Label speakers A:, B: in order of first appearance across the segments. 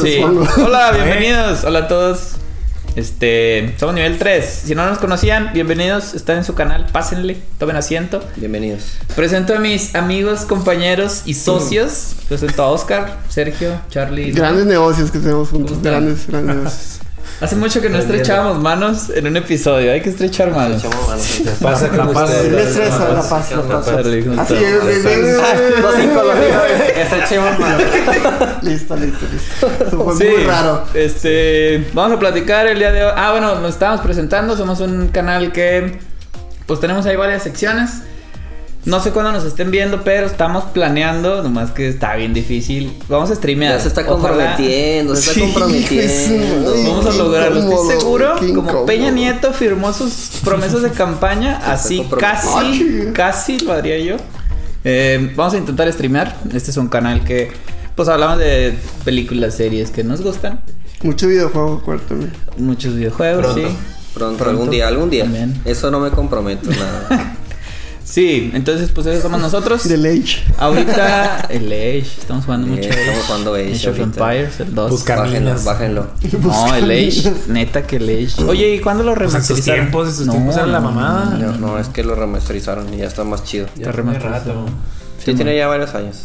A: Sí. Hola, bienvenidos. Hola a todos. Este, somos nivel 3. Si no nos conocían, bienvenidos. Están en su canal, pásenle, tomen asiento.
B: Bienvenidos.
A: Presento a mis amigos, compañeros y socios. Presento a Oscar, Sergio, Charlie.
C: Grandes negocios que tenemos juntos.
A: Justo.
C: Grandes, grandes negocios.
A: Hace mucho que no estrechábamos manos en un episodio. Hay que estrechar manos.
D: Pasa con la paz.
E: Este,
C: Sí, me estresa, la paz, la paz.
A: Charlie, ¿cómo
C: Así
A: estás?
C: es, bien, bien, bien, bien,
B: Los
C: bien.
B: Estrechemos mano.
C: Listo, listo, listo. Eso fue
A: Sí,
C: Pues muy raro.
A: Este, vamos a platicar el día de hoy. Ah, bueno, nos estábamos presentando. Somos un canal que, pues tenemos ahí varias secciones. No sé cuándo nos estén viendo, pero estamos planeando. Nomás que está bien difícil. Vamos a streamear.
B: Ya se está
A: Ojalá.
B: comprometiendo, se está
C: Sí,
B: comprometiendo.
C: Jesús.
A: Vamos a
C: Qué
A: lograrlo,
C: incómodo,
A: estoy seguro.
C: qué
A: Como
C: incómodo.
A: Peña Nieto firmó sus promesas de campaña, así
B: comprometido.
A: casi,
C: Ay.
A: casi lo haría yo. Eh, vamos a intentar streamear. Este es un canal que, pues, hablamos de películas, series que nos gustan.
C: Mucho videojuego, acuérdame.
A: Muchos videojuegos,
D: Pronto.
A: sí.
B: Pronto,
A: Pronto.
B: algún día, algún día.
A: También.
B: Eso no me comprometo nada.
A: Sí, entonces, pues, eso somos nosotros.
C: Del Age.
A: Ahorita, el Age, estamos jugando
D: Eh,
B: Sí,
A: mucho.
B: estamos jugando Age
A: of
B: ahorita.
A: Empires, el 2.
D: Buscar-
B: Bájenlo,
D: Caminas.
B: bájenlo.
A: No, el Age, neta que el Age. Oye, ¿y cuándo lo
D: Pues en sus
A: remasterizaron?
D: tiempos, en sus tiempos era la mamada.
B: No, no, es que lo remasterizaron y ya está más chido.
A: Está remasterizado.
B: Sí, tiene ya varios años.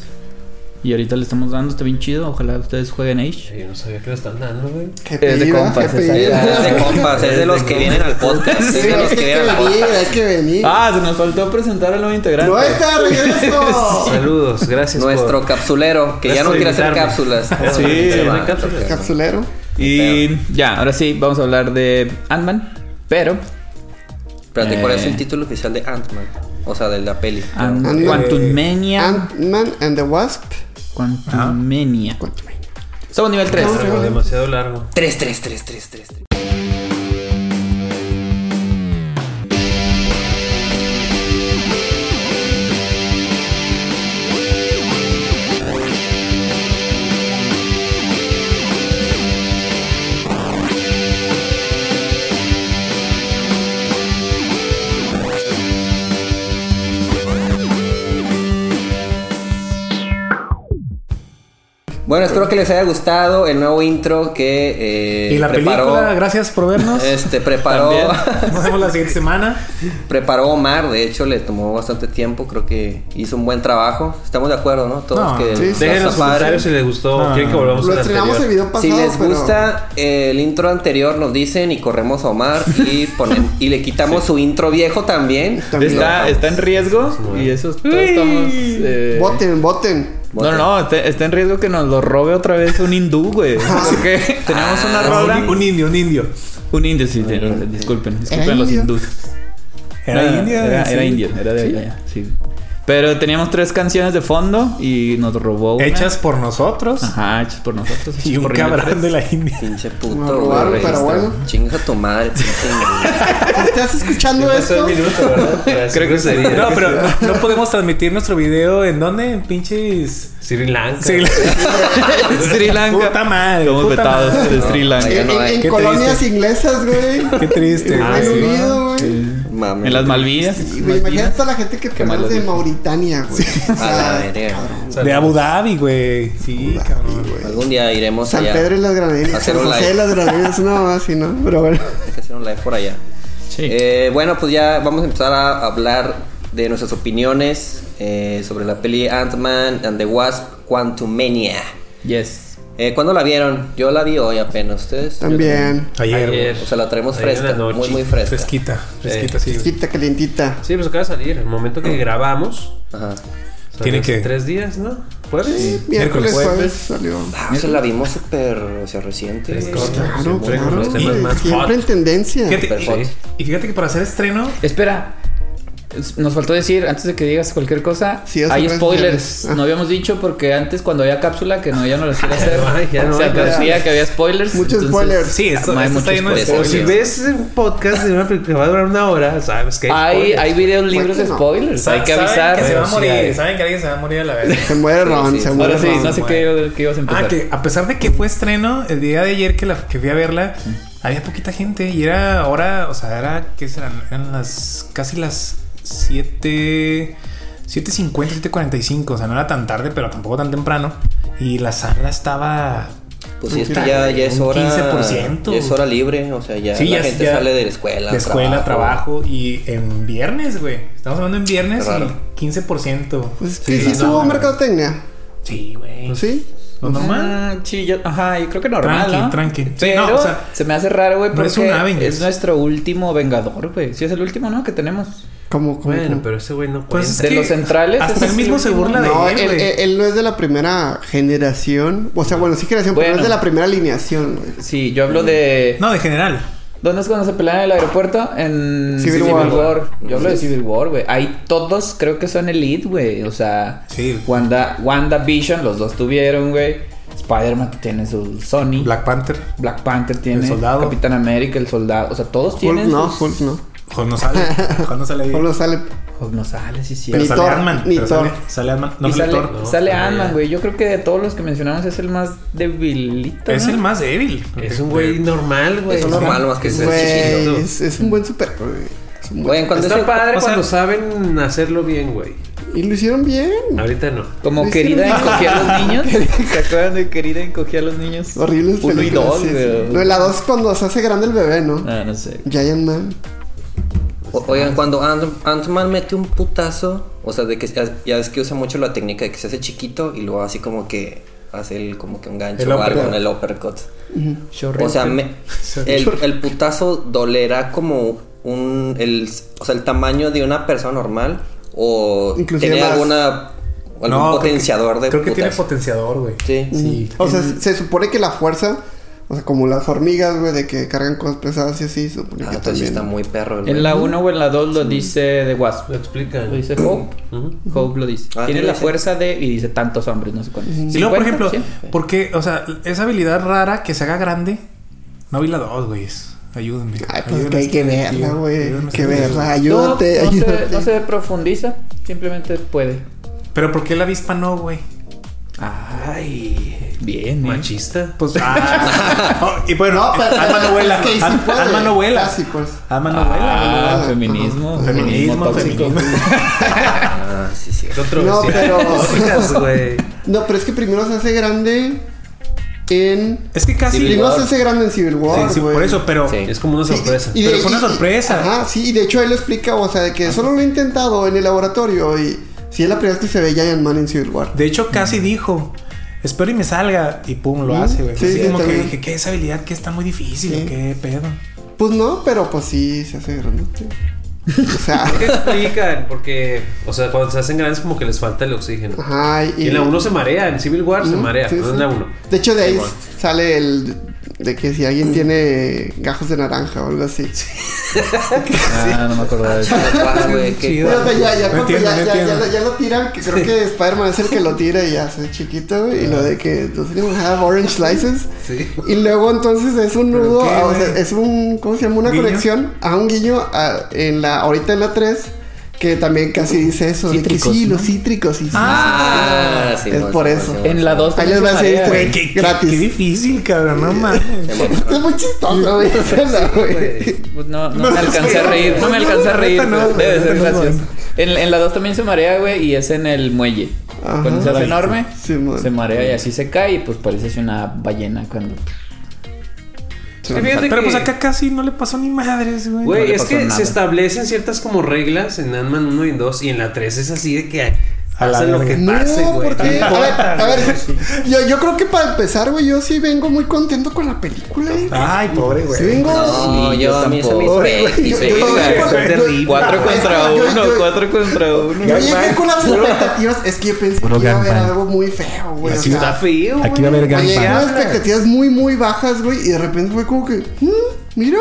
A: Y ahorita le estamos dando, está bien chido. Ojalá ustedes jueguen Age.
E: Yo no sabía que lo están dando, güey.
C: Qué
A: de
C: pedido,
A: compas,
C: qué
A: esa
C: pedido.
A: idea.
B: Es de compas, es de los que vienen al podcast. Es
C: Sí,
B: de
C: es
B: los
C: que
B: que vienen al podcast.
C: venía, es que venía.
A: Ah, se nos faltó presentar al nuevo integrante.
C: ¡No está de regreso!
E: Saludos, gracias.
B: Nuestro capsulero, que ya
E: Gracias
B: no
E: por
B: quiere hacer
E: invitarme.
B: cápsulas.
A: Sí,
B: Se va,
E: no hay cápsulas.
B: ok.
C: Capsulero.
A: Y ya, ahora sí, vamos a hablar de Ant-Man. Pero,
B: Espérate, ¿cuál es
A: Eh.
B: el título oficial de Ant-Man? O sea, de la peli.
A: Ant-
C: Ant-Man.
A: Quantumania.
C: Ant-Man and the Wasp.
A: Quantumania.
D: Ah.
A: Somos nivel 3.
E: Largo, demasiado largo.
B: 3, 3, 3, 3, 3. Bueno, espero que les haya gustado el nuevo intro que eh,
D: Y la
B: preparó.
D: película, gracias por vernos.
B: Este preparó,
D: Nos vemos la siguiente semana.
B: preparó Omar, de hecho le tomó bastante tiempo, creo que hizo un buen trabajo. Estamos de acuerdo, ¿no? Todos
D: No,
B: que
C: sí,
B: nos
C: sí.
E: Dejen en los
B: está padre.
E: comentarios si les gustó.
D: Ah.
E: ¿Quieren que volvamos
C: Lo
E: al
C: estrenamos el
E: anterior?
C: video pasado.
B: Si les
C: pero-
B: gusta el intro anterior, nos dicen y corremos a Omar y ponem- y le quitamos su intro viejo también.
C: También.
A: Está, está en riesgo. Y eso todos estamos. eh,
C: Voten, voten.
A: No, no, está, está en riesgo que nos lo robe otra vez un hindú, güey. Porque tenemos una
B: Ah,
A: rola.
D: Un, un indio, un indio.
A: Un indio, sí, te- disculpen,
C: Era
A: disculpen los
C: indio.
A: hindús.
D: Era
A: No, no,
D: indio.
A: Era,
D: sí.
A: era indio, era de allá, sí. Pero teníamos tres canciones de fondo y nos robó una.
D: Hechas por nosotros.
A: Ajá, hechas por nosotros.
D: Y
A: hechas
D: un
A: por
D: cabrón
A: nosotros.
D: de la India.
B: Pinche puto.
C: Me robaron,
B: güey,
C: pero
B: registra.
C: bueno.
B: Chinga tu madre, pinche inglés.
C: Si ¿Estás escuchando
E: Pasó el
C: esto?
E: minuto, ¿verdad? Para decir
A: Creo que
E: groserías.
A: sí.
D: No, pero no podemos transmitir nuestro video en dónde? En pinches.
E: Sri Lanka.
D: Sí,
A: Sri Lanka.
D: Puta madre,
A: Somos
D: puta
A: vetados
D: madre.
A: de Sri Lanka.
B: Ya
C: En,
B: no
C: en-
B: hay.
C: en
D: Qué
C: colonias inglesas, güey.
D: Qué triste,
C: En
A: Ah,
D: güey. Ah,
C: Reino
D: Sí.
C: Unido, güey.
B: Mame.
A: En las Malvinas.
C: Sí, güey, Imagínate toda la gente que
A: mal lo
C: tenemos de
A: dije.
C: Mauritania, güey. O
B: A la
C: sea,
B: verga.
D: De Abu Dhabi, güey. Sí, cabrón.
B: Algún día iremos
C: San
B: allá.
C: Pedro y las Granaderías,
B: Hacer
C: San
B: un
C: José
B: live.
C: y las Granaderías, no, así no, pero bueno.
B: Hay que hacer un live por allá.
A: Sí.
B: Eh, bueno, pues ya vamos a empezar a hablar de nuestras opiniones eh, sobre la peli Ant-Man and the Wasp Quantumania.
A: yes.
B: Eh, ¿Cuándo la vieron? Yo la vi hoy apenas. ¿Ustedes?
C: También,
D: Ayer, güey.
E: Ayer.
B: O sea, la traemos
E: Ayer en
B: fresca.
E: la noche.
B: Muy, muy fresca.
D: Fresquita, fresquita, sí. güey.
C: quita calientita.
E: Sí, pues acaba de salir. El momento que grabamos.
B: Ajá.
E: salió
D: Tiene
E: hace
D: que-
E: Tres días, ¿no? ¿Jueves?
C: Miércoles,
D: Miércoles,
C: jueves salió.
B: Ah, o sea, la vimos súper, o sea, reciente.
C: Claro,
E: siempre con
C: claro,
E: los temas
C: güey,
E: más
C: siempre en
E: hot.
C: tendencia.
D: Fíjate,
B: Super
D: y-
B: hot.
D: y fíjate que para hacer estreno,
A: Espera. es- Nos faltó decir, antes de que digas cualquier cosa,
C: Sí, eso
A: hay
C: fue-
A: spoilers.
C: Ah.
A: No habíamos dicho porque antes cuando había cápsula, que no, ya no las quiero hacer,
E: no hay, ya no
A: se
E: hay.
A: advertía que había spoilers.
C: Muchos
A: entonces-
C: spoilers.
D: Sí, esto,
A: Hay
D: esto está
A: muchos
D: lleno de
B: spoilers.
D: spoilers.
E: Si
B: Oye.
E: ves un podcast de una película que va a durar una hora, sabes que
A: Hay,
E: spoilers.
A: hay videos libros de
C: no.
A: spoilers. Hay que
D: Saben
A: avisar.
D: Que se va a
E: Sí, hay.
D: morir. Saben que alguien se va a morir a la vez.
C: Se muere Ron,
B: sí,
C: se
B: sí.
C: muere
A: Ahora sí,
C: Ron.
A: no sé qué, qué ibas a empezar.
D: Ah, que a pesar de que fue estreno el día de ayer que, la, que fui a verla, había poquita gente y era ahora, o sea, era, ¿qué serán? Eran las casi las 7. 7.50, 7.45, o sea, no era tan tarde, pero tampoco tan temprano. Y la sala estaba
B: Pues sí, es que
D: Puta,
B: ya,
D: güey,
B: ya es
D: un
B: hora.
D: 15%.
B: ya es hora libre, o sea, ya
D: Sí,
B: la
D: ya-
B: gente
D: ya-
B: sale de la escuela.
D: de escuela, trabajo. y en viernes, güey. Estamos hablando en viernes
B: Qué raro.
D: y 15%.
C: Pues
D: Sí,
C: que sí
D: no,
C: estuvo
D: no, Pues, no.
C: mercadotecnia.
D: Sí, güey.
C: ¿Sí?
D: Lo normal.
A: Mm, sí, yo, ajá, yo creo que normal,
D: Tranqui,
A: ¿no?
D: tranqui. Sí,
A: Pero
D: no, o sea,
A: se me hace raro, güey,
D: no
A: porque
D: es
A: es,
D: un Avengers.
A: nuestro último Vengador, güey. Sí, es el último, ¿no? Que tenemos.
C: Como, como.
E: Bueno,
C: como-
E: pero ese güey no
D: Pues es
E: cuenta.
A: de
D: que
A: los centrales, ese
D: Hasta él
A: es
D: mismo
A: el
D: se
A: último.
D: burla de
C: No,
D: él,
C: él,
D: güey.
C: él- él no es de la primera generación. O sea, bueno, sí generación, pero
A: Bueno.
C: no es de la primera alineación, güey.
A: Sí, yo hablo de.
D: No, de general.
A: ¿Dónde es cuando se pelean en el aeropuerto? En
C: Civil War.
A: Yo hablo de Civil War, güey. Ahí todos creo que son elite, güey. O sea,
D: Sí.
A: Wanda, WandaVision, los dos tuvieron, güey. Spider-Man tiene su Sony. Black,
D: Black Panther.
A: Panther tiene.
D: El soldado.
A: Capitán América, el soldado. O sea, todos
C: Hulk
A: tienen.
C: no,
A: sus-
C: Hulk no.
D: Juan no sale. Juan no sale. ahí.
C: Hulk no sale.
A: Hulk no sale, sí, sí.
D: Pero
C: Ni
D: sale
C: Thor,
D: Ant-Man.
C: ni
D: pero sale-
C: Thor.
D: Sale Ant-Man. No
A: y
D: sale
A: sale,
D: Thor. no.
A: sale
E: sale
A: Ant-Man,
E: ya.
A: güey. Yo creo que de todos los que mencionamos es el más debilito.
D: Es
A: ¿no?
D: el más débil.
E: Es un güey normal, güey.
B: Es normal, más que ser chiquillo.
C: Güey, es, es un buen superhéroe. Es un buen-
B: Güey, cuando
E: Está
B: ese-
E: padre
D: o sea-
E: cuando saben hacerlo bien, güey.
C: Y lo hicieron bien.
E: Ahorita no.
A: Como
C: Sí, sí.
A: querida encogía a los niños. ¿Se acuerdan de querida encogía a los niños?
C: Horribles
A: Uno y
C: películas,
A: dos,
C: sí, sí.
A: güey.
C: No, la dos es cuando se hace grande el bebé, ¿no?
A: Ah, no sé.
C: Giant Man.
B: O- Oigan, cuando Ant- Ant-Man mete un putazo, o sea, de que ya, ya es que usa mucho la técnica de que se hace chiquito y luego así como que hace el, como que un gancho
D: El
B: o algo
D: uppercut.
B: en el uppercut.
A: Chorro.
B: O sea, me- el, el putazo dolerá como un el, o sea, el tamaño de una persona normal o
C: Inclusive
B: tiene
C: más.
B: alguna algún
D: No, creo que-
B: potenciador de
D: Creo que tiene
B: putazo.
D: potenciador, güey.
B: Sí.
D: Sí.
C: O sea, se- se supone que la fuerza, o sea, como las hormigas, güey, de que cargan cosas pesadas y así, se supone
B: Ah,
C: que
B: entonces
C: también.
B: sí está muy perro. el güey.
A: En la 1 o en la 2 lo dice The Wasp.
E: Lo explican.
A: Lo dice Hope.
E: Ujú.
A: Hope lo dice.
B: Ah,
A: Tiene
B: sí lo
A: la
B: dice.
A: fuerza de. Y dice tantos hombres, no sé cuántos.
D: Y luego, por ejemplo,
A: 100.
D: porque, o sea, esa habilidad rara que se haga grande, no vi la dos, güeyes. Ayúdenme.
C: Ay, pues
D: Ayúdenme
C: que hay que
D: este
C: verla,
D: tío.
C: güey.
D: Ayúdenme
C: Que
D: este tío.
C: verla.
A: No,
C: Ayúdate,
A: no,
C: ayúdate.
A: Se, no se profundiza. Simplemente puede.
D: Pero ¿por qué la avispa no, güey?
A: Ay. Bien, ¿eh?
E: Machista.
D: Pues. ah. Oh, y bueno,
C: No, pero-
D: alma no vuela.
C: es que sí
D: Al-
C: puede.
D: alma no vuela.
C: Casi, pues.
D: Alma no vuela.
A: Ah,
C: Ah,
A: feminismo.
C: ajá.
D: Feminismo,
A: tóxico.
D: feminismo.
B: Ah, sí, sí.
C: No, pero-
E: Podcast, güey.
C: No, pero es que primero se hace grande en.
D: Es que casi.
B: Civil
C: Primero
B: War.
C: se hace grande en Civil War.
D: Sí, sí,
C: güey.
D: por eso, pero.
B: Sí.
E: Es como una
C: Sí,
E: sorpresa.
C: y
D: Pero fue una sorpresa.
C: Ajá, sí, y de hecho él lo explica, o sea, de que solo lo he intentado en el laboratorio y si es la primera vez que se ve Giant Man en Civil War.
D: De hecho, casi dijo. Espero y me salga. Y pum, lo
C: Mm,
D: hace, güey.
C: sí,
D: Así
C: sí,
D: como que
C: también.
D: dije, ¿qué esa habilidad que está muy difícil?
C: Sí.
D: ¿Qué pedo?
C: Pues no, pero pues sí se hace grande. O sea,
E: ¿Qué explican? Porque, o sea, cuando se hacen grandes, como que les falta el oxígeno.
C: ajá. Y,
E: Y en la 1 se marea, en Civil War se
C: Mm,
E: marea,
C: sí,
D: pues,
E: no
C: sí.
E: en la 1.
C: De hecho, de ahí sale el. De que si alguien tiene gajos de naranja o algo así.
A: Ah, no me acuerdo de eso.
B: Guau, güey, qué
D: Chido.
C: Pero,
B: guau.
C: o sea, ya, ya,
D: No
C: cuando
D: entiendo,
C: ya-
D: no
C: ya- ya
D: entiendo.
C: lo- ya lo tiran, que creo que Spider-Man es el que lo tira y hace chiquito. güey, Y lo de que no tenemos have orange slices.
E: Sí.
C: Y luego entonces es un
D: ¿Pero
C: nudo,
D: qué,
C: a- o sea,
D: güey?
C: es un, ¿cómo se llama? Una
D: ¿Guiño?
C: conexión a un guiño a- en la, ahorita en la 3, que también casi dice eso, de que
A: Cítricos,
C: sí,
A: ¿no?
C: los cítricos, sí, sí,
B: Ah, sí,
C: Es
B: no,
C: por
B: sí,
C: eso.
B: sí, no,
A: En la
B: sí,
A: 2
C: Ahí les va a seguir,
D: Güey,
C: Eh,
D: qué, qué-
C: gratis.
D: qué difícil, cabrón. No mames.
B: no.
C: sí. Es muy chistoso, güey. hacerla, güey.
A: Pues no, no,
D: No,
A: me alcancé a
D: no,
A: reír, no me
D: no,
A: alcancé a
D: no,
A: reír.
D: neta, no,
A: pero debe
D: neta,
A: ser
D: no,
A: gracioso.
D: no.
A: En, en la 2 también se marea, güey, y es en el muelle.
C: Ajá.
A: Cuando se hace
D: Ay,
A: enorme,
C: sí, man.
A: se marea y así se cae, y pues parece una ballena cuando.
E: Fíjate
D: Pero
E: que-
D: pues acá casi no le pasó ni madres, güey.
E: Güey,
A: No le
E: es
A: pasó
E: que
A: nada.
E: se establecen ciertas como reglas en Ant-Man 1 y 2 y en la 3 es así de que
D: A la
E: hacen lo
D: verga.
E: que
C: No,
E: pase, güey.
C: ¿por qué? A ver,
D: importa,
C: a ver,
D: güey.
C: yo, yo creo que para empezar, güey, yo sí vengo muy contento con la película, eh.
D: Ay, pobre, güey.
C: Sí vengo...
B: No,
A: Sí,
B: yo
A: yo
B: a mí se me
A: tampoco.
B: hizo
C: Güey,
B: ve-
C: yo-
B: se
C: yo-
B: hizo-
C: yo-
B: se
C: yo-
B: hizo-
C: yo-
A: Cuatro
C: yo-
A: contra
C: Ah, yo-
A: uno,
C: yo-
A: cuatro contra uno.
C: Yo llegué con las expectativas, es que yo pensé que iba a haber
D: Gangbang.
C: algo muy feo, güey. o
D: Así
C: sea,
E: Está feo, güey.
D: Aquí va a haber
C: Oye,
D: gangbang.
C: unas expectativas muy, muy bajas, güey. Y de repente fue como que, "Mm, mira.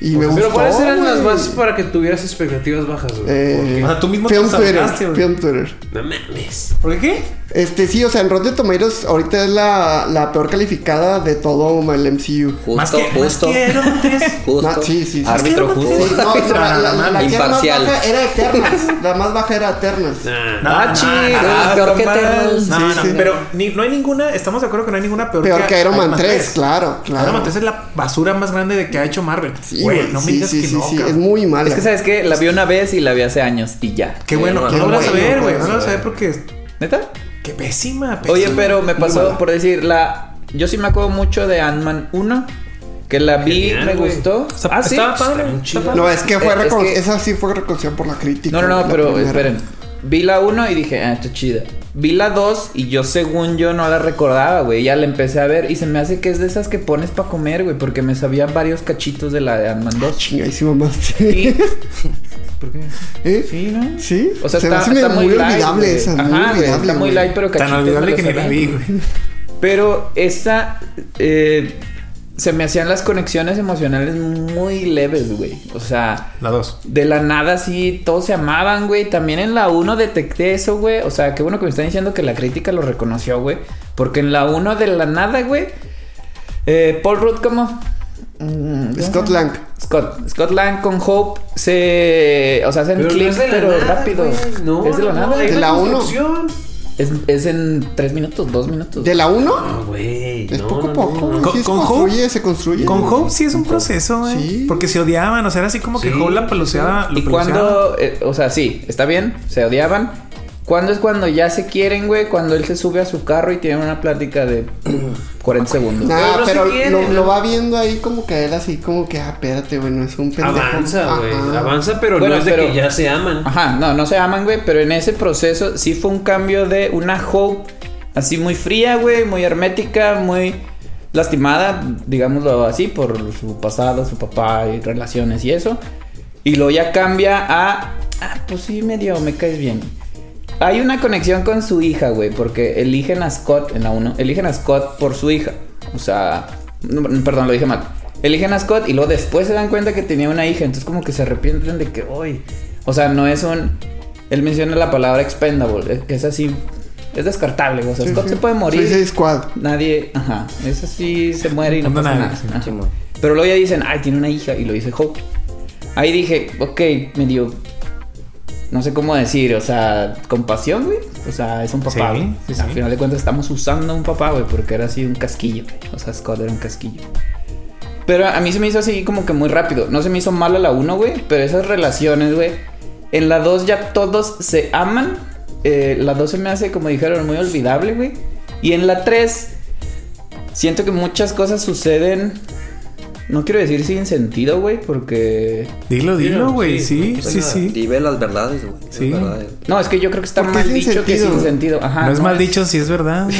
C: Y me gustó.
E: Pero ¿cuáles eran las
C: güey.
E: bases para que tuvieras expectativas bajas, güey?
C: Eh,
D: O sea, Ah, tú mismo te
C: Film Twitter.
D: saboteaste, güey.
C: Film Twitter.
E: No mames.
D: ¿Por qué?
C: Este, sí, o sea, en Rotten Tomatoes ahorita es la, la peor calificada de todo el MCU.
D: Más
B: Justo,
D: que- más
B: justo.
D: que Herodes.
B: Justo.
C: No, Ah, sí,
D: Ah,
C: sí, sí.
B: Árbitro
D: Es que
B: justo.
C: No, no, la, la- la- la que era más
B: Imparcial.
C: baja era Eternals. La más baja era Eternals.
E: Nah,
D: No,
B: Ah,
D: no,
B: chido,
D: no,
B: peor que
D: no,
B: Eternals.
D: No,
C: Sí,
D: no,
C: sí.
D: pero ni- no hay ninguna, estamos de acuerdo que no hay ninguna peor,
C: Peor que Iron Man 3, claro, claro.
D: Iron Man 3 es la basura más grande de que ha hecho Marvel.
C: Sí,
D: Güey,
C: güey,
D: no me
C: sí,
D: digas
C: sí,
D: que
C: sí,
D: no.
C: sí,
D: cabrón.
C: Es muy mala.
A: Es que sabes que la vi una vez y la vi hace años y ya.
D: Qué bueno,
B: Qué
D: no lo vas a
C: bueno,
D: ver, güey.
C: güey.
D: No lo vas a ver porque
A: ¿Neta?
D: qué pésima, pésima.
A: Oye, pero me
C: Muy
A: pasó
C: mala.
A: por decir la Yo sí me acuerdo mucho de Ant-Man 1. Que la vi,
E: Genial,
A: me
E: güey.
A: gustó.
D: Está-
A: ah, sí.
D: estaba
E: Está
D: padre.
E: bien
D: está
E: chido.
D: padre.
C: No, es que fue
A: Eh, es
C: recono-
A: que-
C: esa sí fue reconocida por la crítica.
A: No, no, no,
C: la
A: pero
C: primera.
A: esperen. Vi la 1 y dije, ah, está chida. Vi la 2 y yo, según yo, no la recordaba, güey. Ya la empecé a ver y se me hace que es de esas que pones para comer, güey. Porque me sabían varios cachitos de la de Ant-Man 2.
C: Chinga, ahí sí mamaste.
A: Y- ¿Por qué?
C: ¿Eh?
A: Sí, ¿no?
C: ¿Sí?
A: O sea,
C: Se me
A: está,
C: hace
A: está muy, light,
C: olvidable
A: güey.
C: esa. muy
A: Ajá, güey,
C: olvidable,
A: está muy
C: güey.
A: light, pero
D: Tan
A: cachitos me
D: olvidable
A: los
D: que ni la
A: sabía.
D: vi, güey.
A: Pero esa. eh, se me hacían las conexiones emocionales muy leves, güey. O sea.
D: La dos.
A: De la nada, sí, todos se amaban, güey. También en la 1 detecté eso, güey. O sea, qué bueno que me están diciendo que la crítica lo reconoció, güey. Porque en la 1 de la nada, güey. eh, Paul Rudd como... mm,
C: Scott Lang.
A: Scott, Scott Lang con Hope se... O sea, hacen
E: Pero no
A: clic,
E: es de la
A: pero
E: nada,
A: rápido.
E: güey. No,
A: es de la
E: no,
A: nada.
E: es
C: De la uno.
E: construcción.
A: Es, es en 3 minutos, 2 minutos.
C: ¿De la 1?
E: No, Ah, güey.
C: Es
E: no,
C: poco a
E: no,
C: poco.
E: no,
C: güey.
E: no.
D: Con-
C: Sí, se
D: con Hope.
C: construye, se construye.
D: Con Hope sí es un proceso, güey.
C: Sí.
D: Porque se odiaban, o sea, era así como que
E: Sí.
D: Hope la peluceaba. lo
A: Y
D: peluceaba.
A: cuando, eh, o sea, sí, está bien, se odiaban. ¿Cuándo es cuando ya se quieren, güey? Cuando él se sube a su carro y tienen una plática de 40 segundos.
C: Nah,
E: Pero no se
C: pero
E: quieren,
C: lo,
E: ¿no?
C: lo va viendo ahí como que él así, como que, ah, espérate, güey, no es un pendejo.
E: Avanza, güey.
C: Ajá.
E: Avanza, pero
A: Bueno,
E: no es de
A: pero- Ah,
E: que ya se aman.
A: Ajá, no, no se aman, güey, pero en ese proceso sí fue un cambio de una Hope así muy fría, güey, muy hermética, muy lastimada, digámoslo así, por su pasado, su papá y relaciones y eso. Y luego ya cambia a, ah, pues sí, medio, me caes bien. Hay una conexión con su hija, güey, porque eligen a Scott en la 1, eligen a Scott por su hija. O sea, no, perdón, lo dije mal. Eligen a Scott y luego después se dan cuenta que tenía una hija, entonces como que se arrepienten de que, uy, o sea, no es un... Él menciona la palabra expendable, eh, que es así, es descartable, o sea,
C: Sí,
A: Scott
C: sí.
A: se puede morir.
C: Suicide Squad.
A: Nadie, ajá, es así, se muere y no
D: No
A: pasa
D: nadie,
A: nada.
D: sí,
A: Ajá.
B: Simón.
A: Pero luego ya dicen, ay, tiene una hija, y lo dice Hope. Ahí dije, ok, medio. No sé cómo decir, o sea, compasión, güey. O sea, es un papá,
D: Sí,
A: güey.
D: sí, sí.
A: Al final de cuentas estamos usando a un papá, güey, porque era así un casquillo, güey. O sea, Scott era un casquillo. Pero a mí se me hizo así como que muy rápido. No se me hizo mal a la 1, güey. Pero esas relaciones, güey. En la 2 ya todos se aman. Eh, la 2 se me hace, como dijeron, muy olvidable, güey. Y en la 3, siento que muchas cosas suceden. No quiero decir sin sentido, güey, porque.
D: Dilo, dilo,
E: Dilo,
D: güey.
E: sí,
D: Sí,
E: no pasa
D: sí,
E: nada.
D: sí.
B: Dime las verdades, güey. las
D: Sí.
B: verdades.
A: No, es que yo creo que está
C: ¿Por qué
A: mal
C: sin
A: dicho que
C: sentido?
A: sin sentido. Ajá.
D: no es mal dicho si es verdad. güey.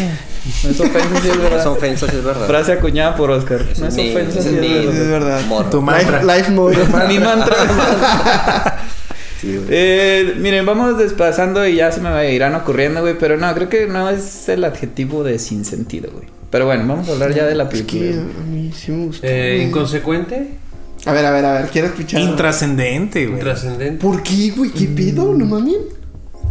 A: No es ofensa, sí es
B: No
A: verdad.
B: son ofensas, es verdad.
A: Frase acuñada por Oscar.
B: Ese
A: No
B: es
A: es
B: mi-
A: ofensa,
B: ese
A: sí
B: es mi-
A: es
C: Es
A: verdad.
C: verdad.
B: Morro.
D: Tu
C: Life,
D: mantra.
C: life mode.
A: Mi mantra.
B: Sí, güey.
A: Eh, miren, vamos desplazando y ya se me irán ocurriendo, güey. Pero no, creo que no es el adjetivo de sin sentido, güey. Pero bueno, vamos a hablar ya de la
C: Es que
A: película.
C: a mí sí me gustó.
E: Eh,
C: güey.
E: inconsecuente,
C: a ver, a ver, a ver, quiero escuchar.
D: Intrascendente, güey.
E: trascendente.
C: ¿Por qué, güey? ¿Qué pido? ¿No mami?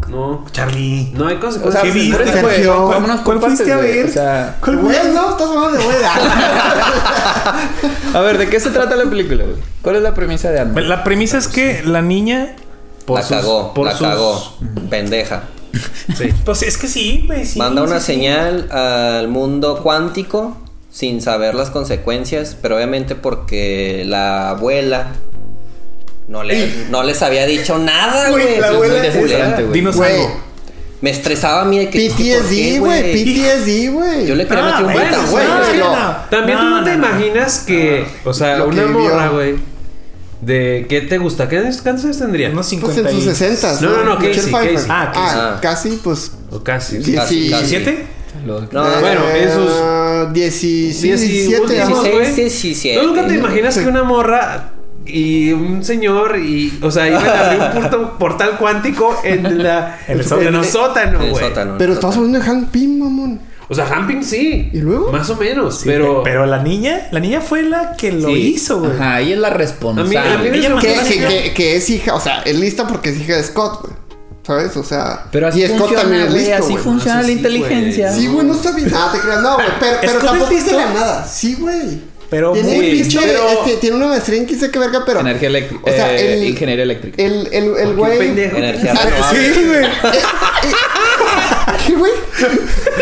E: No.
D: Charlie.
E: No hay
A: O sea,
E: consecuencia.
D: ¿Qué viste?
A: por eso, güey,
C: Sergio,
A: vámonos por
D: ¿cuál fuiste
A: partes,
D: a
A: güey.
D: ver?
A: O sea,
D: ¿Cuál fue?
C: Güey, ah, no, estás hablando de güey.
A: a ver, ¿de qué se trata la película, güey? ¿Cuál es la premisa de Ant-Man?
D: La premisa es que la niña.
B: la cagó, la cagó. Pendeja.
D: Pues es que sí, güey. Sí,
B: Manda una
D: sí, sí.
B: señal al mundo cuántico sin saber las consecuencias, pero obviamente porque la abuela no, le, no les había dicho nada,
C: Güey,
B: güey.
C: la
B: Eso es muy
C: abuela es
B: culera.
A: esa. güey.
D: Dinos
C: Güey. pues
D: algo.
B: Me estresaba a mí de que. es que, ¿por qué,
C: PTSD, güey. PTSD, güey.
B: Yo le quería meter un
D: bueno,
B: batazo,
C: güey,
B: güey.
C: es que
D: no.
C: no.
E: También tú no, te
D: no,
E: imaginas que, o sea,
C: Lo que
E: una
C: vivió.
E: morra, güey, de qué te gusta, qué años- qué años tendría?
D: Unos
C: Pues en
D: 50
C: sus
D: y...
C: 60
E: No, no, no, Casey, Casey.
D: Ah,
C: Ah,
D: Casey.
B: Ah.
C: casi, pues.
E: o casi.
C: Sí,
B: Casi,
C: sí.
B: casi.
D: ¿Siete?
A: Lo-
B: No,
C: eh,
E: bueno, en sus
C: 17,
E: 17,
C: 17
E: digamos,
C: años.
E: güey.
B: 16, 17.
E: ¿Tú nunca te imaginas
C: Sí.
E: que una morra y un señor y, o sea, iban a abrir un porto- portal cuántico en la
D: En el sótano.
E: sótano,
B: En el
E: güey.
B: sótano, en el
C: Pero estamos
B: sótano.
C: hablando de Hank Pym, mamón.
E: O sea, Hamping sí.
C: ¿Y luego?
E: Más o menos,
D: Sí,
E: pero,
D: pero la niña, la niña fue la que lo
A: Sí.
D: hizo, güey.
A: Ajá, ella es la responsable.
E: A mí- a mí me
A: Ella-
E: se-
C: Que,
E: Imagínate
C: que-
E: que-
C: que- que es hija, o sea, es lista porque es hija de Scott, güey. ¿Sabes? O sea,
A: Pero así
C: y Scott
A: funciona,
C: también es
A: güey,
C: listo,
A: así
C: güey. Ah,
A: funciona
E: No
A: la
E: sé si,
A: inteligencia.
C: Sí, güey, no está bien. Nada, te creas, no, güey. Pero, pero
D: Scott es
C: tampoco
D: listo.
C: está de nada. Sí, güey.
D: Pero
C: Tiene,
D: muy
C: un pinche-
D: listo.
C: este, tiene una maestría en 15 que verga, pero.
A: Energía eléctrica.
C: O sea,
A: eh,
C: el-
A: ingeniería eléctrica.
C: El, el, el
E: qué
C: güey.
E: pendejo?
B: Energía
C: Ah,
B: renovable.
D: Sí, güey.
C: ¿Qué, güey?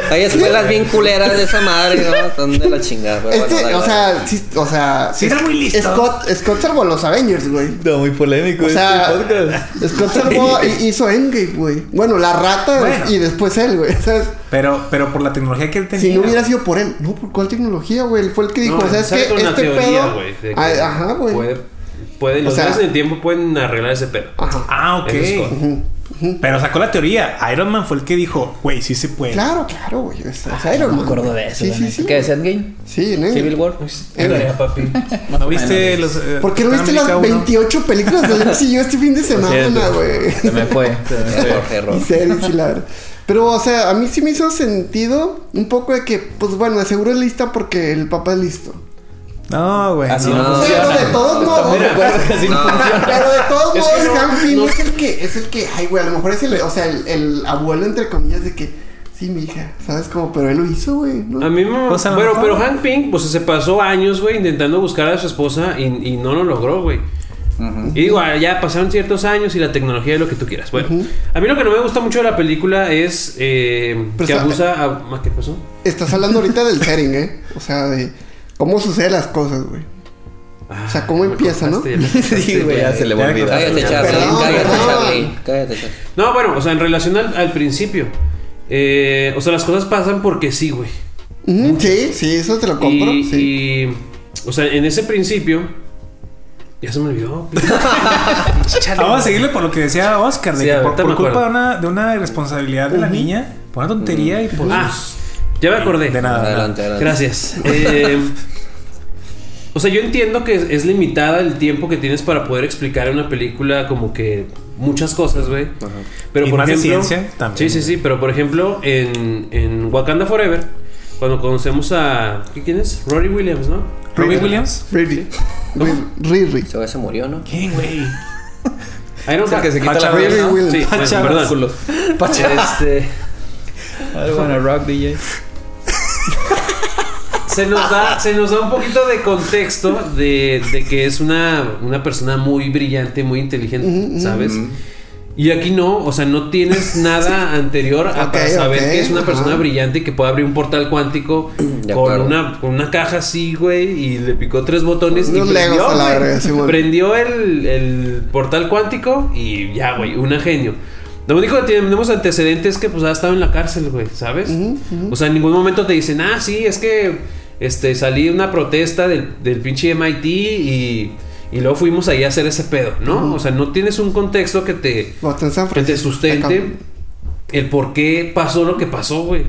B: Hay escuelas bien culeras de esa madre, ¿no? Están de la chingada. pero bueno, da
C: Este, o
B: igual.
C: sea, sí, o sea.
E: Sí, era muy listo.
C: Scott, Scott salvó a los Avengers, güey.
A: No, muy polémico.
C: O sea,
A: este podcast.
C: Scott salvó, hi- hizo Endgame, güey. Bueno, la rata
D: Bueno.
C: y después él, güey. ¿Sabes?
D: Pero, pero por la tecnología que él tenía.
C: Si no hubiera sido por él. No, ¿por cuál tecnología, güey? Él fue el que dijo,
E: No,
C: o sea, es
E: sale
C: que
E: con una
C: este
E: teoría,
C: pedo.
E: güey, de que
C: Ay, ajá, güey.
E: Puede, puede- los
C: sea-
E: viajes en el tiempo pueden arreglar ese pedo.
C: Ajá.
D: Ah, ok.
E: Eso es Scott.
D: Pero sacó la teoría. Iron Man fue el que dijo, güey, sí se puede.
C: Claro, claro, güey. O sea, Iron
A: No me
C: Man,
A: acuerdo
C: güey.
A: de eso.
C: Sí,
A: la
C: sí,
A: neta.
C: sí.
A: ¿Qué es Endgame?
C: Sí, en Endgame.
A: Civil War.
E: Qué tarea, papi.
D: ¿No viste los... eh,
C: ¿Por qué no
D: Capitán
C: viste las
D: América uno?
C: 28 películas del MCU este fin de
A: Pues
C: semana,
A: cierto.
C: güey?
A: Se me fue. se me fue.
B: Error, error.
C: Y series y la verdad. Pero, o sea, a mí sí me hizo sentido un poco de que, pues bueno, de seguro es lista porque el papá es listo.
D: No, güey.
A: Así
D: no.
A: no, funciona.
C: Pero de todos modos,
A: Así no
B: No.
A: funciona.
C: pero de todos
E: Ah. Es
C: modos,
E: que no,
C: Hank Pym
E: no.
C: es el que, es el que, ay, güey, a lo mejor es el, o sea, el, el abuelo, entre comillas, de que, sí, mi hija, ¿sabes cómo? Pero él lo hizo, güey, ¿no?
E: A mí me...
D: Pues a lo
E: bueno,
D: mejor.
E: pero Hank Pink, pues se pasó años, güey, intentando buscar a su esposa y, y no lo logró, güey. Y digo, ah, ya pasaron ciertos años y la tecnología es lo que tú quieras. Bueno, a mí lo que no me gusta mucho de la película es eh,
C: Pero
E: que
C: está-
E: abusa a... ¿Ah, ¿Qué pasó?
C: Estás hablando ahorita del setting, ¿eh? O sea, de cómo suceden las cosas, güey. O sea, ¿cómo
E: Ah, me
C: empieza, no?
E: cortaste, ya me cortaste,
A: Sí, güey, ya se le va a
D: Ya
A: olvidar.
B: Cállate, Charlie.
C: Perdón,
B: cállate,
C: perdón.
B: Charlie. Cállate, Charlie.
E: No, bueno, o sea, en relación al, al principio. eh, o sea, las cosas pasan porque sí, güey.
C: Ujú, Sí, sí, eso te lo compro,
E: Y,
C: sí.
E: y, O sea, en ese principio. Ya se me olvidó.
D: Ah, Vamos a seguirle por lo que decía Oscar, de
E: Sí,
D: que por,
E: ahorita
D: por
E: me
D: culpa
E: acuerdo.
D: de una, de una irresponsabilidad de la niña, por una tontería y por
E: ah,
D: sus-
E: ya me acordé.
D: De nada.
B: Adelante, adelante.
E: Ah, Gracias. Eh, o sea, yo entiendo que es, es limitada el tiempo que tienes para poder explicar en una película como que muchas cosas, güey. Pero
D: Y
E: por
D: más de
E: ejemplo,
D: ciencia también.
E: Sí, sí, sí. Pero por ejemplo, en, en Wakanda Forever, cuando conocemos a. ¿qué- ¿Quién es? Rory Williams, ¿no?
D: Robbie Williams.
C: Riri. Riri. Riri.
B: Ese güey se murió, ¿no?
D: ¿Qué, güey?
E: Iron
A: Es el
E: Man.
A: que se quita la
D: Pachá,
A: piel,
C: Baby
A: ¿no?
C: Will.
E: Sí, bueno,
D: Pachá.
E: perdón. Este,
A: I wanna rock DJ.
E: se, nos da, se nos da un poquito de contexto de, de que es una, una persona muy brillante, muy inteligente, ¿sabes? Y aquí no, o sea, no tienes nada anterior a
C: Ok,
E: para saber
C: ok,
E: que es una
C: ajá.
E: persona brillante y que puede abrir un portal cuántico
B: De
E: con
B: acuerdo.
E: una, con una caja así, güey, y le picó tres botones y
C: Unos
E: prendió,
C: Legos a la
E: güey.
C: verga, sí, güey.
E: Prendió el, el portal cuántico y ya, güey, un genio. Lo único que tenemos antecedentes es que pues ha estado en la cárcel, güey, ¿sabes? O sea, en ningún momento te dicen, ah, sí, es que este, salí de una protesta del, del pinche MIT y, y luego fuimos ahí a hacer ese pedo, ¿no? O sea, no tienes un contexto que te,
C: No, está en San
E: que te
C: Francisco.
E: sustente el por qué pasó lo que pasó, güey.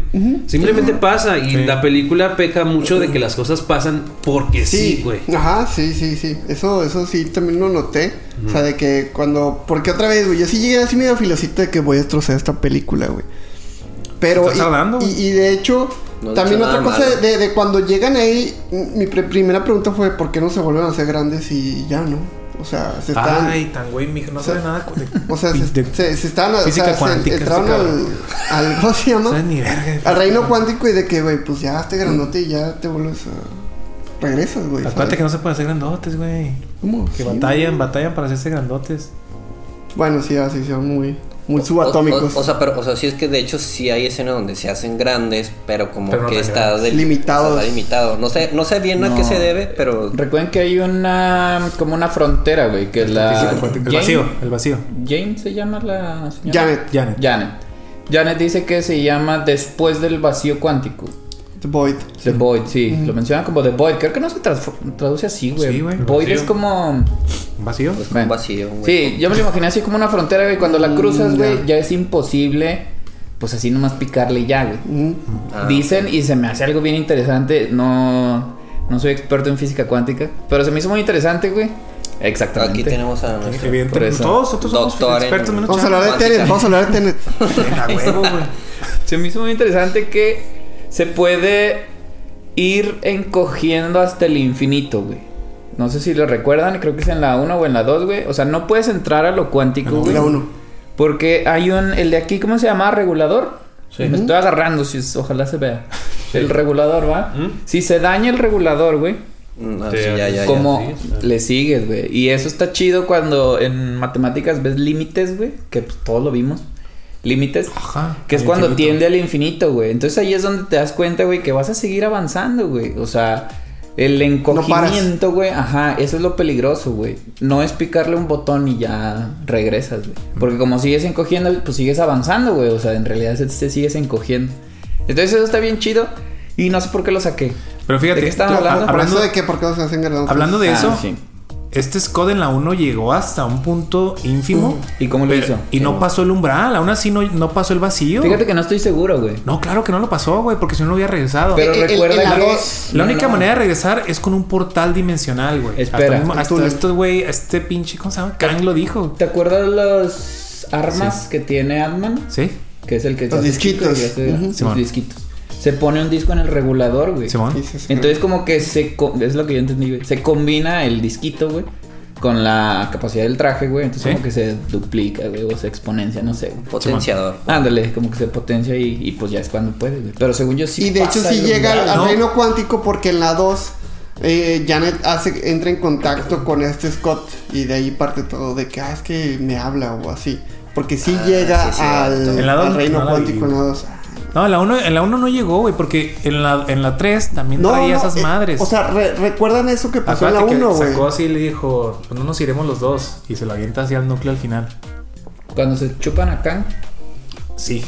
E: Simplemente pasa y
D: Sí.
E: la película peca mucho de que las cosas pasan porque sí, güey.
C: Ajá, sí, sí, sí. Eso, eso sí, también lo noté. O sea, de que cuando. Porque otra vez, güey, yo sí llegué así medio filosito de que voy a destrozar esta película, güey. Pero.
D: Estás
C: y,
D: hablando,
C: y,
D: güey.
C: y de hecho,
B: No he
C: también
B: dicho nada
C: otra cosa
B: malo.
C: de, de cuando llegan ahí, mi pre- primera pregunta fue: ¿por qué no se vuelven a hacer grandes y ya, no? O sea, se están.
D: Ay, tan güey, mijo, no sabe nada. de-
C: O sea, se,
D: de-
C: se, se estaban. O
D: física
C: sea, se
D: cuántica,
C: entraron
D: este
C: al,
D: cabrón.
C: al. ¿Cómo se
D: No
C: llama?
D: sabe ni verga.
C: Al reino cuántico y de que, güey, pues ya este grandote y ya te vuelves a. Regresas, güey.
D: Acuérdate
C: ¿sabes?
D: que no se pueden hacer grandotes, güey.
C: ¿Cómo? Sí,
D: Que batallan, batallan para hacerse grandotes.
C: güey. Bueno, sí, así son muy, muy
B: O-
C: subatómicos.
B: O, o sea, pero, o sea, sí es que de hecho sí hay escenas donde se hacen grandes, pero como
D: Pero no
B: que
D: tan
B: está
D: grandes.
B: del-
C: Limitados.
B: o sea, está limitado. No sé, no sé bien a qué
A: No.
B: se debe, pero
A: Recuerden que hay una como una frontera, güey, que la
D: El vacío, el vacío.
A: Jane se llama la señora.
C: Janet,
D: Janet.
A: Janet. Janet dice que se llama después del vacío cuántico.
C: The Void.
A: The Void, sí. Lo mencionan como The Void. Creo que no se transfo- traduce así, güey.
D: Sí, güey.
A: Void
E: Vacío.
A: es como.
D: ¿Vacío?
B: pues
A: Bueno.
B: un vacío, güey.
A: Sí, yo me lo imaginé así como una frontera, güey. Cuando la cruzas,
C: Mm,
A: güey,
C: ya.
A: ya es imposible, pues así nomás picarle y ya, güey.
C: Mm.
B: Ah,
A: Dicen, y se me hace algo bien interesante, no, no soy experto en física cuántica, pero se me hizo muy interesante, güey. Exactamente.
B: Aquí tenemos a nuestro-
A: Pues, Por
D: Evidentemente.
A: eso.
D: Todos nosotros somos
B: Doctor en-
D: expertos menos
C: Vamos a hablar de
B: Cuántica.
C: Tenet, vamos a hablar de Tenet.
D: Charlie. A huevo, güey.
A: Se me hizo muy interesante que se puede ir encogiendo hasta el infinito, güey. No sé si lo recuerdan, creo que es en la 1 o en la 2, güey. O sea, no puedes entrar a lo cuántico, güey.
C: La uno.
A: Porque hay un. El de aquí, ¿cómo se llama? ¿Regulador? Me estoy agarrando, si es- ojalá se vea. El regulador, ¿va?
E: ¿Mm?
A: Si se daña el regulador, güey,
B: Mm, ah,
E: Sí,
B: sí, ya, ya, ya.
A: como
E: sí, está.
A: le sigues, güey. Y eso está chido cuando en matemáticas ves límites, güey, que pues, todos lo vimos. límites.
D: Ajá,
A: Que es
D: al
A: cuando
D: infinito.
A: tiende al infinito, güey. Entonces ahí es donde te das cuenta, güey, que vas a seguir avanzando, güey. O sea, el encogimiento, güey. ajá, eso es lo peligroso, güey. No es picarle un botón y ya regresas, güey. Porque como sigues encogiendo, pues sigues avanzando, güey. O sea, en realidad se- te sigues encogiendo. Entonces eso está bien chido. Y no sé por qué lo saqué.
D: Pero fíjate,
A: ¿De qué estaban
D: tú-
A: hablando?
C: Por
D: hablando
C: eso de que, ¿por qué no se hacen grandotes?
D: Hablando de
A: Ah,
D: eso,
A: sí.
D: este Scott en la 1 llegó hasta un punto ínfimo.
C: Mm.
A: ¿Y cómo lo
D: pero-
A: hizo?
D: Y no pasó el umbral, aún así no, no pasó el vacío.
A: Fíjate que no estoy seguro, güey.
D: No, claro que no lo pasó, güey, porque si no no hubiera regresado.
A: Pero
C: Eh, eh,
A: recuerda
C: en la
A: que
C: dos-
D: la
A: No,
D: única
A: no.
D: manera de regresar es con un portal dimensional, güey. Hasta
A: Espera.
D: mismo-
A: El
D: Hasta,
C: túnel.
D: esto, güey, este pinche, ¿cómo se llama? Kang lo dijo.
A: ¿Te acuerdas las armas que tiene Ant-Man?
D: ¿sí
A: Que es el que se
C: Los
A: hace
C: disquitos.
A: chico y hace-
C: Ujú.
A: los
D: Simón.
A: disquitos. Se pone un disco en el regulador, güey.
D: Simón.
C: Sí, sí, sí.
A: Entonces como que se co- es lo que yo entendí, güey. Se combina el disquito, güey, con la capacidad del traje, güey. Entonces
D: Sí.
A: como que se duplica, güey, o se exponencia, no sé. güey.
B: Potenciador.
A: Ándale, como que se potencia y, y pues ya es cuando puede, güey. Pero según yo sí.
C: Y de hecho
A: pasa
C: sí
A: el
C: llega al,
A: umbral,
C: al
A: ¿no?
C: reino cuántico porque en la 2 eh, Janet hace, entra en contacto con este Scott y de ahí parte todo de que, ah, es que me habla o así. Porque sí
B: Ah,
C: llega
B: sí, sí.
C: al,
D: En la dos
C: al reino
D: no la
C: cuántico
D: vi.
C: en la 2.
D: No, en la 1 en la uno no llegó, güey, porque en la, en la 3 también traía esas
C: eh,
D: madres.
C: o sea, re- recuerdan eso que pasó
D: Acuérdate
C: en la 1,
D: que
C: güey.
D: sacó así y le dijo, pues no nos iremos los dos. Y se lo avienta hacia el núcleo al final.
A: Cuando se chupan acá.
D: Sí.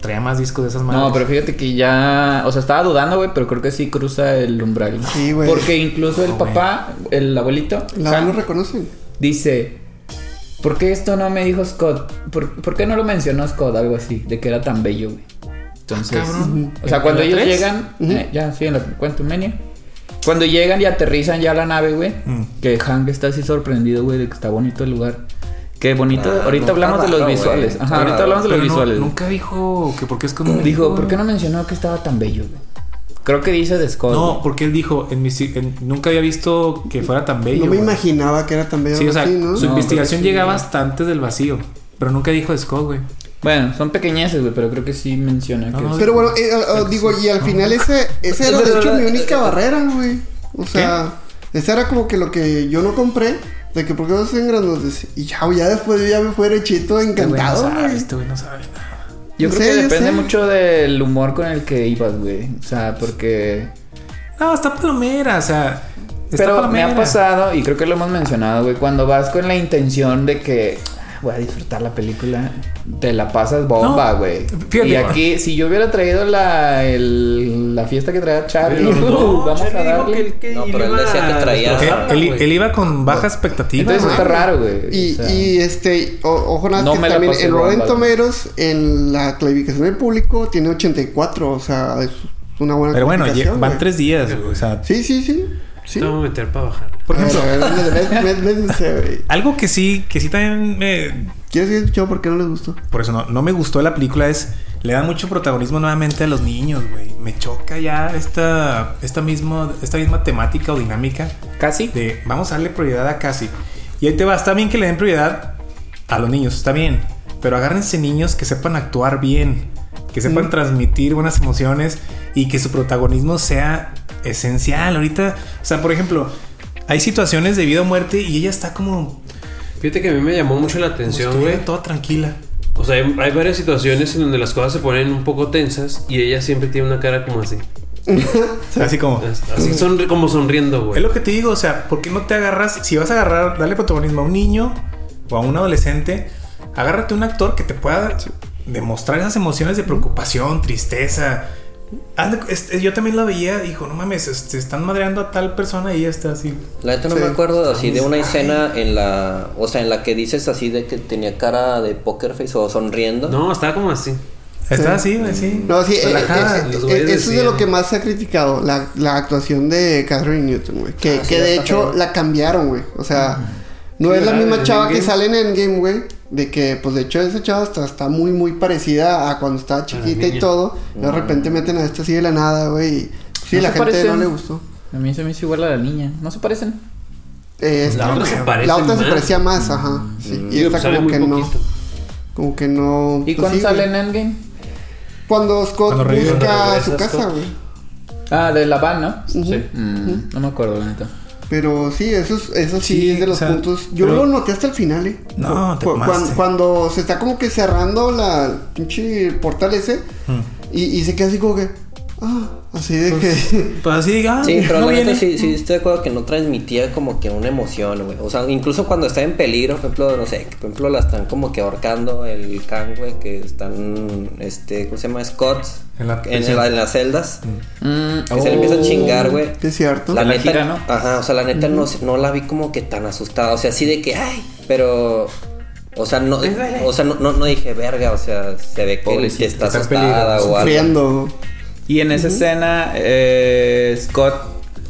D: Traía más discos de esas madres.
A: Mm. No, pero fíjate que ya, o sea, estaba dudando, güey, pero creo que sí cruza el umbral.
C: Sí, güey.
A: Porque incluso el
D: No, güey.
A: papá, el abuelito,
C: La
A: Hank,
C: dos lo reconocen.
A: dice, ¿por qué esto no me dijo Scott? ¿Por, por qué no lo mencionó Scott? Algo así, de que era tan bello, güey. Entonces,
D: cabrón.
A: o sea, cuando
D: ¿En la
A: ellos
D: tres?
A: llegan, eh, ya, sí, en la Quantumania. Cuando llegan y aterrizan ya a la nave, güey,
D: Mm.
A: que Hank está así sorprendido, güey, de que está bonito el lugar. Qué bonito.
B: Ah,
A: ahorita
B: no,
A: hablamos
B: está
A: de los
B: raro,
A: visuales.
B: güey.
A: Ajá,
B: Está
A: ahorita
B: raro.
A: hablamos de los
D: Pero no-
A: visuales. güey.
D: Nunca dijo que porque es como
A: Dijo, ¿por qué no mencionó que estaba tan bello? güey? Creo que dice de Scott.
D: No,
A: güey.
D: porque él dijo, en mi, si- en- nunca había visto que fuera tan bello.
C: No me
D: güey.
C: imaginaba que era tan bello
D: Sí, o sea,
C: así, ¿no?
D: su
A: No, creo
D: investigación
A: que sí,
D: llegaba
A: güey.
D: hasta antes del vacío. Pero nunca dijo de Scott, güey.
A: Bueno, son pequeñeces, güey, pero creo que sí menciona
D: No,
A: que.
D: no,
C: Pero bueno, eh, eh, eh, digo, y al final ese, ese era de hecho mi única barrera, güey. O sea, esa era como que lo que yo no compré, de que porque no se hacen grandotes. Y ya, güey, ya después yo ya me fue chito
D: Este güey no
C: encantado,
D: sabe,
C: güey.
D: Este güey no sabe nada.
C: yo
A: yo creo
C: sé,
A: que
C: yo
A: depende
C: sé.
A: mucho del humor con el que ibas, güey. O sea, porque.
D: No, está palomera, o sea. Está
A: Pero me
D: palomera.
A: ha pasado, y creo que lo hemos mencionado, güey, cuando vas con la intención de que "Ah, voy a disfrutar la película, te la pasas bomba,
D: No,
A: güey.
D: fíjate.
A: y aquí, si yo hubiera traído la, el- la fiesta que traía Charlie,
E: Pero no,
A: vamos
E: Charlie
A: a
E: dijo
A: darle.
E: que el que
B: No, pero él
E: iba
B: decía que
E: a
B: traía-
D: Que
E: destrozarla,
D: él,
E: güey.
D: él iba con baja expectativa.
A: Entonces
D: güey.
A: está raro, güey.
C: Y,
A: o sea.
C: y este, o- ojo nada,
A: No
C: que
A: me la
C: también
A: pasé
C: en
A: bomba,
C: Rotten
A: güey.
C: Tomeros, en la clasificación del público, tiene 84, o sea, es una buena
D: Pero bueno, lle-
C: clasificación,
D: van
C: güey.
D: tres días, güey. O sea,
C: Sí, sí, sí. sí.
E: Te voy a meter para bajar.
D: por
C: A ver,
D: ejemplo,
C: a ver, ven- ven- ven- ven- güey.
D: algo que sí, que sí también me.
C: ¿Quieres que escuchado por qué no les gustó?
D: Por eso no, no me gustó la película, es. Le da mucho protagonismo nuevamente a los niños, güey. Me choca ya esta, esta, mismo, esta misma temática o dinámica
A: Casi.
D: de vamos a darle prioridad a casi. Y ahí te va, está bien que le den prioridad a los niños, está bien. Pero agárrense niños que sepan actuar bien, que sepan transmitir buenas emociones y que su protagonismo sea esencial. Ahorita, o sea, por ejemplo, hay situaciones de vida o muerte y ella está como,
E: Fíjate que a mí me llamó mucho la
D: como
E: atención,
D: estuviera
E: güey.
D: toda tranquila.
E: O sea, hay, hay varias situaciones en donde las cosas se ponen un poco tensas y ella siempre tiene una cara como así.
D: Así como,
E: Así sonri- como sonriendo,
D: Mm. es
E: güey.
D: lo que te digo, o sea, ¿por qué no te agarras? Si vas a agarrar, darle protagonismo a un niño o a un adolescente, agárrate un actor que te pueda demostrar esas emociones de preocupación, tristeza. Ande- este, yo también la veía, dijo, no mames, se, se están madreando a tal persona y ella está así.
B: La neta no
C: Sí.
B: me acuerdo así de una escena en la. O sea, en la que dices así de que tenía cara de poker face o sonriendo.
E: No, estaba como así.
D: Está así, güey, sí.
C: No, sí, eh,
D: relajada.
C: eh, eh,
E: los güeyes
C: eh, eso es de
E: decían.
C: lo que más se ha criticado, la, la actuación de Catherine Newton, güey. Que,
B: Ah, sí,
C: que de
B: está
C: hecho
B: feo.
C: la cambiaron, güey. O sea, no
E: Sí,
C: es la
E: ¿verdad?
C: misma
E: En
C: chava que
E: Endgame.
C: sale en Endgame, güey. De que, pues de hecho, esa chava hasta está muy, muy parecida a cuando estaba chiquita y
E: niña. Ah.
C: todo. De repente meten a esta así de la nada, güey. y Sí,
A: No
C: la
A: se
C: gente no
A: parecen.
C: le gustó.
A: A mí se me hizo igual a la niña. ¿No se parecen?
C: Eh, esta-
E: La otra se parece
C: la otra se
E: más.
C: parecía más, ajá. Sí, y
E: Digo,
C: esta
E: pues, sale
C: como
E: muy
C: que no.
E: poquito.
C: Como que no.
A: ¿Y
C: pues,
A: cuándo
C: sí,
A: sale
C: güey.
A: en Endgame?
C: Cuando Scott
D: Cuando regresa-
C: busca
E: regresa
C: su casa,
E: Scott.
C: güey.
A: Ah, de La Van, ¿no?
E: Sí.
A: Mm, no me acuerdo, la neta.
C: Pero sí, eso, es- eso sí,
D: Sí,
C: es de
D: o
C: los
D: sea,
C: puntos. Yo
D: pero-
C: lo noté hasta el final, ¿eh?
D: No, te
C: Cu- cuan-
D: mamaste.
C: cuando, se está como que cerrando la pinche portal ese
D: Mm.
C: y, y se queda así como que. Ah, así de que.
D: Pues así diga.
B: Sí, pero
D: no
B: la neta
D: viene.
B: sí, sí estoy de acuerdo que no transmitía como que una emoción, güey. O sea, incluso cuando está en peligro, por ejemplo, no sé, que, por ejemplo, la están como que ahorcando el can, güey, que están, este, ¿cómo se llama? Scott.
D: En la
B: en,
D: prisión.
B: la- en las celdas.
A: Mm,
B: Que se le
A: oh.
B: empieza a chingar, güey.
C: que es cierto.
A: La gira, ¿no?
B: Ajá, o sea, la neta no, se- no la vi como que tan asustada. O sea, así de que, ay, pero. O sea, no, o sea, no, no, no dije verga, o sea, se ve que, que
E: Pobrecita,
B: está
D: está en
B: asustada
D: peligro,
B: o algo.
C: Sufriendo.
A: Y en esa escena, eh, Scott,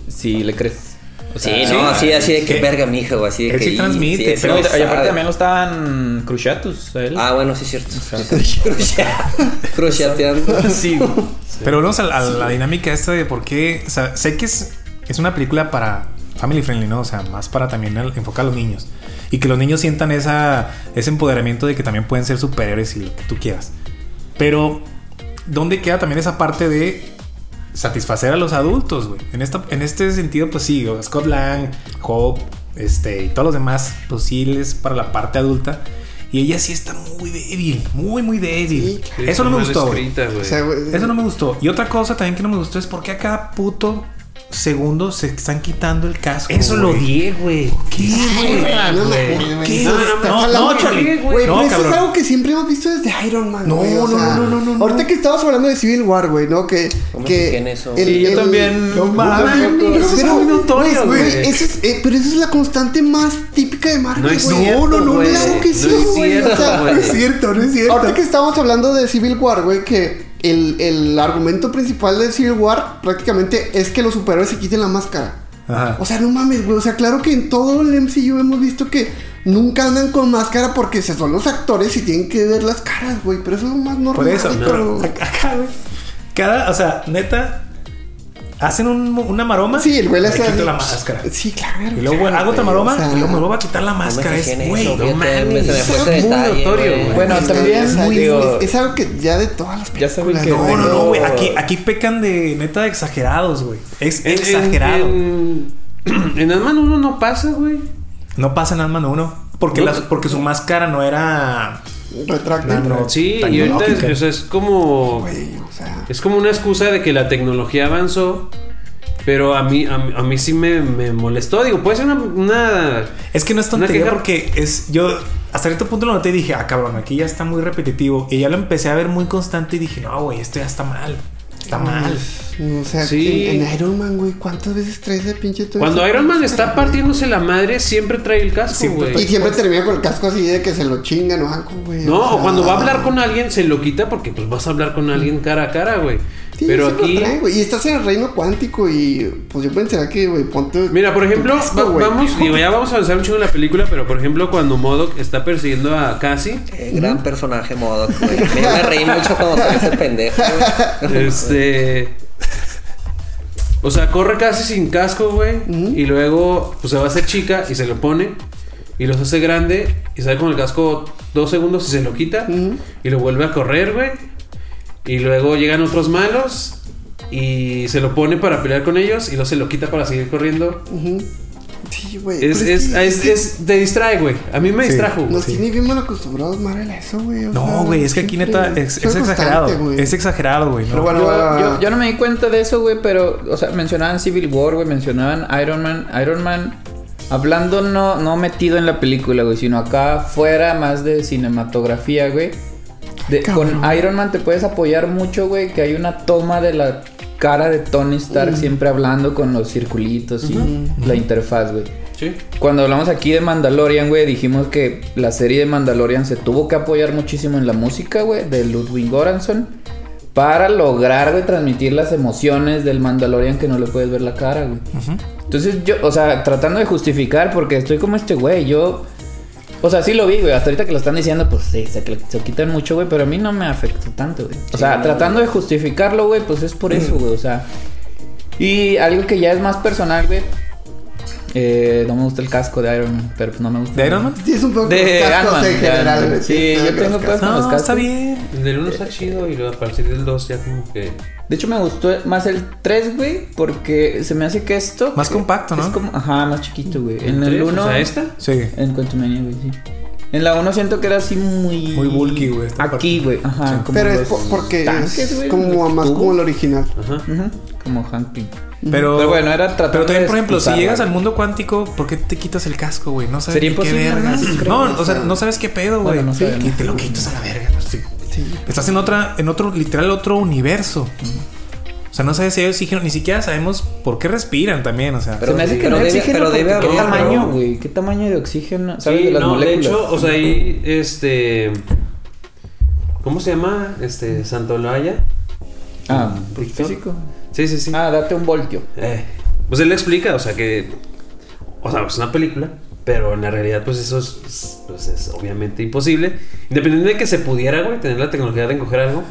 A: si le crees. O
B: Sí,
A: sea,
B: no, así, así de que
D: que-
B: verga, mija, o así de
D: él
B: que.
D: sí
B: y-
D: transmite,
B: sí, ese
A: Pero,
B: güey
A: oye, aparte
B: sabe.
A: también lo estaban cruciatus a él.
B: Ah, bueno, sí es cierto.
A: sí.
D: Pero volvemos a, la- a la dinámica esta de por qué. O sea, sé que es, es una película para family friendly, ¿no? O sea, más para también el- enfocar a los niños. Y que los niños sientan esa, ese empoderamiento de que también pueden ser superhéroes y lo que tú quieras. Pero, ¿dónde queda también esa parte de satisfacer a los adultos, güey? En, esta, en este sentido, pues sí, Scott Lang, Hope, este, y todos los demás, pues sí, es para la parte adulta. Y ella sí está muy débil, muy, muy débil.
C: Sí,
D: Eso no me gustó, güey.
E: güey.
C: O sea, güey.
D: Eso no me gustó. Y otra cosa también que no me gustó es por qué a cada puto segundo se están quitando el casco.
E: Eso lo
D: güey.
E: odié, güey.
D: ¿Qué, güey?
C: Ah, no,
E: güey.
C: mames, güey.
D: ¿Qué?
C: Eso
D: No,
C: está
D: no,
C: jalando,
D: no, Charlie.
C: güey. Güey,
D: No,
C: pero eso es
D: cabrón.
C: algo que siempre hemos visto desde Iron Man.
D: No,
C: güey, o
D: no,
C: sea,
D: no, no, no, no.
C: Ahorita que estabas hablando de Civil War, güey, ¿no? Que.
B: No me
C: que
B: fijé en eso.
A: Sí, yo también.
D: No mames,
C: Pero,
D: eso es algo notorio,
C: güey,
E: güey.
C: eso es- eh, pero eso es la constante más típica de Marvel.
E: No es
C: güey.
E: cierto,
C: no, no,
E: güey.
C: claro que
E: No
C: sí,
E: es
C: güey.
E: cierto,
C: o sea,
E: güey.
D: No es cierto, no es
C: Ahorita
D: cierto.
C: que estábamos hablando de Civil War, güey, que el, el argumento principal de Civil War prácticamente es que los superhéroes se quiten la máscara.
D: Ajá.
C: O sea, no mames, güey. O sea, claro que en todo el MCU hemos visto que nunca andan con máscara porque se son los actores y tienen que ver las caras, güey. Pero eso es lo más normal.
D: Por eso, pero
C: cabrón.
D: acá, güey. Cada, o sea, neta, hacen un- una maroma.
C: ¿Ah? Sí, el güey le
D: le
C: hace
D: quito
C: así.
D: la máscara.
C: Sí, claro.
D: Y luego pues,
C: claro,
D: hago otra
C: güey,
D: maroma
C: o sea,
D: y luego me vuelvo a quitar la máscara.
B: fijé en
D: Es,
B: eso,
D: güey, no
B: fíjate,
D: mames.
B: se me fue ese
E: Es muy
B: detalle,
E: notorio,
B: güey.
E: güey.
A: Bueno,
C: es-
A: también,
C: es, es-
A: digo-
C: es algo que ya de todas las
A: Ya saben
C: películas.
A: que-
D: No, no, no, güey. Aquí,
A: Pero-
D: aquí pecan de neta de exagerados, güey. Es
E: En- en-
D: exagerado.
E: En, en Ant-Man 1 no pasa, güey.
D: No pasa en Ant-Man 1. Porque,
E: No,
D: las- porque su máscara no era.
C: Retracten.
D: No, no.
E: Sí, y
D: Tecnológica.
E: ahorita es, o sea, es como.
C: Güey, o sea.
E: Es como una excusa de que la tecnología avanzó. Pero a mí, a, mí- a mí sí me, me molestó. Digo, puede ser una. una-
D: Es que no es
E: Una
D: tontería
E: queja-
D: porque es. Yo hasta cierto punto lo noté y dije, ah, cabrón, aquí ya está muy repetitivo. Y ya lo empecé a ver muy constante y dije, no, güey, esto ya está mal. Está mal.
C: O sea,
E: Sí.
C: en, en Iron Man, güey, ¿cuántas veces traes ese pinche todo
E: Cuando
C: ese-
E: Iron Man está partiéndose la madre, siempre trae el casco,
D: Siempre
C: Y
E: güey.
C: siempre termina con el casco así de que se lo chingan o algo, güey.
E: No,
C: sea,
E: o cuando va a hablar con alguien se lo quita porque pues vas a hablar con alguien cara a cara, güey.
C: Sí,
E: pero
C: sí lo
E: aquí.
C: traen, güey. Y estás en el reino cuántico y pues yo pensaría que, güey, ponte.
E: Mira, por ejemplo,
C: tu casco,
E: va-
C: güey.
E: vamos, digo, ya vamos a avanzar un chingo en la película, pero por ejemplo, cuando Modoc está persiguiendo a Cassie,
B: Eh, gran personaje modo, güey. Me, me reí mucho cuando salió ese pendejo, güey.
E: este. O sea, corre casi sin casco, güey. Y luego, pues se va a hacer chica y se lo pone. Y los hace grande. Y sale con el casco dos segundos y se lo quita. Y lo vuelve a correr, güey. Y luego llegan otros malos. Y se lo pone para pelear con ellos. Y luego se lo quita para seguir corriendo.
C: Ujú. Sí, güey.
E: Es,
C: pero
E: es,
C: que-
E: es, es- te distrae, güey. A mí me
D: Sí.
E: distrajo. güey.
C: Nos tiene bien mal acostumbrados, Marvel, a eso, güey. o sea,
D: No, güey, es que aquí neta
C: siempre-
D: es,
C: siempre
D: es exagerado.
C: constante, güey.
D: Es exagerado, güey. ¿no?
C: Pero bueno,
A: Yo,
C: va-
A: yo- yo no me di cuenta de eso, güey, pero, o sea, mencionaban Civil War, güey, mencionaban Iron Man. Iron Man, hablando no, no metido en la película, güey, sino acá fuera más de cinematografía, güey. De- con Iron Man te puedes apoyar mucho, güey, que hay una toma de la cara de Tony Stark siempre hablando con los circulitos y la interfaz, güey.
E: Sí.
A: Cuando hablamos aquí de Mandalorian, güey, dijimos que la serie de Mandalorian se tuvo que apoyar muchísimo en la música, güey, de Ludwig Göransson para lograr, güey, transmitir las emociones del Mandalorian que no le puedes ver la cara, güey. Entonces yo, o sea, tratando de justificar porque estoy como este güey, yo o sea, sí lo vi, güey. Hasta ahorita que lo están diciendo, pues sí, se, cl- se quitan mucho, güey. Pero a mí no me afectó tanto, güey. O sea, tratando de justificarlo, güey, pues es por eso, güey. O sea. Y algo que ya es más personal, güey. Eh, no me gusta el casco de Iron Man, pero pues no me gusta.
D: ¿De Iron Man?
C: Tienes un poco
A: De
C: de
A: Ant-Man,
C: cascos
A: de
C: en general,
A: Ant-Man.
C: güey.
A: Sí, yo
C: tienes
A: tengo,
C: cascos.
A: pues, con los
D: No, está
A: cascos.
D: bien.
E: El del 1 está chido y luego a partir del 2 ya como que.
A: De hecho, me gustó más el 3, güey, porque se me hace que esto.
D: Más compacto,
A: es
D: ¿no?
A: como- ajá, más chiquito, güey. En el
E: tres,
A: 1.
E: O sea, este. esta.
D: Sí.
A: En Quantumania, güey, sí. En la 1 siento que era así muy.
D: Muy bulky, güey, esta
A: Aquí, güey, ajá. como
C: Pero es
A: los
C: po- porque
A: tanques, güey,
C: es como
A: los
C: más
A: tubos.
C: como el original.
E: Ajá.
A: Ujú, Como Hank Pym.
D: Pero,
A: Pero bueno, era tratar
D: Pero también,
A: de
D: por ejemplo, si
A: excusarla.
D: llegas al mundo cuántico, ¿por qué te quitas el casco, güey? No sabes
A: Sería
D: ni qué
A: imposible,
D: vergas.
A: ¿no?
D: No, o sea, no sabes qué pedo, güey.
A: Bueno, no sabemos.
D: Y te lo quitas a la verga. pues, sí. Estás en otra, en otro, literal, otro universo. O sea, no sabes si hay oxígeno, ni siquiera sabemos por qué respiran también, o sea.
B: Pero
A: se me hace
B: sí,
A: que no
B: pero
A: hay
B: debe-
A: oxígeno.
B: pero
A: porque
B: debe
A: ¿Qué
B: haber,
A: tamaño,
B: ¿no?
A: güey? ¿Qué tamaño de oxígeno? ¿Sabes
E: Sí,
A: de las
E: no,
A: moléculas?
E: de hecho, o sea, ahí, este... ¿Cómo se llama? Este, Santolaya.
A: Ah,
E: Víctor.
A: físico.
E: Sí, sí, sí.
A: Ah, date un voltio.
E: Eh, pues él explica, o sea, que... O sea, es una película, pero en la realidad, pues eso es, pues, es obviamente imposible. Independiente de que se pudiera, güey, tener la tecnología de encoger algo.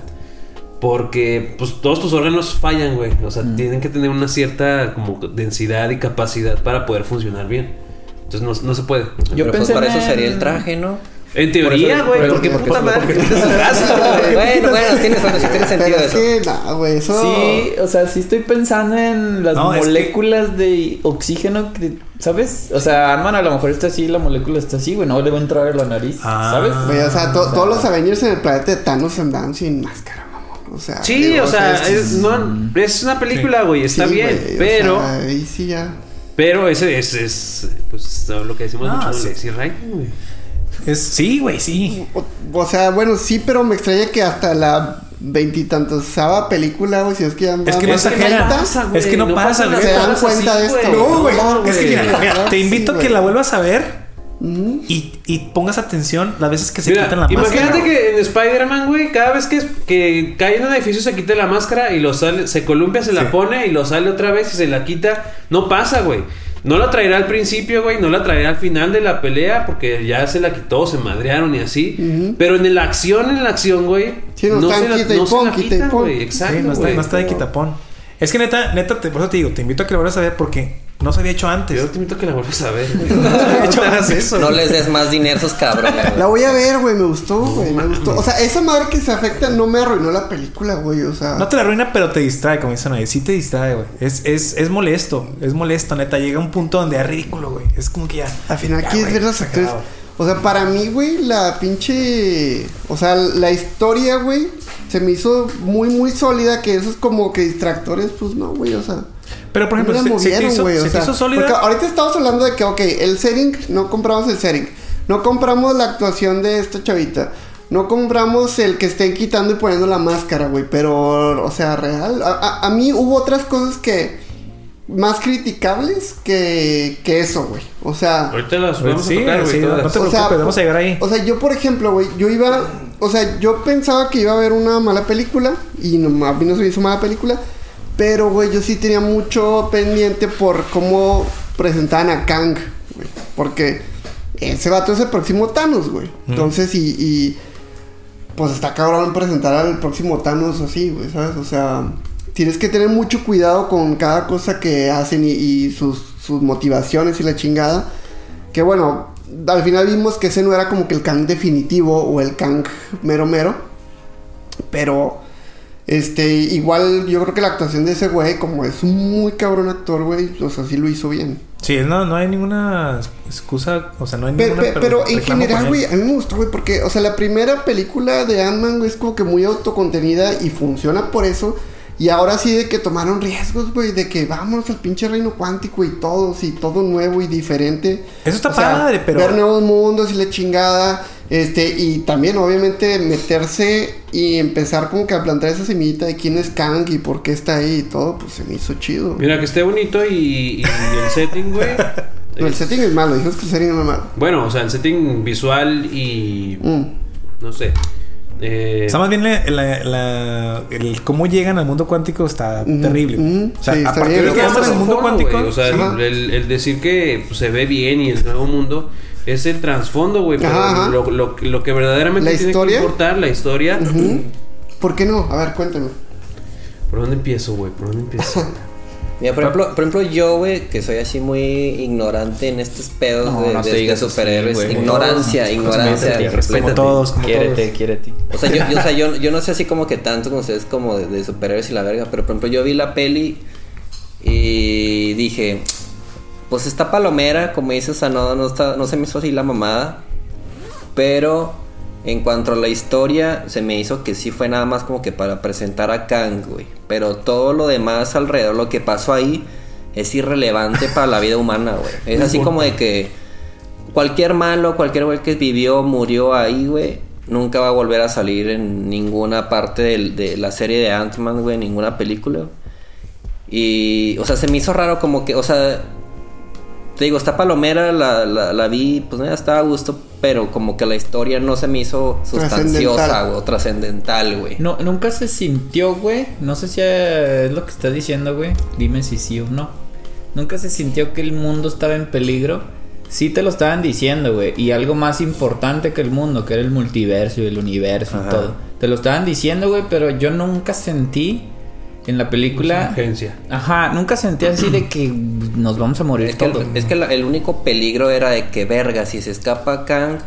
E: Porque, pues, todos tus órganos fallan, güey. O sea,
A: Mm.
E: tienen que tener una cierta como densidad y capacidad para poder funcionar bien. Entonces, no, no se puede.
A: Yo
B: Pero pues
A: pensé
B: para
A: en
B: eso sería el
A: el-
B: traje, ¿no?
E: En teoría,
A: eso-
E: güey,
A: por eso-
E: ¿por qué
A: porque-
E: puta madre?
A: porque-
E: quitas el brazo, güey?
B: bueno, bueno, tiene, sí tiene
C: Pero
B: sentido
C: es
B: eso.
C: que, nah, güey, eso.
A: Sí, o sea, sí estoy pensando en las
D: No, es que-
A: moléculas de oxígeno que, ¿sabes? O sea, Arman a lo mejor está así, la molécula está así, güey, no le va a entrar a la nariz,
D: Ah.
A: ¿sabes?
C: Güey, o sea, to- todos los Avengers en el planeta de Thanos andaban sin máscara, mamón. O sea,
E: Sí,
C: digo,
E: o sea,
C: es-
E: es, no, es una película, güey, está
C: sí,
E: bien,
C: güey, o
E: pero,
C: sea, ahí sí ya.
E: pero ese es, es, pues, lo que decimos
D: Ah,
E: mucho
D: sí.
E: de Lexi Wright, güey.
D: es, sí, güey, sí.
C: O, o sea, bueno, sí, pero me extraña que hasta la veintitantosava película, güey, si es que ya
D: Es que
C: van
D: no exagera.
C: 30,
E: pasa, güey,
D: Es que no,
E: no
D: pasa,
E: pasan
D: güey.
E: las
C: se dan
E: cosas
C: cuenta
E: así,
C: de esto.
E: güey.
D: No, güey.
C: No,
D: Es que mira,
C: güey.
D: mira, te
C: Sí,
D: invito a
C: güey.
D: que la vuelvas a ver
C: Ujú.
D: y, y pongas atención las veces que se
E: Mira,
D: quitan la máscara.
E: imagínate que en Spider-Man, güey, cada vez que, que cae en un edificio se quita la máscara y lo sale, se columpia, se la
D: Sí.
E: pone y lo sale otra vez y se la quita. No pasa, güey. No la traerá al principio, güey, no la traerá al final de la pelea porque ya se la quitó, se madrearon y así.
C: Ujú.
E: Pero en la acción, en la acción, güey,
C: Sí, no
E: no
C: están
E: se la,
C: quita y
E: no se
C: pon,
E: la
C: quita y
E: quitan,
C: pon.
E: güey.
D: Sí,
E: Exacto,
D: no está,
E: güey.
D: no está de quitapón. Es que neta, neta, te- por eso te digo, te invito a que lo vuelvas a ver porque no se había hecho antes.
E: Yo te invito a que la vuelvas a ver. güey. No hagas eso.
B: No les des más dinero a esos cabrones. güey.
C: La voy a ver, güey, me gustó, güey, me gustó. O sea, esa madre que se afecta no me arruinó la película, güey, o sea.
D: No te la arruina, pero te distrae, como dicen ahí. Sí te distrae, güey. Es, es, es molesto, es molesto, neta. Llega un punto donde es ridículo, güey. Es como que ya.
C: Al final
D: ya,
C: quieres
D: güey,
C: ver las actores.
D: exagerado.
C: O sea, para mí, güey, la pinche. O sea, la historia, güey, se me hizo muy, muy sólida. Que esos como que distractores, pues no, güey, o sea.
D: Pero por ejemplo,
C: no la
D: se, se te
C: movieron,
D: hizo,
C: güey,
D: se
C: o
D: te
C: sea,
D: hizo
C: Porque
D: sólida.
C: ahorita estamos hablando de que, ok, el setting, no compramos el setting. No compramos la actuación de esta chavita. No compramos el que estén quitando y poniendo la máscara, güey. Pero, o sea, real. A, a- a mí hubo otras cosas que. Más criticables que, que eso, güey. O sea.
E: Ahorita las vamos
D: Pues Sí,
E: a tocar, güey.
D: sí, no
E: todas.
D: te preocupes, vamos a llegar ahí.
C: O sea, yo por ejemplo, güey, yo iba, o sea, yo pensaba que iba a ver una mala película y no, a mí no se me hizo mala película, pero güey, yo sí tenía mucho pendiente por cómo presentaban a Kang, güey, porque ese vato es el próximo Thanos, güey. Entonces y, y pues está cabrón presentar al próximo Thanos así, güey, ¿sabes? O sea, tienes que tener mucho cuidado con cada cosa que hacen y, y sus, sus motivaciones y la chingada. Que bueno, al final vimos que ese no era como que el Kang definitivo o el Kang mero mero. Pero, este, igual yo creo que la actuación de ese güey, como es un muy cabrón actor, güey, o sea, sí lo hizo bien.
D: Sí, no, no hay ninguna excusa. O sea, no hay
C: Pero,
D: ninguna.
C: pe- pero en
D: reclamo
C: general,
D: con
C: güey,
D: él.
C: a mí me gustó, güey, porque, o sea, la primera película de Ant-Man, güey, es como que muy autocontenida y funciona por eso. Y ahora sí de que tomaron riesgos, güey, de que vámonos al pinche reino cuántico y todos, y todo nuevo y diferente.
D: Eso está padre, pero-
C: Ver nuevos mundos y la chingada. Este, y también, obviamente, meterse y empezar como que a plantar esa semillita de quién es Kang y por qué está ahí y todo, pues se me hizo chido. güey.
E: Mira, que esté bonito y, y el setting, güey. Este,
C: No, el
E: es-
C: setting es malo, dijimos que el setting es malo.
E: Bueno, o sea, el setting visual y.
C: Mm.
E: No sé. Eh,
D: Está más bien la- la- la- el cómo llegan al mundo cuántico está
C: Ujú,
D: terrible.
C: ujú,
D: o sea,
C: sí,
D: a
C: está
D: partir
C: bien.
D: de que
C: Pero
D: entras
C: vamos
D: al
C: en
D: mundo
E: fondo, güey,
D: cuántico.
E: O sea,
C: Ajá.
E: el, el- el decir que pues, se ve bien y el nuevo mundo es el trasfondo, güey. Pero
C: Ajá, ajá.
E: Lo, lo, lo que verdaderamente
C: ¿La
E: tiene
C: historia?
E: que importar, la historia.
C: Ujú. ¿Por qué no? A ver, cuéntame.
E: ¿Por dónde empiezo, güey? ¿Por dónde empiezo?
B: Mira, por ejemplo, por ejemplo yo, güey, que soy así muy ignorante en estos pedos
A: No,
B: de,
A: no
B: de-
A: te
B: de
A: digas así,
B: superhéroes.
A: güey.
B: ignorancia,
A: No,
B: ignorancia.
A: respétate,
D: Como
A: respétate.
D: todos, como
A: Quiérete,
D: todos.
A: quiérete.
B: O sea, yo, yo- o sea, yo- yo no sé así como que tanto como ustedes como de, de superhéroes y la verga, pero por ejemplo yo vi la peli y dije, pues está palomera, como dices, o sea, no, no, está, no se me hizo así la mamada, pero en cuanto a la historia, se me hizo que sí fue nada más como que para presentar a Kang, güey, pero todo lo demás alrededor, lo que pasó ahí, es irrelevante para la vida humana, güey. Es así como de que cualquier malo, cualquier güey que vivió, murió ahí, güey, nunca va a volver a salir en ninguna parte del- de la serie de Ant-Man, güey, en ninguna película. güey. Y, o sea, se me hizo raro como que, o sea, te digo, esta palomera la, la, la vi, pues nada, estaba a gusto, pero como que la historia no se me hizo sustanciosa,
C: Trascendental.
B: güey, o trascendental, güey.
A: No, nunca se sintió, güey. No sé si eh, es lo que estás diciendo, güey. Dime si sí o no. Nunca se sintió que el mundo estaba en peligro. Sí te lo estaban diciendo, güey. Y algo más importante que el mundo, que era el multiverso y el universo
B: Ajá.
A: y todo. Te lo estaban diciendo, güey, pero yo nunca sentí en la película...
E: Agencia.
A: Ajá, nunca sentí así de que nos vamos a morir
B: Es que,
A: todos.
B: el, es que la- el único peligro era de que verga, si se escapa Kang,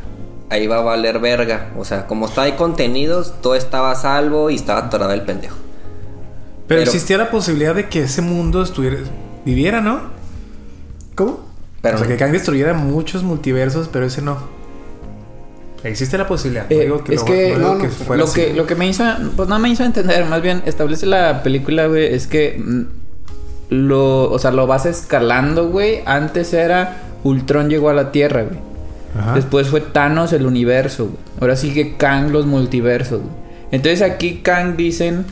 B: ahí va a valer verga. O sea, como está ahí contenidos, todo estaba a salvo y estaba atorado el pendejo. Pero-
D: Pero existía la posibilidad de que ese mundo estuviera, viviera, ¿no?
C: ¿Cómo?
B: Pero
D: o sea, que Kang destruyera muchos multiversos, pero ese no. Existe la posibilidad. no
A: Eh,
D: digo
A: es
D: no-
A: que,
D: no digo
C: no, no,
D: fuera
A: Lo
D: así.
A: que, lo que me hizo, pues no me hizo entender, más bien establece la película, güey, es que mm, lo, o sea, lo vas escalando, güey. Antes era Ultron llegó a la Tierra, güey.
D: Ajá.
A: Después fue Thanos el universo, güey. Ahora sigue Kang los multiversos, güey. Entonces aquí Kang dicen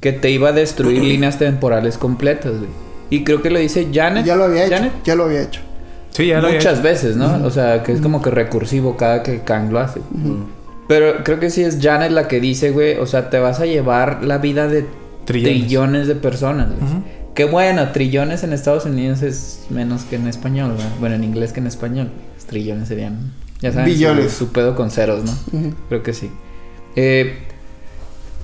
A: que te iba a destruir líneas temporales completas, güey. Y creo que lo dice Janet.
C: Ya lo había hecho.
A: Janet,
C: Ya lo había hecho.
D: Sí, ya lo había
A: muchas
D: hecho.
A: veces, ¿no? O sea, que es como que recursivo cada que Kang lo hace. Pero creo que sí es Janet la que dice, güey, o sea, te vas a llevar la vida de
D: Trillones.
A: trillones, de personas, güey.
D: Ujú.
A: Que bueno, trillones en Estados Unidos es menos que en español, güey. Bueno, en inglés que en español. Trillones serían, ya saben, su-
C: Billones.
A: Su, pedo con ceros, ¿no?
C: Ujú.
A: Creo que sí. Eh,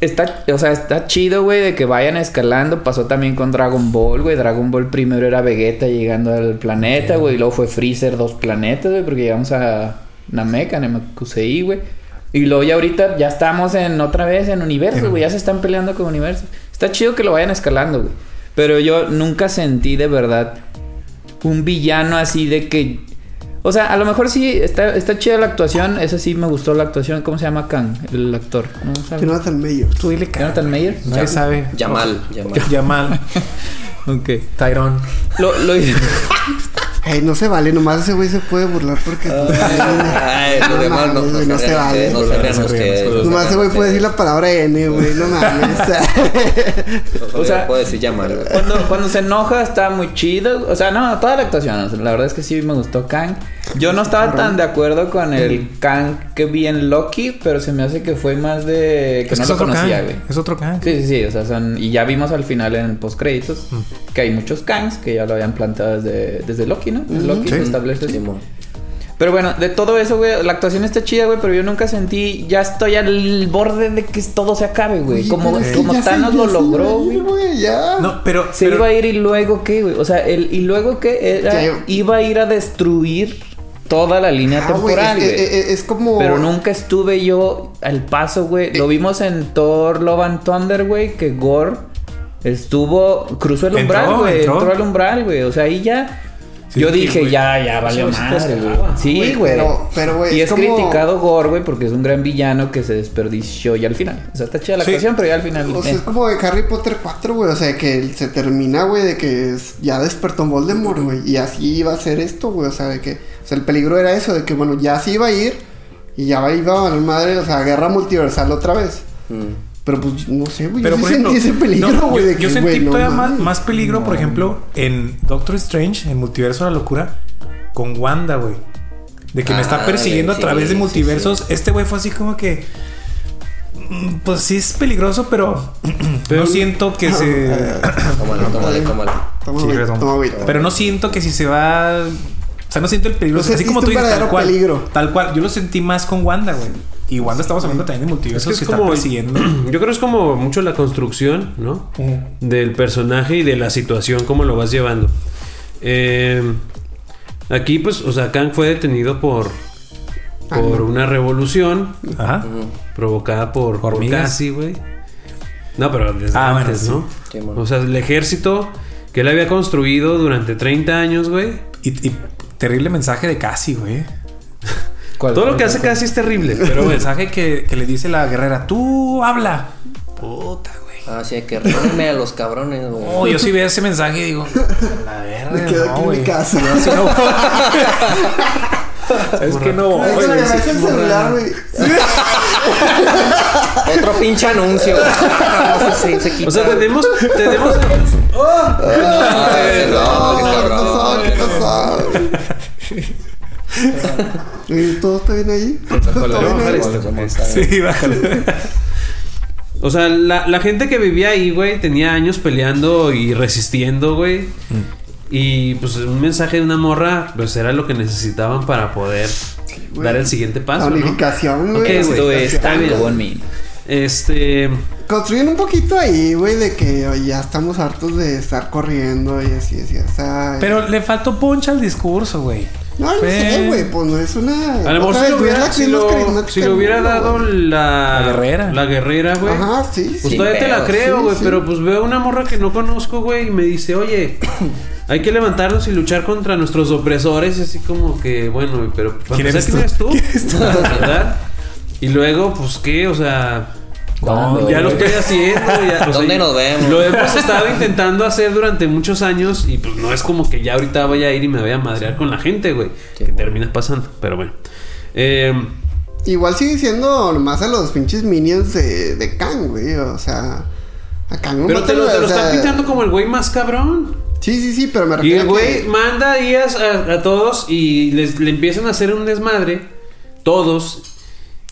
A: Está, o sea, está chido, güey, de que vayan escalando. Pasó también con Dragon Ball, güey. Dragon Ball primero era Vegeta llegando al planeta, güey. Y luego fue Freezer dos planetas, güey, porque llegamos a Namek, a Namekusei, güey. Y luego ya ahorita ya estamos en otra vez en universos, güey. Ya se están peleando con universos. Está chido que lo vayan escalando, güey. Pero yo nunca sentí de verdad un villano así de que... O sea, a lo mejor sí está, está chida la actuación. Esa sí me gustó la actuación. ¿Cómo se llama Kang? El actor. ¿Cómo se llama?
C: Jonathan Mayer.
D: Tú dile Kang.
A: Jonathan Mayer.
D: Nadie sabe.
B: Yamal, Yamal.
D: Yamal.
A: Ok.
D: Tyrone.
A: Lo, lo-
C: Ey, no se vale, nomás ese güey se puede burlar porque.
B: Ah, Ay, los
C: No
B: demás no,
C: mames, güey,
B: no
C: no se
B: vean
C: vale.
B: ustedes, no se vean ustedes.
C: Nomás ese güey puede decir la palabra N, güey, no mames.
A: sea-
B: O sea, puede decir Yamal. güey.
A: cuando, cuando se enoja está muy chido. O sea, no, toda la actuación. o sea, la verdad es que sí me gustó Kang. Yo no estaba tan de acuerdo con el Kang que vi en Loki, pero se me hace que fue más de... Que
D: Es
A: no
D: que es
A: lo
D: otro
A: conocía,
D: Kang.
A: güey.
D: Es otro Kang.
A: Sí, sí, sí, o sea, son... Y ya vimos al final en postcréditos que hay muchos Kangs que ya lo habían plantado desde, desde Loki, ¿no? En Loki
D: Sí.
A: se establece eso.
B: Simón.
A: Pero bueno, de todo eso, güey, la actuación está chida, güey, pero yo nunca sentí, ya estoy al borde de que todo se acabe, güey. Como, como Thanos lo logró, güey.
C: Ya. Ah,
D: No, pero.
A: Se
D: pero-
A: iba a ir y luego qué, güey. O sea, el y luego qué era,
C: Ya, yo-
A: iba a ir a destruir toda la línea
C: Ah, güey,
A: temporal,
C: es,
A: güey.
C: es- es- es como.
A: Pero nunca estuve yo al paso, güey. Lo vimos en Thor Love and Thunder, güey, que Gore estuvo cruzó el
D: Entró,
A: umbral, güey.
D: entró.
A: Entró. al umbral, güey. O sea, ahí ya
D: Sí,
A: yo
D: sí,
A: dije,
D: güey.
A: ya, ya valió
E: sí te
A: más, güey.
E: esperaba.
A: Sí,
C: Güey,
A: güey.
C: pero- pero, güey, es
A: y es,
C: como-
A: criticado Gore, güey, porque es un gran villano que se desperdició ya al final. O sea, está chida la
D: Sí.
A: actuación, pero ya al final.
C: O sea,
A: eh.
C: es como de Harry Potter 4, güey. O sea, que él se termina, güey, de que es- ya despertó Voldemort, güey. Y así iba a ser esto, güey. O sea, de que. O sea, el peligro era eso, de que, bueno, ya se iba a ir. Y ya iba a valer madre, o sea, guerra multiversal otra vez.
B: Mm.
C: Pero pues, no sé, güey.
D: Pero
C: yo
D: por
C: sí
D: ejemplo,
C: sentí ese
D: no,
C: peligro, güey.
D: yo-
C: de
D: yo,
C: que,
D: sentí
C: güey, no
D: todavía más,
C: mames.
D: más peligro, por ejemplo, en Doctor Strange, en Multiverso de la Locura, con Wanda, güey. De que me
B: Ah,
D: está persiguiendo
B: güey,
D: a través
B: sí,
D: de
B: sí,
D: multiversos. Este güey fue así como que. mm, Pues sí es peligroso, pero, no siento que se.
B: Tómalo, tómalo, tómalo.
C: Toma, eh,
D: Sí,
C: güey,
D: perdón.
C: toma, güey.
D: pero no siento que si se va. O sea, no siento el peligro.
C: No
D: así
C: sentiste
D: como tú
C: un
D: dices, tal
C: verdadero
D: cual.
C: peligro.
D: Tal cual. Yo lo sentí más con Wanda, güey. Y Wanda estamos hablando también
E: Es
D: de multiversos
E: que
D: que,
E: es
D: están
E: como.
D: persiguiendo.
E: Yo creo que es como mucho la construcción, ¿no?
D: Ujú.
E: Del personaje y de la situación, cómo lo vas llevando. Eh, aquí, pues, o sea, Kang fue detenido por. Por una revolución
D: Ajá.
E: provocada por, por
D: Hormigas.
E: Cassie, güey. No, pero desde
D: Ah, bueno,
E: antes,
D: sí.
E: ¿no?
B: Sí, mon.
E: o sea, el ejército que él había construido durante 30 años, güey.
D: Y, y terrible mensaje de Cassie, güey.
A: ¿Cuál-
E: Todo lo
A: cuál-
E: que hace
A: cuál-
E: casi es terrible, pero
D: Pero
E: bueno.
D: mensaje que, que le dice la guerrera, tú habla. Puta, güey.
B: Ah, sí, hay que reírme a los cabrones, güey.
D: Oh, yo sí veo ese mensaje y digo, "A la
C: Me
D: verga,
C: quedo
D: no,
C: aquí en
D: güey.
C: mi casa.
D: Yo así no voy. ¿Sabes que no voy,
C: Ay,
D: güey?
C: que me bajes el celular, güey.
B: Otro pinche anuncio. güey. No sé si se quita.
E: O sea, tenemos, tenemos
B: Ay, no, qué
C: ¿Qué
B: cabrón.
C: pasó? ¿Qué pasó? Eh, ¿Todo está bien ahí? ¿Todo
E: Voy a bajar esto.
D: Sí, bájale.
E: O sea, la, la gente que vivía ahí, güey, tenía años peleando y resistiendo, güey.
D: Mm.
E: Y pues un mensaje de una morra, pues era lo que necesitaban para poder
C: güey.
E: dar el siguiente
C: La
E: paso, ¿no?
C: unificación, güey.
E: Ok,
C: la
E: güey, pues,
A: Esto es
C: unificación.
A: Tango on Me.
E: Este.
C: Construyen un poquito ahí, güey, de que oye, ya estamos hartos de estar corriendo y así, así, o sea...
D: Pero le faltó poncha al discurso, güey.
C: No, no
D: Fue-
C: sé, güey, pues no es una...
E: A lo mejor
C: otra
E: si, lo
C: vez,
E: hubiera,
C: la
E: si,
C: que nos
E: lo,
C: queremos
E: si le hubiera
C: cambiando,
E: dado
C: güey.
E: la.
D: La guerrera.
E: La guerrera, güey.
C: Ajá, sí,
E: Pues
C: sí.
B: Sin
E: todavía te la
B: pedos,
E: creo,
C: sí,
E: güey,
C: sí.
E: pero pues veo una morra que no conozco, güey, y me dice, oye, hay que levantarnos y luchar contra nuestros opresores, y así como que, bueno, güey, pero pues, para
D: ¿Quién
E: empezar,
D: eres
E: ¿quién eres tú? ¿Verdad? Y luego, pues, ¿qué? O sea,
A: ¿Cuándo,
E: ya lo
A: güey?
E: estoy haciendo. ya, o sea,
B: ¿Dónde nos vemos?
E: Lo hemos estado intentando hacer durante muchos años y pues no es como que ya ahorita vaya a ir y me vaya a madrear con la gente, güey.
B: Sí,
E: que
B: bueno.
E: termina pasando, pero bueno. Eh,
C: Igual sigue siendo nomás a los pinches minions de, de Kang, güey, o sea... A Kang
E: pero te lo,
C: mátalo,
E: te lo
C: o sea,
E: están pintando como el güey más cabrón.
C: Sí, sí, sí, pero me
E: Y
C: refiero
E: el
C: a que-
E: güey manda días a, a todos y les, le empiezan a hacer un desmadre. Todos.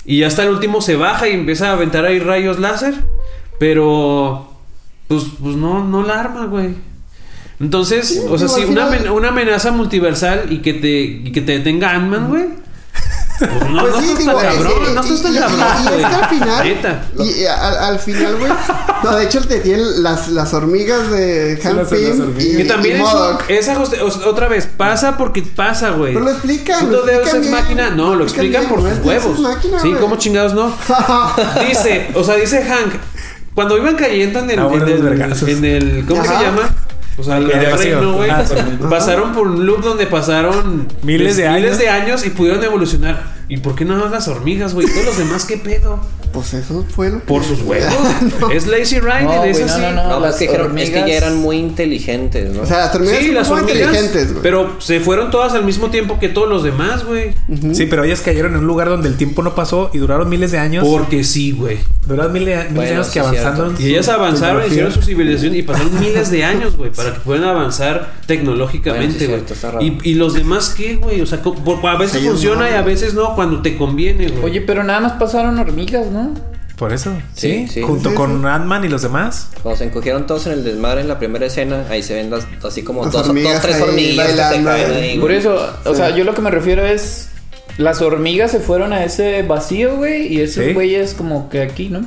E: Y hasta el último se baja y empieza a aventar ahí rayos láser. Pero. Pues, pues no, no la arma, güey. Entonces, o sea,
C: digo,
E: si
C: al
E: una,
C: final-
E: amen- una amenaza multiversal y que te, y que te detenga Ant-Man, güey. Pues no,
C: Pues
E: no
C: sí,
E: estás
C: digo,
E: tan
C: es-
E: cabrón,
C: es-
E: no estás tan
C: y- y-
E: cabrón.
C: y es que al
E: güey.
C: final.
E: Neta.
C: Y y al, al final, güey. No, de hecho, te tienen las, las hormigas de
D: Sí,
C: Hank
D: las- las
C: Pym
D: hormigas.
C: y,
E: Que
C: y
E: también eso,
C: Modoc.
E: es ajuste- o sea, otra vez, pasa porque pasa, güey.
C: Pero lo explican,
E: Puto
C: lo
E: Deus
C: explican
E: Ex
C: bien,
E: máquina, no, lo
C: lo
E: explican
C: explican
E: por
C: bien,
E: sus
C: no es Deus
E: huevos.
C: Ex Machina,
E: sí,
C: güey.
E: como chingados no. Dice, o sea, dice Hank, cuando iban cayendo en el,
D: Ah, bueno,
E: en,
D: los
E: el
D: vergazos.
E: en el- ¿cómo
C: Ajá.
E: se llama? O sea, el
D: En el vacío.
E: reino, güey.
D: Ah, sí.
E: Pasaron por un loop donde pasaron
D: Miles de
E: miles
D: años.
E: de años y pudieron evolucionar. ¿Y por qué no más las hormigas, güey? Todos los demás, ¿qué pedo?
C: Pues eso fue lo que-
E: Por sus huevos. Es Lazy Riding,
A: No,
E: es
A: güey, no,
E: así.
A: no, no.
B: No, pues
A: las
B: es que, dijeron- es que
A: hormigas-
B: ya eran muy inteligentes, ¿no?
C: O sea, las hormigas
E: Sí,
C: son
E: las
C: muy
E: hormigas.
C: inteligentes, güey.
E: Pero se fueron todas al mismo tiempo que todos los demás, güey.
D: Sí, pero ellas cayeron en un lugar donde el tiempo no pasó y duraron miles de años.
E: Porque sí, güey.
D: Duraron mil- miles, de
B: Bueno,
D: años que
B: sí,
D: avanzaron.
B: cierto.
E: Y ellas avanzaron, hicieron su
D: sus
E: civilización y pasaron miles de años, güey, para que pudieran avanzar tecnológicamente, güey.
B: Bueno, sí es cierto, está
E: y,
B: raro.
E: y los demás, ¿qué, güey? O sea, co- por- a veces
C: Sí,
E: funciona
C: no.
E: y a veces no, cuando te conviene, güey.
A: Oye, pero nada más pasaron hormigas, ¿no?
D: Por eso, sí,
B: Sí, sí.
C: Sí,
D: junto
C: sí.
D: con Ant-Man y los demás.
B: Cuando se encogieron todos en el desmadre en la primera escena, ahí se ven las, así como
C: Las
B: dos, dos,
C: hormigas
B: tres
C: ahí
B: hormigas que se
C: bailando,
B: caen
C: eh.
B: ahí.
A: Por
B: güey.
A: eso, o
C: Sí.
A: sea, yo lo que me refiero es. Las hormigas se fueron a ese vacío, güey, y esos
D: Sí.
A: güeyes como que aquí, ¿no?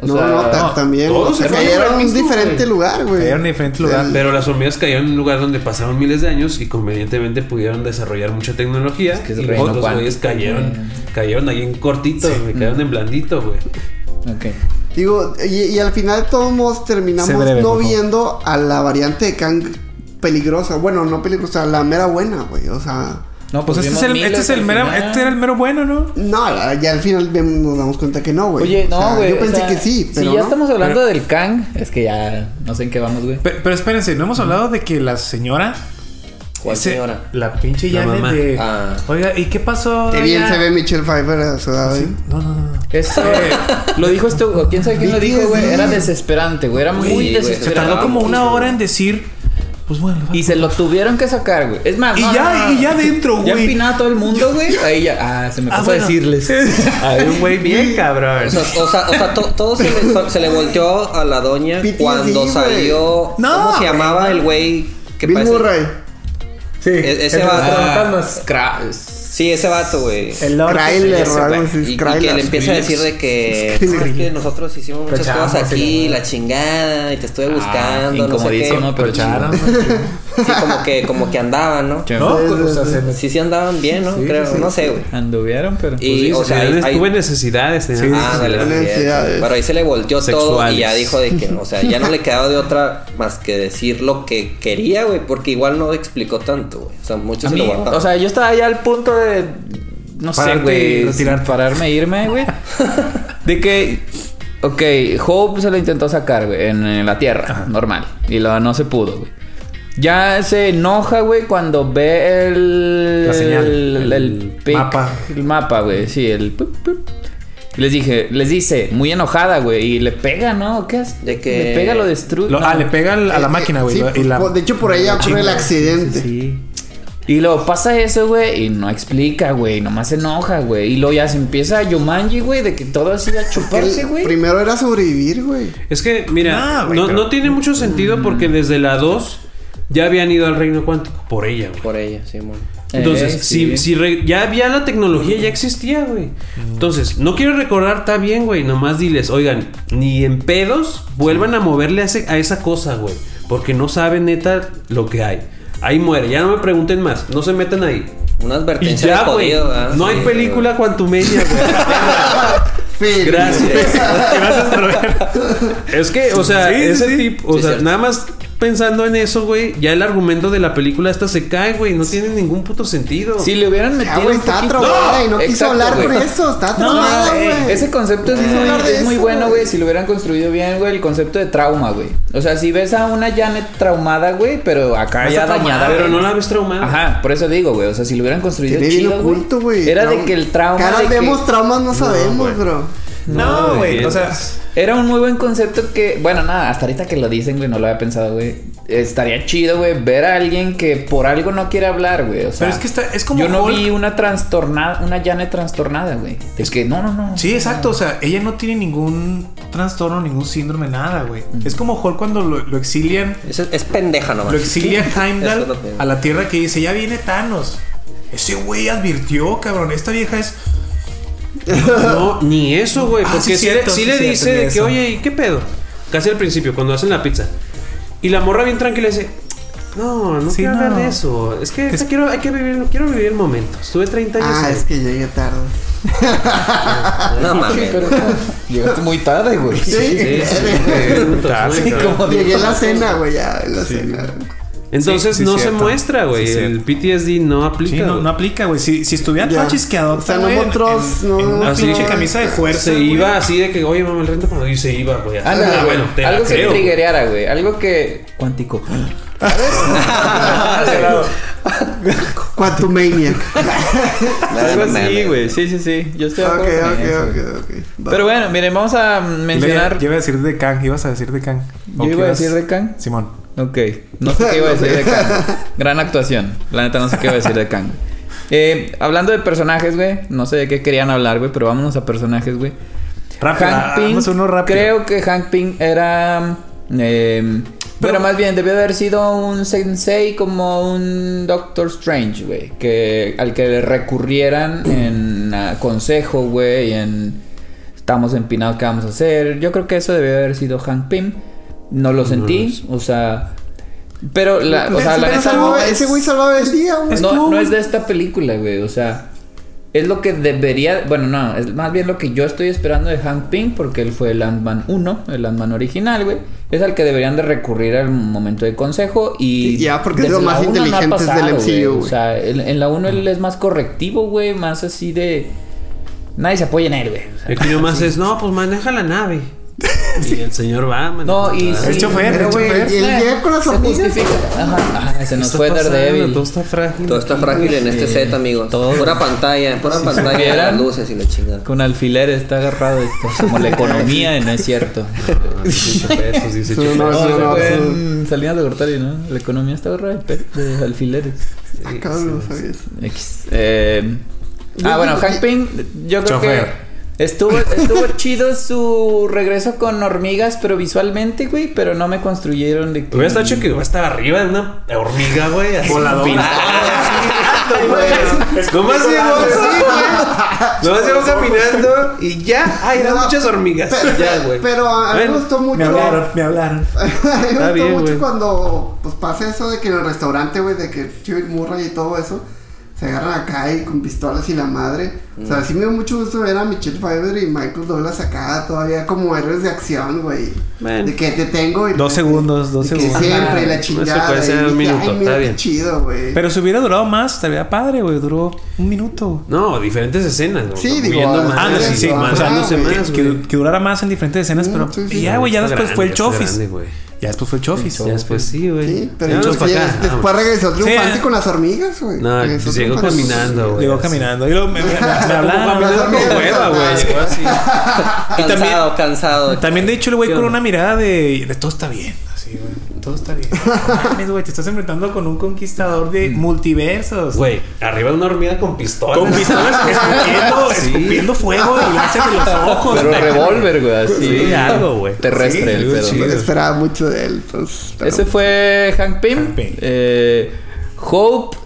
A: O
C: no,
A: sea,
C: no, ta- también.
E: todos
C: o sea,
E: se fueron
C: cayeron
E: al
C: en un
E: mismo,
C: diferente
E: güey.
C: lugar, güey.
D: Cayeron en diferente lugar.
C: El-
E: Pero las hormigas cayeron en un lugar donde pasaron miles de años y convenientemente pudieron desarrollar mucha tecnología.
A: que es
E: y
A: reino
E: los güeyes
A: cuántico,
E: cayeron,
B: Mm.
A: güey.
E: cayeron ahí en cortito, güey, cayeron en blandito, güey.
A: Ok.
C: Digo, y, y al final de todos modos terminamos
D: Sé breve,
C: no
D: por favor.
C: viendo a la variante de Kang peligrosa. Bueno, no peligrosa, la mera buena, güey. O sea,
A: No,
D: Pues, este es
A: vimos
D: el, este
A: miles
D: es el
A: al
D: mero,
A: final.
D: este era el mero bueno, ¿no?
C: no, la- ya al final vemos- nos damos cuenta que no, güey.
A: Oye,
C: O sea,
A: no, güey.
C: Yo
A: o
C: pensé
A: sea,
C: que sí, pero.
A: Si ya
C: no.
A: estamos hablando del Kang, es que ya no sé en qué vamos, güey.
D: Pero, pero espérense, no hemos hablado de que la señora.
B: ¿Cuál
D: ese-
B: señora?
D: La pinche
E: La
D: Janet
E: mamá.
D: de.
B: Ah.
D: Oiga, ¿y qué pasó?
C: Qué bien
D: allá?"
C: se ve Michelle Pfeiffer ¿eh? a su edad, güey.
D: No, no, no.
A: Eso Este, lo dijo este, quién sabe quién lo dijo, güey. Era desesperante, güey. Era muy
B: güey, se
D: Se
A: desesperante.
D: tardó
B: Esperaba
D: como una
B: mucho,
D: hora
B: güey.
D: en decir. Pues bueno,
A: Y se lo tuvieron que sacar, güey. Es más,
D: Y
A: no,
D: ya-
A: no, no.
D: y ya dentro,
A: Ya
D: güey.
A: empinaba todo el mundo, güey. Ahí ya, ah, se me
D: Ah,
A: pasó
D: bueno.
A: a decirles. Ah,
E: A ver, güey, bien cabrón.
B: O sea, o sea, o sea, to- todo se le, se le volteó a la doña
C: PTSD,
B: cuando
C: güey.
B: salió.
D: No,
B: ¿Cómo se
D: güey,
B: llamaba el güey que
C: Bill
B: parece-
C: Murray.
D: Sí,
B: E-
A: Ah.
B: ese
D: el
B: vato.
D: fantasmas.
A: Cra- s-
B: Sí, ese vato, güey.
F: El Lord.
C: Kryler o algo
B: Y,
C: así.
B: y que
C: Kryler.
B: le empieza a decir de que, "No, es que nosotros hicimos muchas
D: Prochamos,
B: cosas aquí,
D: sí.
B: la chingada, y te estuve buscando, no sé qué.
A: Ah, incomodísimo, pero
D: Procharon.
A: chido.
B: Sí, como que, como que andaban, ¿no?
A: Che,
D: No, pues, o sea, se me-
B: Sí, sí andaban bien, ¿no?
D: Sí,
B: Creo,
D: sí,
B: no sé,
A: Pues
B: güey.
A: Anduvieron, pero.
B: Y, o sea, ahí- ahí-
E: tuve necesidades. tenía-
D: Sí,
E: Ah,
B: Ah, dale,
C: Necesidades.
B: necesidades. Pero ahí se le volteó todo y
E: Sexuales.
B: ya dijo de que, o sea, ya no le quedaba de otra más que decir lo que quería, güey, porque igual no explicó tanto, güey. O sea,
A: A
B: muchos se
A: mí,
B: lo guardaron.
A: o sea, yo estaba ya al punto de. No sé,
D: Pararte y
A: güey.
D: retirarte.
A: Pararme e irme, güey. De que. Ok, Hope se lo intentó sacar, güey, en, eh, la tierra, normal. Y lo, no se pudo, güey. Ya se enoja, güey, cuando ve el.
D: La señal,
A: El,
D: el
A: el pic,
D: mapa.
A: El mapa, güey, sí, el. pup, pup. Y Les dije, les dice, muy enojada, güey, y le pega, ¿no? ¿Qué hace?
B: De que-
A: Le pega, lo destruye.
D: Lo- ah, le pega al- a la
C: Eh,
D: máquina, güey.
C: sí,
D: lo- y la-
C: por- de hecho, por ahí
D: la
C: ocurre el
D: chinga.
C: accidente.
D: Sí,
A: Y luego pasa eso, güey, y no explica, güey, nomás se enoja, güey. Y luego ya se empieza a Yumanji, güey, de que todo así a chuparse,
C: El-
A: güey.
C: Primero era sobrevivir, güey.
E: Es que, mira,
D: Nah,
E: no,
D: Ah, güey, pero-
E: no tiene mucho sentido porque desde la 2 ya habían ido al reino cuántico por ella, güey.
B: Por ella, sí, mon.
E: Entonces,
A: Eh,
E: si,
A: sí.
E: si re- ya había la tecnología, ya existía, güey. Entonces, no quiero recordar, está bien, güey. Nomás diles, oigan, ni en pedos vuelvan a moverle a, ese- a esa cosa, güey. Porque no saben neta lo que hay. Ahí muere, ya no me pregunten más, no se metan ahí.
B: Una
E: Y
B: advertencia
E: ya,
B: de
E: güey.
B: jodido, ¿verdad?
E: No hay
B: Sí,
E: película cuantumedia, güey.
C: Fin.
E: Gracias.
D: Gracias por ver.
E: Es que, o sea,
D: Sí, sí,
E: ese
D: sí.
E: tipo, o
B: Sí,
E: sea,
B: cierto.
E: nada más pensando en eso, güey, ya el argumento de la película esta se cae, güey, no tiene ningún puto sentido.
A: Si le hubieran
C: Ya,
A: metido.
C: Ah, güey,
A: un
C: está
A: poquito-
C: trabada y no quiso
A: Exacto,
C: hablar
A: güey.
C: de eso. Está
A: No,
C: trabada,
A: güey.
C: güey.
A: Ese concepto es,
C: No quiso
A: muy-
C: hablar de
A: es muy
C: eso,
A: bueno, güey.
C: güey.
A: Si lo hubieran construido bien, güey, el concepto de trauma, güey. O sea, si ves a una Janet traumada, güey, pero acá ya dañada.
E: Pero
A: güey.
E: no la ves traumada.
A: Ajá, por eso digo, güey. O sea, si lo hubieran construido
C: Tiene bien
A: chido, güey,
C: oculto, güey.
A: Era de
C: Trauma.
A: que el trauma.
C: Cara,
A: de que-
C: vemos traumas, no sabemos,
E: güey.
C: bro.
D: No, güey. O sea,
A: Era un muy buen concepto que, bueno, nada, hasta ahorita que lo dicen, güey, no lo había pensado, güey. Estaría chido, güey, ver a alguien que por algo no quiere hablar, güey. O sea,
D: Pero es que está- es como
A: Yo no
D: Hulk.
A: vi una trastornada, una Janet trastornada, güey. Es que no, no, no.
D: sí, exacto. O sea, ella no tiene ningún trastorno, ningún síndrome, nada, güey. Es como Hulk cuando lo, lo exilian.
B: Es, es pendeja nomás.
D: Lo exilia
B: Eso
D: Heimdall
B: no te-
D: a la tierra que dice, ya viene Thanos. Ese güey advirtió, cabrón. Esta vieja es...
E: No, ni eso, güey.
D: Ah,
E: porque
D: sí,
E: sí,
D: cierto,
E: le, sí
D: sí,
E: le
D: cierto,
E: dice
D: ni
E: de que,
D: eso.
E: oye, ¿y qué pedo? Casi al principio, cuando hacen la pizza. Y la morra bien tranquila dice. No, no
D: Sí,
E: quiero hablar
D: no.
E: de eso. Es que
D: Es-
E: te quiero, hay que vivir, quiero vivir el momento. Estuve 30 años.
C: Ah,
E: ahí.
C: es que llegué tarde.
B: No mames.
A: Llegaste muy tarde, güey.
C: Sí,
E: Sí, sí, güey. Dale, cabrón.
A: como
C: Llegué a
A: digo.
C: la cena, güey, ya, en la cena.
E: Entonces
D: Sí, sí,
E: no se
D: cierto.
E: muestra, güey.
D: Sí,
E: el
D: cierto.
E: PTSD no aplica.
D: Sí, no,
E: güey.
D: no aplica, güey. Si, si estuviera
C: Ya.
D: tan chisqueado,
C: O sea, no otros,
D: en,
C: no,
D: en una
E: así
D: pinche
E: que-
D: camisa de fuerza.
E: se
D: güey.
E: iba así de que, oye, mamá, el renta cuando y se iba, güey.
A: Ah, no, güey.
E: te la
A: algo que
E: creo, güey.
A: triggereara, güey. Algo que. Cuántico.
C: Quantumaniac.
A: Algo
B: No
A: así,
B: mames.
A: güey. Sí, sí, sí. Yo estoy
C: ok,
A: de
C: ok,
A: acuerdo con eso, güey.
C: ok, ok. Va.
A: Pero bueno, miren, vamos a mencionar.
D: Yo iba a decir de Kang, ibas a decir de Kang. ¿O
A: Yo iba a
D: qué
A: decir
D: ibas?
A: de Kang.
D: Simón.
A: Ok, no sé qué iba a decir de Kang. Gran actuación. La neta, no sé qué iba a decir de Kang. Eh, hablando de personajes, güey. No sé de qué querían hablar, güey, pero vámonos a personajes, güey.
D: Rápido. ah,
A: Hank Pym.
D: Vamos uno rápido.
A: Creo que Hank Pym era. Eh, bueno, más bien, debió haber sido un sensei como un Doctor Strange, güey. Que, al que le recurrieran en ah, consejo, güey, en estamos empinados, ¿qué vamos a hacer? Yo creo que eso debió haber sido Hank Pym. No lo sentí, o sea. Pero, la, o sea, la
C: Pero
A: neta
C: salvaba-
A: no es-
C: ese güey salvaba el día, güey.
A: no,
D: tú,
A: no
D: güey.
A: es de esta película, güey. O sea, es lo que debería. Bueno, no, es más bien lo que yo estoy esperando de Hank Pym, porque él fue el Ant-Man 1, el Ant-Man original, güey. Es al que deberían de recurrir al momento de consejo y.
C: Sí, ya, porque es
A: desde
C: lo
A: la
C: más
A: 1 no ha
C: inteligente del MCU,
A: O
C: güey.
A: sea, en, en la 1 él es más correctivo, güey, más así de. Nadie se apoya en él, güey. O sea,
E: Aquí nomás es, no, pues maneja la nave. Y el señor va, maneja
A: no,
E: la
A: y.
E: nave.
A: sí,
D: El chofer,
A: pero,
D: el
A: güey,
D: chofer.
C: Y él llega con las
A: se
C: amigas.
A: justifica. Ajá, ajá, se
E: ¿Qué
A: nos
E: está
A: fue
E: pasando?
A: Daredevil.
E: Todo está frágil.
B: Todo está frágil en este set, amigos. Pura pantalla, pura pantalla,
A: supieran.
B: las luces y la chingada.
A: Con alfileres está agarrado esto. Como la economía, no es cierto.
E: Ah, 18 pesos, 18
C: Sí, no,
A: No,
E: pesos.
C: sí,
A: se
C: no,
A: fue
C: sí.
A: en Salinas de Gortari, ¿no? La economía está agarrada de, pe- de alfileres.
C: Ah, cabrón, no sabía eso.
A: X. Eh, ah, bueno, Hank Pym, yo creo
D: Chofer.
A: que estuvo, estuvo chido su regreso con hormigas, pero visualmente, güey, pero no me construyeron de que...
E: Hubiera estado hecho que va a estar arriba de una hormiga, güey. así,
D: Voladora.
E: pintada, así.
C: caminando, güey.
E: Nomás llegamos, nomás llegamos caminando y ya. Ay, eran
C: No,
E: muchas hormigas.
C: pero-
E: ya, güey.
C: Pero a a mí me
E: Bueno,
C: gustó mucho.
D: Me hablaron, me hablaron.
C: A mí me gustó
E: bien,
C: mucho
E: güey.
C: cuando pues pasa eso de que en el restaurante, güey, de que Chivit Murray y todo eso se agarran acá y con pistolas y la madre. O
A: Mm.
C: sea, sí me dio mucho gusto ver a Michelle Pfeiffer y Michael Douglas acá todavía como héroes de acción, güey.
E: Man.
C: De que te tengo y
D: Dos segundos, dos
C: y que
D: segundos.
C: siempre y
A: Ajá.
C: la
E: Eso puede
C: chingada.
E: ser
C: y
E: un
C: dije,
E: minuto,
C: "Ay, mira
E: está
C: qué
E: bien".
C: chido, güey.
D: Pero si hubiera durado más, estaría padre, güey. Duró un minuto.
E: No, diferentes escenas. güey.
C: Sí, digo,
E: Viendo
C: ah,
E: más,
D: Ah, no, sí, sí.
E: más,
D: o sea,
E: más,
C: no,
E: más,
D: que, que-
E: güey.
D: que durara más en diferentes escenas,
C: Mm,
D: pero
C: sí, sí.
D: ya, güey, ya
E: Está
D: después
E: grande,
D: fue el
E: ya está
D: chofis.
E: grande, güey.
D: Ya después fue el chofis.
E: Ya después sí, güey.
C: Sí, pero
E: Ya vamos
C: entonces,
E: para
C: ya
E: acá.
C: des- después
E: Vámonos.
C: regresó triunfante
D: Sí.
C: con las hormigas, güey.
E: No,
C: Regresó
E: pues llegó
C: triunfante con las
E: caminando, güey.
D: Llegó caminando. Y luego me, me- me hablaron.
E: Caminando con
C: hormigas,
E: hueva, güey.
C: sí.
E: Llegó así.
B: Cansado, cansado.
D: También, de hecho, el güey
E: ¿Qué
D: con
E: onda?
D: una mirada de, de todo está bien. Así, güey. Todo está bien. No mames, güey, te estás enfrentando con un conquistador de multiversos.
E: Güey, arriba de una hormiga con pistola.
D: Con pistolas escupiendo,
E: Sí.
D: escupiendo fuego y láser de los ojos.
A: Pero
D: güey.
A: revólver, güey, así.
E: Sí, algo, güey.
A: Terrestre
D: Sí,
A: el
D: algo
A: pedo.
D: chido.
C: hormigas. Esperaba mucho de él, pues. pero-
A: Ese fue Hank Pym.
D: Hank Pym.
A: Eh, Hope.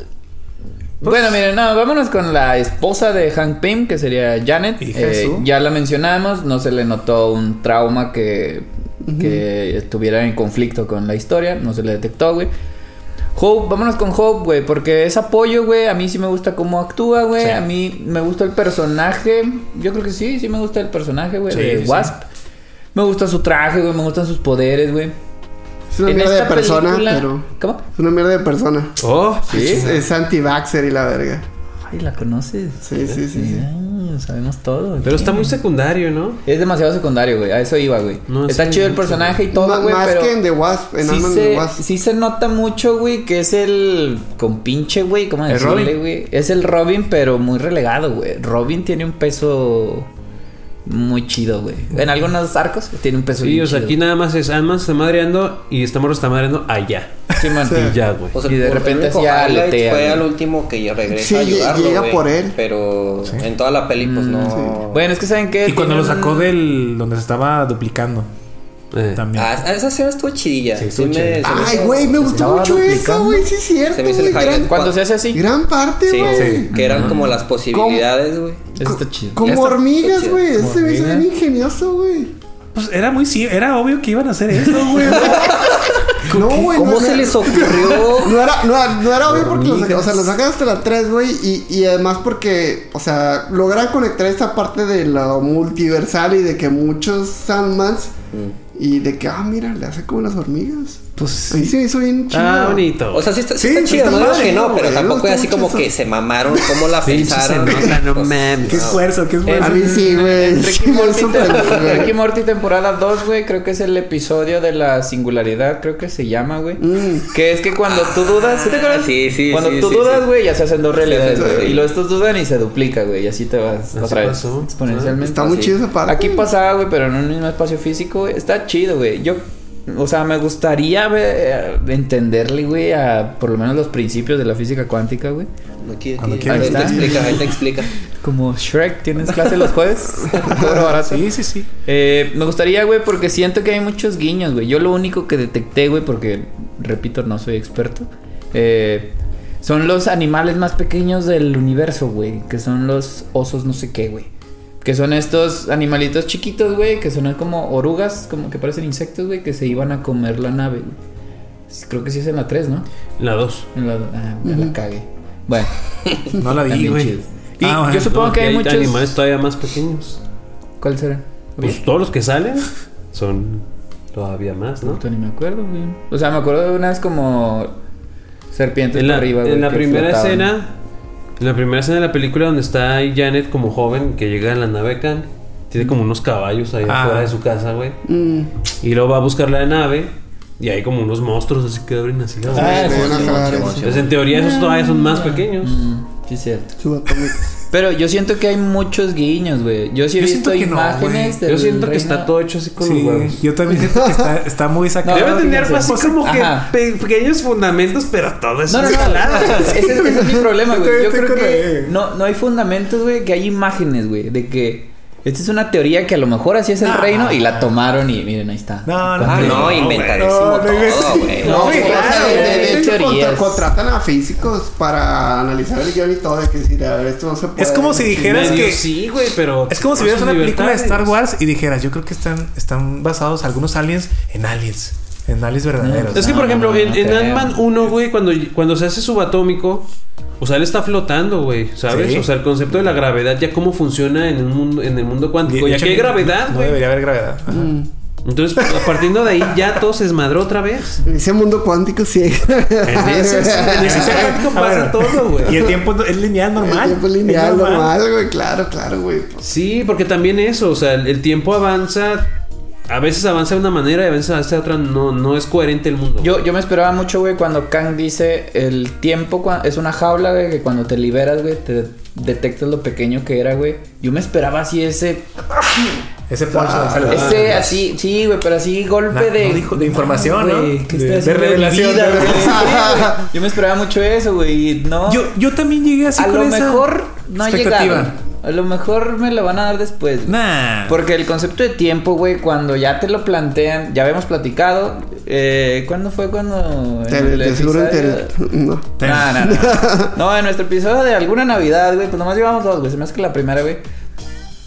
A: Bueno, miren, no, vámonos con la esposa de Hank Pym, que sería Janet.
D: Hija
A: Eh,
D: de su.
A: ya la mencionamos, no se le notó un trauma que, que estuviera en conflicto con la historia, no se le detectó, güey. Hope, vámonos con Hope, güey, porque es apoyo, güey. A mí sí me gusta cómo actúa, güey.
D: Sí.
A: A mí me gusta el personaje. Yo creo que sí, sí me gusta el personaje, güey,
D: Sí,
A: de
D: sí, sí.
A: Wasp. Me gusta su traje, güey, me gustan sus poderes, güey.
C: Es una mierda de persona,
A: película-
C: pero.
A: ¿Cómo?
C: Es una mierda de persona.
E: Oh,
A: Sí.
C: Es, es anti-vaxxer y la verga.
A: Ay, la conoces.
C: Sí, sí, sí, sí.
A: Ah, sabemos todo.
E: Pero está
A: ¿Quién?
E: muy secundario, ¿no?
A: Es demasiado secundario, güey. A eso iba, güey.
E: No,
A: está
E: sí,
A: chido el
E: mucho,
A: personaje y
C: Ma-
A: todo, güey.
C: más
A: pero
C: que en The Wasp, en
A: sí
C: Ant-Man and The Wasp.
A: se, sí se nota mucho, güey, que es el compinche, güey. ¿Cómo
D: El
A: decirle,
D: Robin.
A: güey? Es el Robin, pero muy relegado, güey. Robin tiene un peso muy chido, güey. En algunos arcos tiene un peso
E: Sí,
A: bien
E: o sea,
A: chido.
E: aquí nada más es Alma está madreando y esta morra está madreando allá.
A: Sí, man.
E: Y ya, güey.
B: O sea,
A: Y de
B: por el
A: repente
B: único
A: así ya
B: highlight
A: aletea,
B: Fue
A: güey.
B: al último que ya regresa
C: Sí,
B: a ayudarlo,
C: llega
B: güey,
C: por él.
B: Pero en toda la peli, pues no.
A: Bueno, es que saben que.
D: Y cuando lo sacó del donde se estaba duplicando
E: Eh.
D: también.
B: Ah, esa escena estuvo chidilla.
D: Sí, estuvo
B: me-
D: chida.
B: se me
C: Ay,
B: hizo-
C: güey, me gustó
A: estaba
C: mucho eso,
A: duplicando.
C: güey. Sí, es cierto.
B: Se me hizo el
C: güey, gran,
B: highlight.
A: Cuando se hace así.
C: gran parte,
B: Sí,
C: güey.
D: Sí.
B: que eran como las posibilidades, güey.
A: Eso está chido.
C: Como
B: Esta-
C: hormigas,
B: sí,
C: güey. Ese güey es
D: hormiga.
C: bien ingenioso, güey.
D: Pues era muy sí, era obvio que iban a hacer eso, güey.
C: No, güey.
B: ¿Cómo
C: no
B: se
C: era-
B: les ocurrió?
C: No era, no, era- no era obvio porque lo saca- o sea, lo sacan hasta la 3, güey. Y, y además porque, o sea, logran conectar esta parte de lo multiversal y de que muchos Sandmans y de que, ah, mira, le hace como las hormigas.
D: Pues
C: A mí se me hizo bien chido.
E: Ah, bonito.
B: O sea, sí está, sí
C: Sí,
B: está
C: sí
B: chido,
C: está
B: no digo
C: padre,
B: que no,
C: güey,
B: pero
C: me
B: tampoco
C: gusta
B: es así
C: mucho
B: como
C: eso.
B: que se mamaron, cómo la
E: Pinche se
B: pensaron.
E: nota, no
B: Pues,
E: mames.
D: qué esfuerzo, qué esfuerzo.
C: A mí sí, güey. Sí,
A: Ricky
C: me
A: Morty,
C: sorprendí, güey.
A: Ricky Morty temporada 2, güey, creo que es el episodio de la singularidad, creo que se llama, güey.
C: Mm.
A: Que es que cuando tú dudas, ¿sí ¿te acuerdas?
B: Ah, sí, sí,
A: Cuando
B: sí,
A: tú
B: sí,
A: dudas,
B: sí.
A: güey, ya se hacen dos realidades,
B: sí, sí.
A: güey. Y los estos dudan y se duplica, güey. Y así te vas
E: Así
A: otra vez
E: pasó.
A: exponencialmente.
C: Está muy
A: Sí.
C: chido esa parte.
A: Aquí pasaba, güey, pero en un mismo espacio físico, güey. Está chido, güey. Yo, o sea, me gustaría ver- eh, entenderle, güey, a por lo menos los principios de la física cuántica, güey.
B: Aquí,
D: Cuando
B: aquí.
D: quieras.
B: Ahí te
A: Ahí está.
B: explica, ahí te explica.
A: Como Shrek, ¿tienes clase los jueves? Cobro barato.
D: Sí, sí, sí.
A: Eh, me gustaría, güey, porque siento que hay muchos guiños, güey. Yo lo único que detecté, güey, porque, repito, no soy experto, eh, son los animales más pequeños del universo, güey, que son los osos no sé qué, güey. Que son estos animalitos chiquitos, güey, que son como orugas, como que parecen insectos, güey, que se iban a comer la nave, güey. Creo que sí es en la 3, ¿no?
E: La dos.
A: En la, ah, ya la cagué. Bueno,
D: No la vi,
A: también
D: güey.
A: chido. Y
D: Ah, bueno.
A: yo supongo
E: No,
A: que
E: y
A: hay muchos...
E: animales todavía más pequeños.
A: ¿Cuál será?
E: Pues todos los que salen son todavía más, ¿no?
A: Puta, ni me acuerdo, güey. O sea, me acuerdo de unas como serpientes
E: En la,
A: por arriba, güey.
E: en la
A: que
E: primera
A: flotaban.
E: escena, en la primera escena de la película donde está ahí Janet como joven que llega en la nave Kang, tiene como unos caballos ahí
D: Ah.
E: afuera de su casa, güey.
C: Mm.
E: Y luego va a buscar la nave y hay como unos monstruos así que abren así la boca.
A: Ah,
C: Me van a cagar eso.
E: Entonces, en teoría esos todavía son más pequeños.
A: Mm, sí, es cierto.
C: Subatómicos.
A: Pero yo siento que hay muchos guiños, güey. Yo sí he
D: Yo siento
A: visto
D: que no,
A: imágenes
D: güey.
A: del
E: Yo siento que
A: reino-
E: está todo hecho así con los
D: Sí,
E: huevos.
D: yo también siento que está, está muy
A: No,
D: sacado.
E: Debe tener
A: fíjense.
E: así como que
A: Ah, Ajá.
E: pe- pequeños fundamentos, pero todo es
A: No, no, no.
E: jalada.
A: ese, es- ese es mi problema,
D: Yo
A: güey. Yo
D: estoy
A: creo
D: con
A: que
D: él.
A: no, no hay fundamentos, güey, que hay imágenes, güey, de que Esta es una teoría que a lo mejor así es el
D: No.
A: reino y la tomaron y miren, ahí está.
D: No, no,
B: Ah,
D: Sí,
B: no,
D: no,
B: inventadísimo
D: güey.
B: todo, güey.
C: No,
A: güey,
C: o sea,
A: claro,
C: de, de
A: güey,
C: hecho
A: teorías.
C: contra- contratan a físicos para analizar el guión y todo, de que decir, a ver, esto no se puede.
D: Es como si dijeras
E: Medio
D: que.
E: sí, güey, pero.
D: Es como si
E: no
D: vieras
E: son
D: una película de Star
E: libertades.
D: Wars y dijeras, yo creo que están, están basados algunos aliens en aliens. En aliens verdaderos.
E: Es que, por
A: No,
E: ejemplo,
A: no, no
E: en, en
A: creo.
E: Ant-Man 1, güey, cuando, cuando se hace subatómico, o sea, él está flotando, güey, ¿sabes?
D: Sí.
E: O sea, el concepto de la gravedad, ya cómo funciona en, el mundo, en el mundo cuántico.
D: De
E: ya
D: hecho,
E: que hay
D: no-
E: gravedad,
D: No
E: güey.
D: debería haber gravedad. Ajá.
E: Entonces, a partir de ahí, ya todo se desmadró otra vez.
C: En ese mundo cuántico sí hay.
E: En ese, en ese cuántico
D: A
E: pasa
D: ver,
E: todo, güey.
D: Y el tiempo no- es lineal normal.
C: El tiempo
D: Es
C: lineal, normal, güey, claro, claro, güey. pues.
E: Sí, porque también eso, o sea, el, el tiempo avanza. A veces avanza de una manera y a veces avanza de otra. No, no es coherente el mundo.
A: Yo, yo me esperaba mucho, güey, cuando Kang dice el tiempo cua- es una jaula, güey, que cuando te liberas, güey, te detectas lo pequeño que era, güey. Yo me esperaba así ese,
D: Ese punchline.
A: ese así, sí, güey, pero así golpe
D: No,
A: de...
D: no dijo- de información, ¿no?
A: Güey, ¿qué
D: De-
A: está
D: de
A: haciendo mi
D: revelación,
A: vida,
D: de
A: güey?
D: revelación.
A: Sí, güey. Yo me esperaba mucho eso, güey, y no...
D: Yo, yo también llegué así
A: a
D: con
A: lo
D: esa
A: mejor no
D: expectativa.
A: llegaron. A lo mejor me la van a dar después. güey.
D: Nah.
A: Porque el concepto de tiempo, güey, cuando ya te lo plantean, ya habíamos platicado. Eh, ¿Cuándo fue cuando.?
C: Te-
A: en el
C: de seguro
A: episodio-
C: te- No.
A: No, no, no. No, en nuestro episodio de alguna Navidad, güey, pues nomás llevamos dos, güey. Se me hace que la primera, güey.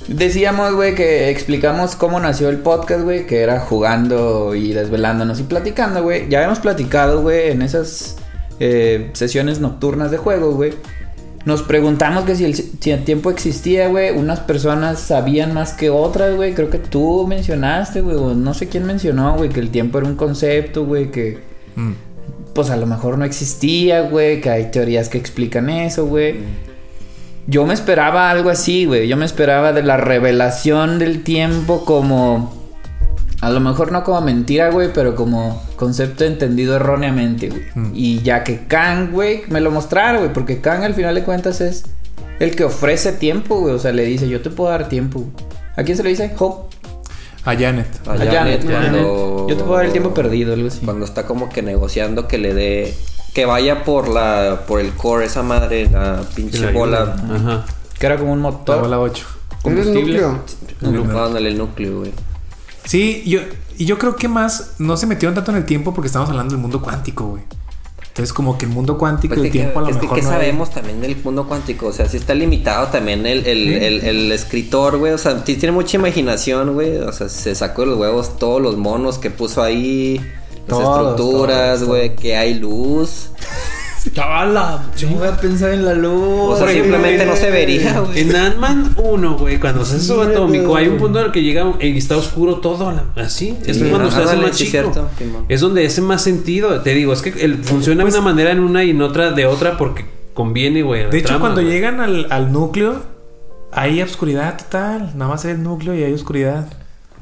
A: Decíamos, güey, que explicamos cómo nació el podcast, güey, que era jugando y desvelándonos y platicando, güey. Ya habíamos platicado, güey, en esas eh, sesiones nocturnas de juego, güey. Nos preguntamos que si el, si el tiempo existía, güey. Unas personas sabían más que otras, güey. Creo que tú mencionaste, güey, o no sé quién mencionó, güey, que el tiempo era un concepto, güey, que
D: Mm.
A: pues a lo mejor no existía, güey, que hay teorías que explican eso, güey. Yo me esperaba algo así, güey. Yo me esperaba de la revelación del tiempo como... A lo mejor no como mentira, güey, pero como concepto entendido erróneamente, güey.
D: Mm.
A: Y ya que Kang, güey, me lo mostrara, güey, porque Kang al final de cuentas es el que ofrece tiempo, güey. O sea, le dice, yo te puedo dar tiempo. güey". ¿A quién se lo dice? Hope.
D: A Janet.
B: A
A: A
B: Janet,
A: Janet,
B: cuando-
A: Janet. Yo te puedo dar el tiempo perdido, algo así.
B: Cuando está como que negociando que le dé. Que vaya por la. por el core, esa madre, la
E: Que
B: pinche
E: la
B: bola.
E: ayuda. Ajá.
A: Que era como un
D: La
A: motor.
D: bola 8.
C: Era el núcleo.
B: Núcleo, ándale, el núcleo, güey.
D: Sí, yo, y yo creo que más no se metieron tanto en el tiempo porque estamos hablando del mundo cuántico, güey. Entonces, como que el mundo cuántico y
B: Pues
D: el
B: que-
D: tiempo a lo
B: es que,
D: mejor.
B: ¿qué
D: no era-
B: sabemos también del mundo cuántico? O sea, sí está limitado también el, el- el- el escritor, güey. O sea, sí tiene mucha imaginación, güey. O sea, se sacó de los huevos todos los monos que puso ahí. Las
D: Todos,
B: estructuras,
D: todos,
B: güey. Que hay luz.
A: ¡Chala! Yo voy a pensar en la luz.
B: O sea, simplemente no se vería, güey.
E: En Ant-Man 1, güey, cuando se hace subatómico, hay un punto en el que llega y está oscuro todo, la- así. es
B: Sí,
E: cuando se hace
B: ándale,
E: más
B: sí,
E: chico.
B: cierto, Simón.
E: es donde hace más sentido. Te digo, es que el- funciona
D: Pues
E: de una manera en una y en otra de otra porque conviene, güey. a la
D: De hecho,
E: trama,
D: cuando
E: güey.
D: llegan al, al núcleo, hay obscuridad total. Nada más es el núcleo y hay oscuridad.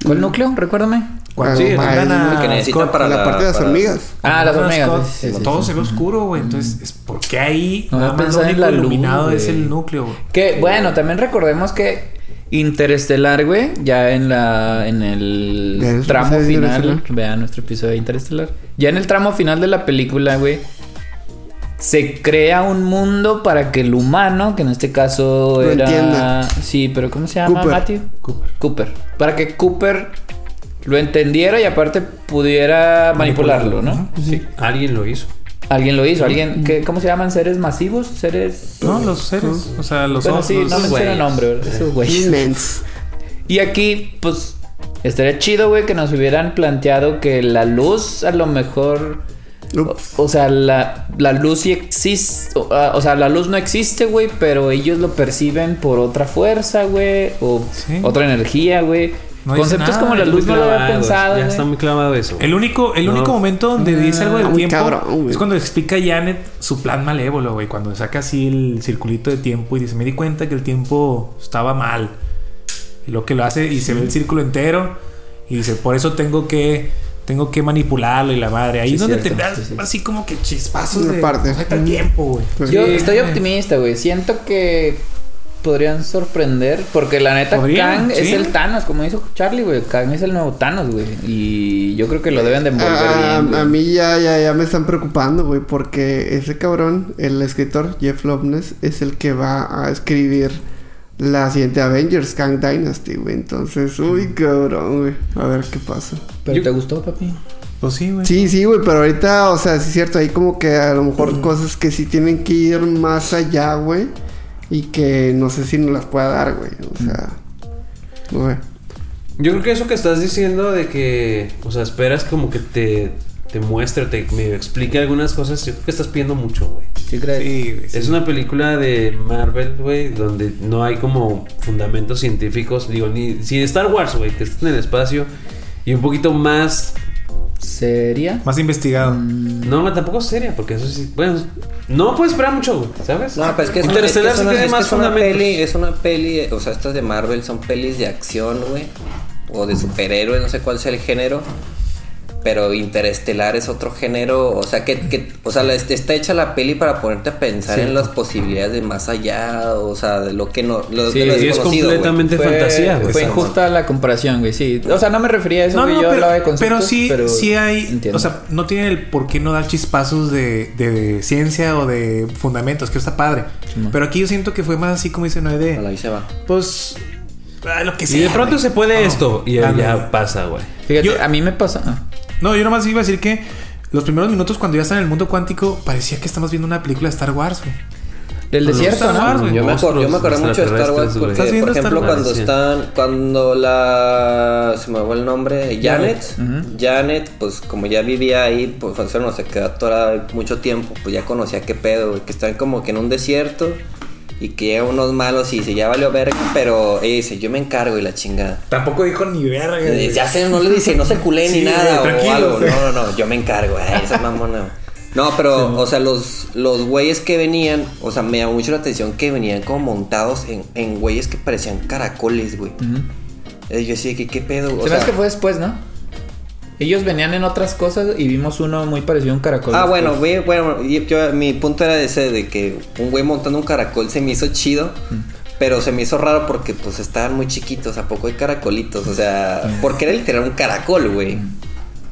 A: ¿Cuál núcleo? Recuérdame.
D: Cuando
E: Sí,
D: mandan
C: ahí,
D: a
B: que necesitan
D: Scott-
B: para
C: la parte de las
B: para-
C: hormigas.
A: Ah, las
D: mandan a
A: hormigas.
D: Scott,
A: sí, sí, sí,
D: todo
A: sí. Mm.
D: se ve oscuro, güey. Entonces, es porque ahí
A: No
D: nada
A: había
D: más lo
A: pensado en
D: único
A: la luz,
D: iluminado
A: güey.
D: es el núcleo, güey.
A: Que bueno, también recordemos que Interestelar, güey, ya en la en
C: Ya,
A: el
C: eso
A: tramo
C: pasa de
A: final,
C: Interestelar.
A: vean nuestro episodio de Interestelar. Ya en el tramo final de la película, güey, se crea un mundo para que el humano, que en este
C: Lo
A: caso era
C: entienda.
A: sí, pero ¿cómo se llama,
C: Cooper.
A: Matthew?
D: Cooper.
A: Cooper, para que Cooper lo entendiera y aparte pudiera manipularlo, ¿no?
E: Sí, alguien lo hizo.
A: Alguien lo hizo, alguien que cómo se llaman seres masivos, seres
D: No, los seres. O sea, los
A: bueno,
D: ojos.
A: sí, no
D: los-
A: menciona
E: güeyes.
A: nombre, ¿verdad? esos güeyes.
C: Inmense.
A: Y aquí, pues, estaría chido, güey, que nos hubieran planteado que la luz a lo mejor... O,
C: Ups.
A: o sea, la, la luz sí existe... O, ah, o sea, la luz no existe, güey, pero ellos lo perciben por otra fuerza, güey, o
D: Sí.
A: otra energía, güey.
D: No dice
A: Conceptos
D: nada,
A: como la
D: es
A: luz
E: Muy
A: no lo había
E: clavado,
A: pensado,
E: Ya
A: güey.
E: está muy clavado eso. güey.
D: El único, el
E: No.
D: único momento donde dice algo del
C: muy
D: tiempo
C: cabrón, güey.
D: es cuando explica Janet su plan malévolo, güey. Cuando saca así el circulito de tiempo y dice, me di cuenta que el tiempo estaba mal. Y lo que lo hace y se ve el círculo entero y dice, por eso tengo que tengo que manipularlo y la madre. Ahí
A: Sí,
D: es donde
A: cierto,
D: te das
A: sí, sí.
D: así como que chispazos
C: Una
D: de
C: parte.
D: "Ahí está el tiempo, güey.
C: Pues
A: Yo
C: sí.
A: estoy optimista, güey. Siento que podrían sorprender. Porque la neta,
D: Podrían,
A: Kang es
D: sí.
A: el Thanos, como dijo Charlie, güey. Kang es el nuevo Thanos, güey. Y yo creo que lo deben de envolver
C: A,
A: bien. güey.
C: a mí ya, ya, ya me están preocupando, güey, porque ese cabrón, el escritor Jeff Loveness, es el que va a escribir la siguiente Avengers, Kang Dynasty, güey. Entonces, uy, cabrón, güey. A ver qué pasa.
A: ¿Pero
D: Yo-
A: te gustó, papi?
D: Pues sí, güey.
C: Sí, sí, güey, pero ahorita, o sea, sí es cierto, hay como que a lo mejor cosas que sí tienen que ir más allá, güey. Y que no sé si nos las pueda dar, güey. O sea, güey.
E: Yo creo que eso que estás diciendo de que, o sea, esperas como que te, te muestre, te medio explique algunas cosas, yo creo que estás pidiendo mucho, güey.
A: ¿Sí crees?
D: Sí, güey, sí.
E: Es una película de Marvel, güey, donde no hay como fundamentos científicos, digo, ni si Star Wars, güey, que está en el espacio y un poquito más,
A: ¿Sería?
D: Más investigado.
E: no, tampoco seria, porque eso sí, bueno, no puedes esperar mucho, güey, ¿sabes?
B: No, pues es que es una, es que
E: Interestelar
B: es
E: sí
B: una-
E: tiene
B: es que
E: más
B: es una
E: fundamentos.
B: peli, es una peli, o sea, estas de Marvel son pelis de acción, güey, o de superhéroes, no sé cuál sea el género, pero Interestelar es otro género, o sea, que, que- o sea, la- está hecha la peli para ponerte a pensar en las posibilidades de más allá, o sea, de lo que no, lo,
E: Sí,
B: de lo
E: es
B: desconocido, güey.
E: completamente
A: Fue-
E: fantasía, güey.
A: Fue
E: Exacto.
A: injusta la comparación, güey, sí. O sea, no me refería a eso,
D: No,
A: güey.
D: no,
A: yo
D: pero,
A: hablaba de conceptos,
D: pero sí,
A: pero
D: sí hay.
A: entiendo.
D: O sea, no tiene el por qué no dar chispazos de, de ciencia o de fundamentos, que está padre.
A: Simón.
D: Pero aquí yo siento que fue más así como dice Noé
B: Bueno,
D: de.
B: ahí se va.
D: Pues. ah, lo que sea.
E: Y de pronto
D: güey.
E: se puede
D: No,
E: esto y
B: Ah,
E: ya,
D: ándale.
E: ya pasa, güey.
A: Fíjate,
D: yo-
A: a mí me pasó. ah,
D: No, yo nomás iba a decir que los primeros minutos cuando ya están en el mundo cuántico, parecía que estamos viendo una película de Star Wars, güey.
A: Del
D: Los
A: desierto,
D: Pues, Star
A: ¿no?
D: Wars, güey.
B: Yo me, acuerdo, yo me acuerdo mucho de Star Wars
E: Monstruos
B: porque,
D: ¿Estás
E: extraterrestres,
D: viendo
B: por ejemplo,
D: Star
E: Wars? Sí.
B: cuando están, cuando la, se me fue el nombre, Janet, Janet, pues como ya vivía ahí, pues o sea, no se quedó atorada mucho tiempo, pues ya conocía qué pedo, güey, que están como que en un desierto y que llegan unos malos y dice, ya valió verga, pero ella dice, yo me encargo y la chingada.
D: Tampoco dijo ni verga,
B: Y dice, Ya sé, no le dice, no se culé
D: Sí,
B: ni nada
D: güey,
B: o
D: tranquilo,
B: algo.
D: güey.
B: No, no, no, yo me encargo, eh, ay, esa mamona. No, pero, o sea, los, los güeyes que venían, o sea, me llamó mucho la atención que venían como montados en, en güeyes que parecían caracoles, güey. Eh, Yo decía, ¿qué, qué pedo? O
A: Se me
B: sea, ah,
A: hace que fue después, ¿no? Ellos venían en otras cosas y vimos uno muy parecido a un caracol.
B: Ah, bueno,
A: después.
B: güey, bueno, y yo, mi punto era ese de que un güey montando un caracol se me hizo chido,
A: Mm.
B: pero se me hizo raro porque pues estaban muy chiquitos, ¿a poco hay caracolitos? O sea, porque era literal un caracol, güey.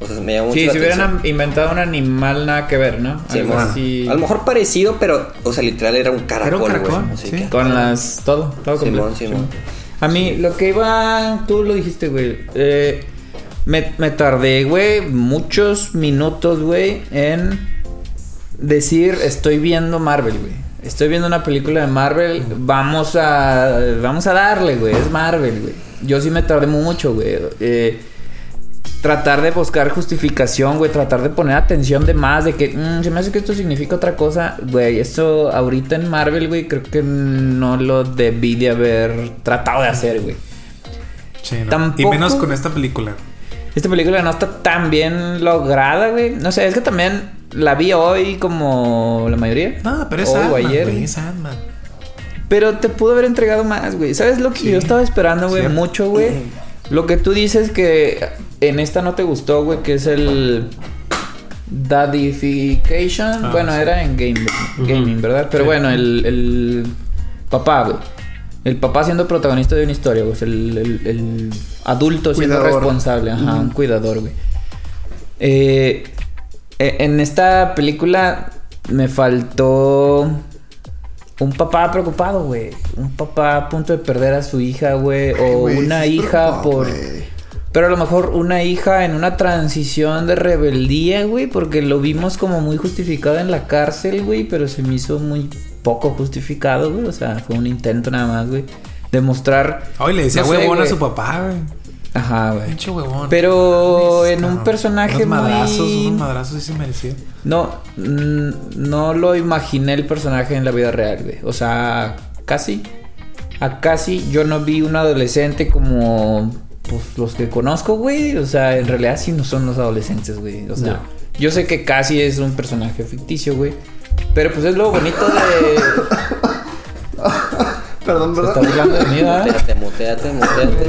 B: O sea, me llamó mucho
A: Mm. Sí,
B: la
A: si
B: atención.
A: hubieran am- inventado un animal nada que ver, ¿no?
B: Sí,
A: Algo
B: bueno.
A: así.
B: A lo mejor parecido, pero, o sea, literal era un caracol, güey.
D: caracol,
B: Así
D: sí.
B: que-
A: Con las. Todo, todo
B: Simón,
A: completo.
B: Simón.
A: A mí, lo que iba. Tú lo dijiste, güey. Eh, me, me tardé, güey, muchos minutos, güey, en decir: Estoy viendo Marvel, güey. Estoy viendo una película de Marvel. Vamos a. Vamos a darle, güey. Es Marvel, güey. Yo sí me tardé mucho, güey. Eh tratar de buscar justificación, güey, tratar de poner atención de más, de que "Mm, se me hace que esto significa otra cosa, güey, esto ahorita en Marvel, güey, creo que no lo debí de haber tratado de hacer, güey.
D: Sí, no.
A: Tampoco-
D: Y menos con esta película.
A: Esta película no está tan bien lograda, güey. No sé, es que también la vi hoy como la mayoría.
D: No, Ah, pero es
A: Hoy o
D: Ant-Man,
A: Oh, ayer.
D: güey, es Ant-Man.
A: Pero te pudo haber entregado más, güey. ¿Sabes lo que
D: Sí.
A: yo estaba esperando, güey?
D: Cierto.
A: Mucho, güey. Lo que tú dices que en esta no te gustó, güey, que es el Daddification.
D: Ah,
A: bueno,
D: sí.
A: era en game, gaming, ¿verdad? Pero bueno, el, el papá, güey. El papá siendo protagonista de una historia, güey. El, el- el adulto siendo
C: Cuidador.
A: responsable, ajá, un cuidador, güey. Eh, eh, en esta película me faltó un papá preocupado, güey. Un papá a punto de perder a su hija, güey. O
C: Güey,
A: una
C: sí es
A: hija
C: preocupado,
A: por...
C: güey.
A: Pero a lo mejor una hija en una transición de rebeldía, güey. Porque lo vimos como muy justificado en la cárcel, güey. Pero se me hizo muy poco justificado, güey. O sea, fue un intento nada más, güey. Demostrar...
D: Hoy le decía
A: No sé,
D: huevón a
A: güey.
D: su papá, güey.
A: Ajá, güey.
D: Ah, Pinche huevón.
A: Pero
D: Mames,
A: en un
D: cabrón.
A: personaje
D: Unos
A: muy-
D: madrazos, unos madrazos sí se merecía.
A: No, mm, no lo imaginé el personaje en la vida real, güey. O sea, casi. A casi yo no vi un adolescente como pues, los que conozco, güey. O sea, en realidad sí no son los adolescentes, güey. O sea,
E: No.
A: yo sé que casi es un personaje ficticio, güey. Pero pues es lo bonito de...
C: Perdón,
A: Se
C: ¿verdad?
A: está burlando de mí, ¿verdad?
B: Muteate, muteate, muteate,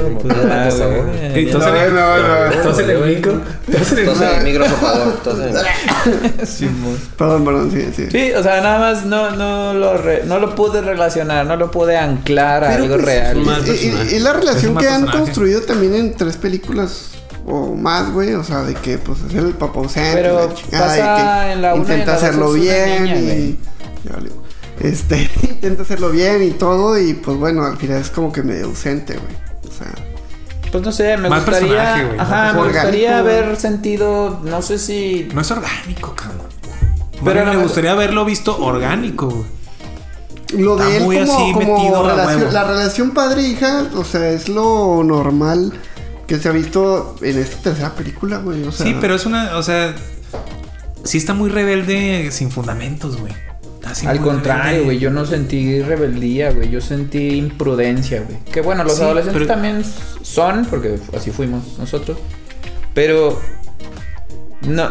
A: Ah,
B: muteate, por
A: güey.
B: favor.
D: Entonces-
C: No, güey, no, güey, no.
D: Entonces le brinco.
B: Entonces, el micro, por favor. Entonces,
A: Simón.
C: Perdón, perdón, sí, sí.
A: Sí, o sea, nada más no, no, lo, re- no lo pude relacionar, no lo pude anclar a
C: Pero,
A: algo
C: pues,
A: real.
E: es un mal
C: Y, y- y la
D: Es
C: relación
D: un mal
C: que han
D: personaje.
C: construido también en tres películas o más, güey. O sea, de que pues hacer el papá ausente,
A: Pero
C: la chingada, y
A: pasa
C: que
A: en la una y en
C: intenta
A: la dos
C: hacerlo
A: es una
C: bien
A: niña,
C: y.
A: güey.
C: Ya valió. Este, intenta hacerlo bien y todo. Y pues bueno, al final es como que medio ausente, güey. O sea,
A: Pues no sé, me
D: Más personaje,
A: gustaría.
D: güey,
A: Ajá,
D: más
A: me
C: orgánico,
A: gustaría
C: güey.
A: haber sentido. No sé si.
D: No es orgánico, cabrón.
A: Pero
D: Pero
A: a lo
D: me
A: mejor-
D: gustaría haberlo visto orgánico, güey.
C: lo de
D: Está
C: él
D: muy
C: como,
D: así
C: como
D: metido a huevo.
C: relación, la relación padre-hija, o sea, es lo normal que se ha visto en esta tercera película, güey. O sea,
D: Sí, pero es una, o sea, sí está muy rebelde sin fundamentos, güey. Está así
A: Al
D: muy
A: contrario,
D: rebelde.
A: güey, yo no sentí rebeldía, güey, yo sentí imprudencia, güey. Que bueno, los
D: Sí,
A: adolescentes
D: pero-
A: también son, porque así fuimos nosotros. Pero no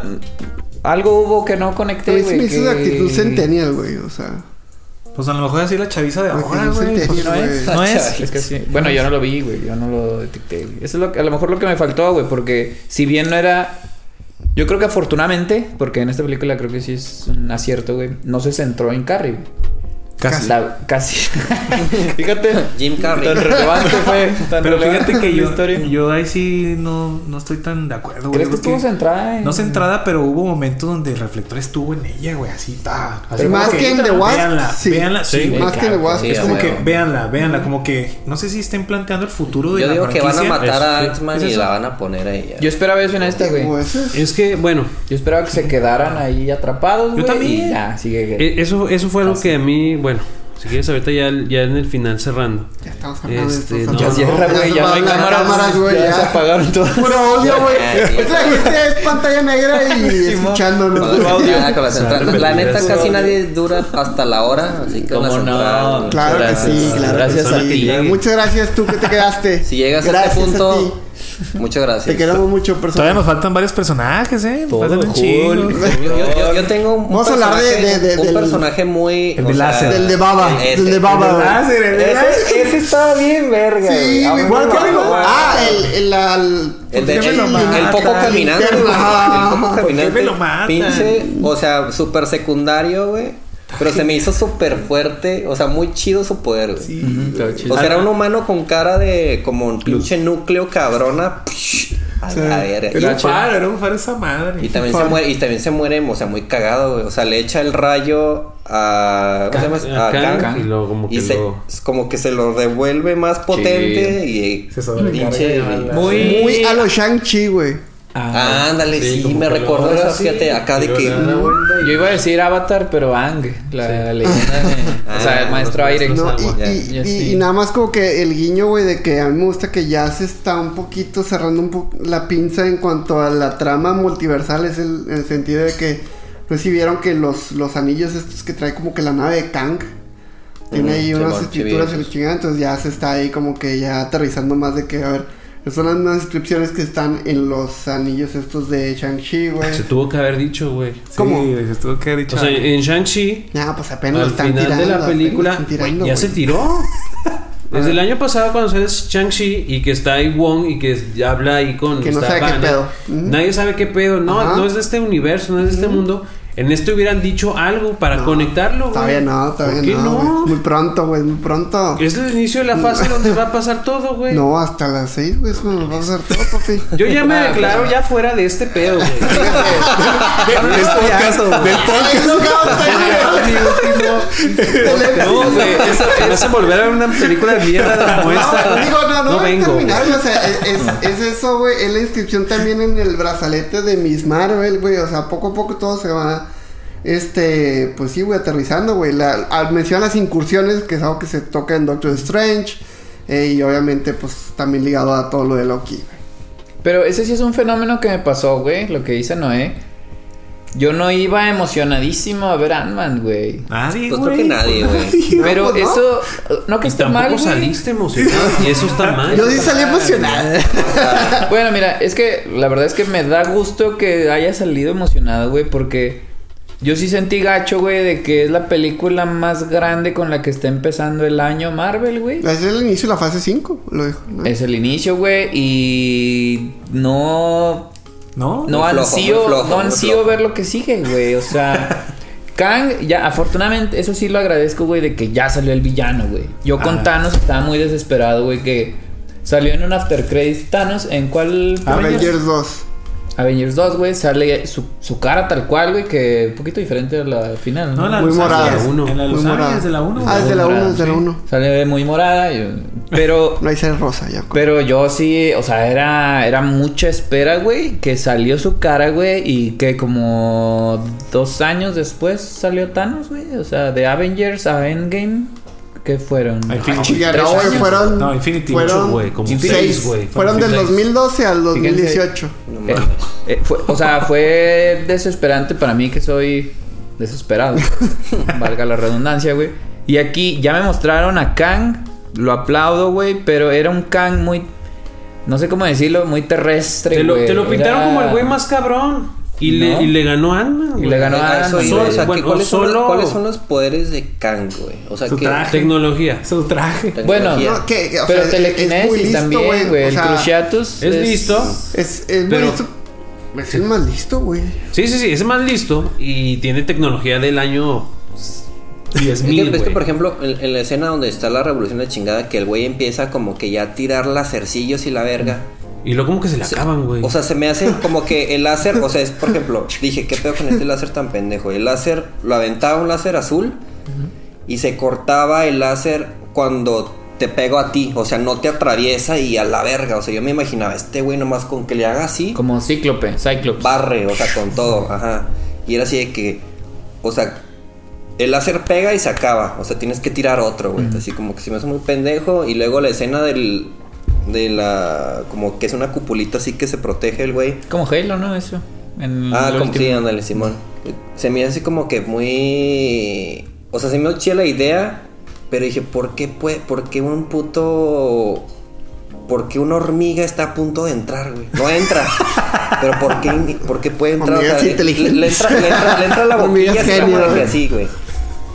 A: algo hubo que no
C: a mí
A: conecté,
C: se
A: güey.
C: me hizo
A: que-
C: de actitud centennial, güey. O sea,
D: Pues a lo mejor así la chaviza de
C: Porque
D: ahora,
C: no se
D: güey.
C: entendió,
D: Pues no es,
C: güey.
D: no es.
A: Ah, Es que sí. Bueno, yo no lo vi, güey, yo no lo detecté, güey. Eso es lo que- a lo mejor lo que me faltó, güey, porque si bien no era yo creo que afortunadamente, porque en esta película creo que sí es un acierto, güey, no se centró en Carrie. güey.
D: Casi.
A: La- casi. fíjate.
B: Jim Carrey.
A: Tan relevante fue. tan
D: Pero
A: relevante
D: fíjate que
A: la
D: yo,
A: historia.
D: yo ahí sí no, no estoy tan de acuerdo, güey.
A: ¿Crees que
D: porque-
A: estuvo centrada? En...
D: No centrada, pero hubo momentos donde el reflector estuvo en ella, güey. Así está.
A: Pero más que
C: en The Wasp,
D: Véanla,
C: sí.
D: véanla. Sí,
E: Sí,
D: güey,
C: más que en The
D: cabrón.
C: Wasp,
B: Sí,
D: Es
B: a
D: como que,
B: huevo.
D: véanla, véanla. Como que, no sé si estén planteando el futuro de
B: Yo
D: la
B: digo que van a
D: franquicia.
B: matar a Ant-Man
D: ¿Es
B: y
D: eso?
B: la van a poner a ella.
A: Yo esperaba eso en esta, güey.
C: como ese es-
E: Es que, bueno,
A: Yo esperaba que se quedaran ahí atrapados, güey.
E: Yo también.
A: Y ya, sigue.
E: e- eso, eso fue
B: Ah,
E: algo que a mí, bueno, si quieres ahorita ya, ya en el final cerrando.
C: Ya estamos hablando
E: Este,
C: de
E: no,
C: estos
A: ya
E: no,
A: cierra,
E: no,
A: güey.
C: se
A: Ya no hay
C: van las
A: cámaras,
C: güey.
A: Ya,
C: ya.
A: se apagaron todas.
C: Puro audio, güey.
B: Ya, sí.
C: Es la gente es pantalla negra y escuchándonos.
B: Con
C: güey.
B: las
A: audio.
B: entradas, con las
E: Claro,
B: entradas. La
E: repetidas.
B: neta casi nadie dura hasta la hora, así que las
A: ¿Cómo
B: entradas-
A: no?
C: Claro
A: Gracias.
C: que sí, claro.
A: Gracias
C: que
A: a
C: sí.
A: ti.
C: Claro, Muchas gracias tú que te quedaste.
B: Si llegas
C: gracias
B: a este
C: ti.
B: punto, muchas gracias.
C: Te queremos mucho,
D: Todavía
C: personal.
D: nos faltan varios personajes, ¿eh? Nos
A: Todo
D: faltan un chingo.
A: cool.
B: Yo, yo- yo tengo un
C: Vamos a hablar de-
B: personaje,
C: de- de-
B: un
C: del-
B: personaje muy...
D: El
B: o
D: de
B: sea,
D: láser.
C: Del de Baba.
B: Ese.
C: Del de Baba, güey.
A: Ese, ese estaba bien, verga.
C: Sí,
A: güey.
C: güey.
A: Aún no
C: ¿Qué
A: lo
C: rico?
A: hago,
C: Ah, el, el, al-
B: El, de,
C: ¿por qué
B: el,
C: me lo
B: el
C: matan?
B: poco caminante.
C: Infierno,
B: güey.
C: ajá.
B: El poco
D: Ah, ¿Por qué
B: caminante.
D: me lo matan?
B: Pinche, o sea, súper secundario, güey. Pero se me hizo súper fuerte. O sea, muy chido su poder, güey.
A: güey. Estaba chido.
B: O sea, era un humano con cara de como un pinche núcleo cabrona. A la verga.
D: Era
B: Y-
D: un faro, era un faro esa madre.
B: Y también se muere, y también se muere, o sea, muy cagado, güey. O sea, le echa el rayo a. ¿Cómo se llama?
E: a Kang,
B: Kang.
E: y luego como
B: Y
E: que
B: se,
E: lo-
B: como que se lo revuelve más potente y
D: Se sobrecarga
B: pinche-
D: de balas.
A: Muy-
C: Muy a lo Shang-Chi, güey.
A: Ah,
B: Ah, ándale, sí,
E: como
B: me
E: que lo
B: recordó
E: agarra
B: eso,
E: así,
B: fíjate, acá
E: y
B: de
E: luego
B: que.
E: le da la vuelta y-
A: Yo iba a decir Avatar, pero Ang, la leyenda de. O sea, el
B: Ah,
A: maestro
E: los
A: aire.
E: maestros
C: No,
E: Ah,
C: y,
B: bueno, ya,
C: y-
A: ya
C: y-
A: sí.
C: y nada más como que el guiño, güey, de que a mí me gusta que ya se está un poquito cerrando un po- la pinza en cuanto a la trama multiversal, es el, en el sentido de que recibieron que los, los anillos estos que trae como que la nave de Kang. Tiene
B: Ujú,
C: ahí
B: sí,
C: unas
B: bueno, sí vi
C: escrituras y
B: esos.
C: la chingada, entonces ya se está ahí como que ya aterrizando más de que, a ver, son las mismas inscripciones que están en los anillos estos de Shang-Chi, güey.
E: Se tuvo que haber dicho, güey.
C: ¿Cómo?
D: Sí, se tuvo que haber dicho.
E: O sea, en Shang-Chi,
C: Ah, pues apenas
E: al
C: lo están
E: final
C: tirando.
E: de la
C: apenas lo
E: película
C: están tirando, güey.
E: ya
C: Ah.
E: se tiró. Desde el año pasado cuando sale Shang-Chi y que está ahí Wong y que es- habla ahí con...
C: Que no
E: está
C: sabe qué
E: Vanna,
C: pedo. Ujú.
E: Nadie sabe qué pedo. No,
C: Ajá. Mm.
E: no es de este universo, no es de este mundo. En este hubieran dicho algo para
C: No,
E: conectarlo. güey.
C: Todavía no, todavía
E: ¿Por qué
C: no.
E: no?
C: güey. Muy pronto, güey, muy pronto.
E: Es el inicio de la fase donde va a pasar todo, güey.
C: No, hasta las 6, güey, eso nos va a hacer todo, papi.
E: Yo ya me
A: Ah,
E: declaro
A: claro.
E: ya fuera de este pedo, güey.
D: Del podcast, del podcast.
E: No, güey. Eso me hace volver a ver una película de mierda como esta.
C: No, digo, no, no,
E: no
C: no
E: vengo. güey.
C: terminar, o sea, es, es- es eso, güey, es la inscripción también en el brazalete de Miss Marvel, güey, o sea, poco a poco todo se va, este, pues sí, güey, aterrizando, güey, la, al- menciona las incursiones, que es algo que se toca en Doctor Strange, eh, y obviamente, pues, también ligado a todo lo de Loki, güey.
A: Pero ese sí es un fenómeno que me pasó, güey, lo que dice Noé. Yo no iba emocionadísimo a ver Ant-Man, güey.
D: Nadie,
B: Pues
D: güey.
B: creo que nadie, güey.
A: Pero
C: pues, ¿no?
A: eso, no que
E: Y
A: esté mal,
E: tampoco
A: güey.
E: saliste emocionado. Y eso está mal.
C: Yo sí salí emocionada.
A: Bueno, mira, es que la verdad es que me da gusto que haya salido emocionado, güey, porque yo sí sentí gacho, güey, de que es la película más grande con la que está empezando el año Marvel, güey.
C: Es el inicio de la fase 5, lo dijo, ¿no?
E: Eh,
A: Es el inicio, güey, y no
D: No.
A: no
B: Oh, Muy flojo,
A: ansío,
B: muy flojo,
A: no
B: muy
A: ansío
B: flojo.
A: ver lo que sigue, güey. O sea, Kang, ya, afortunadamente, eso sí lo agradezco, güey, de que ya salió el villano, güey. Yo con
D: Ah.
A: Thanos estaba muy desesperado, güey, que salió en un after credits Thanos, ¿en cuál?
D: Ah.
C: Avengers 2.
A: Avengers 2, güey, sale su, su cara tal cual, güey, que un poquito diferente a la final, ¿no?
D: No, la
C: Muy
D: Luz
C: morada.
D: Arias,
E: Uno.
D: En la
C: Muy
D: Luz
C: morada.
D: Arias de la 1.
C: Ah, desde la 1, desde la 1.
A: Sale muy morada, y- pero
C: No hay ser rosa ya. co-
A: Pero yo sí, o sea, era, era mucha espera, güey, que salió su cara, güey, y que como dos años después salió Thanos, güey, o sea, de Avengers a Endgame, ¿qué fueron?
C: Ay,
D: Infinity.
C: chinga,
A: tres
C: no, güey,
A: años.
C: fueron.
D: No, Infinity
C: fueron
D: ocho,
E: güey, como
C: seis,
E: seis, güey.
C: Fueron del
E: Seis.
C: 2012 al
A: Fíjense.
C: 2018.
B: No
A: Eh,
B: mames.
A: eh, fue- o sea, fue desesperante para mí que soy desesperado, valga la redundancia, güey. Y aquí ya me mostraron a Kang, lo aplaudo, güey, pero era un Kang muy, no sé cómo decirlo, muy terrestre,
E: Te lo,
A: güey,
E: te lo pintaron
A: era-
E: como el güey más cabrón. Y,
A: No.
E: le, y le ganó a Ant-Man,
A: Y
E: güey.
A: le ganó a
B: Ah,
A: Ant-Man,
B: eso,
A: güey.
B: o sea,
E: Bueno,
B: ¿cuáles, son
E: solo-
B: los, ¿Cuáles son los poderes de Kang, güey? O sea,
D: Su
B: que.
D: traje.
C: Ah.
E: Tecnología.
D: Su traje.
A: Bueno,
B: tecnología.
A: no,
C: No, que- que, o
A: pero
C: sea, es muy
A: telequinesis
C: listo,
A: también,
C: güey,
A: güey.
C: o
A: El
C: sea,
A: Cruciatus.
E: Es listo.
C: Es, es muy
E: Pero-
C: listo. Es el más listo, güey.
E: Sí, sí, sí. Es más listo y tiene tecnología del año
B: Es que,
E: 10.000,
B: es que,
E: güey.
B: por ejemplo, en, en la escena donde está la revolución de chingada, que el güey empieza como que ya a tirar lacercillos y la verga.
E: Y luego como que se le acaban, güey.
B: O sea, se me hace como que el láser, o sea, es por ejemplo, dije, ¿qué pedo con este láser tan pendejo? El láser, lo aventaba un láser azul y se cortaba el láser cuando te pego a ti, o sea, no te atraviesa y a la verga, o sea, yo me imaginaba, este güey nomás con que le haga así,
A: Como Cíclope, Cyclops.
B: barre, o sea, con todo, ajá. Y era así de que, o sea, el láser pega y se acaba, o sea, tienes que tirar otro, güey. Así como que se me hace muy pendejo. Y luego la escena del, de la, como que es una cupulita así que se protege el güey.
A: Como Halo, ¿no? Eso. En
B: Ah,
A: lo
B: como sí,
A: último.
B: ándale, Simón. Se me hace como que muy. O sea, se me chida la idea, pero dije, ¿por qué, pue- ¿por qué un puto. ¿Por qué una hormiga está a punto de entrar, güey? No entra. pero ¿por qué, por qué puede entrar?
C: Hormigas
B: le-
C: inteligentes.
B: Le, entra, le, entra, le entra la boquilla
C: Hormigas
B: así, la
C: genio,
B: madre,
C: güey.
B: así, güey.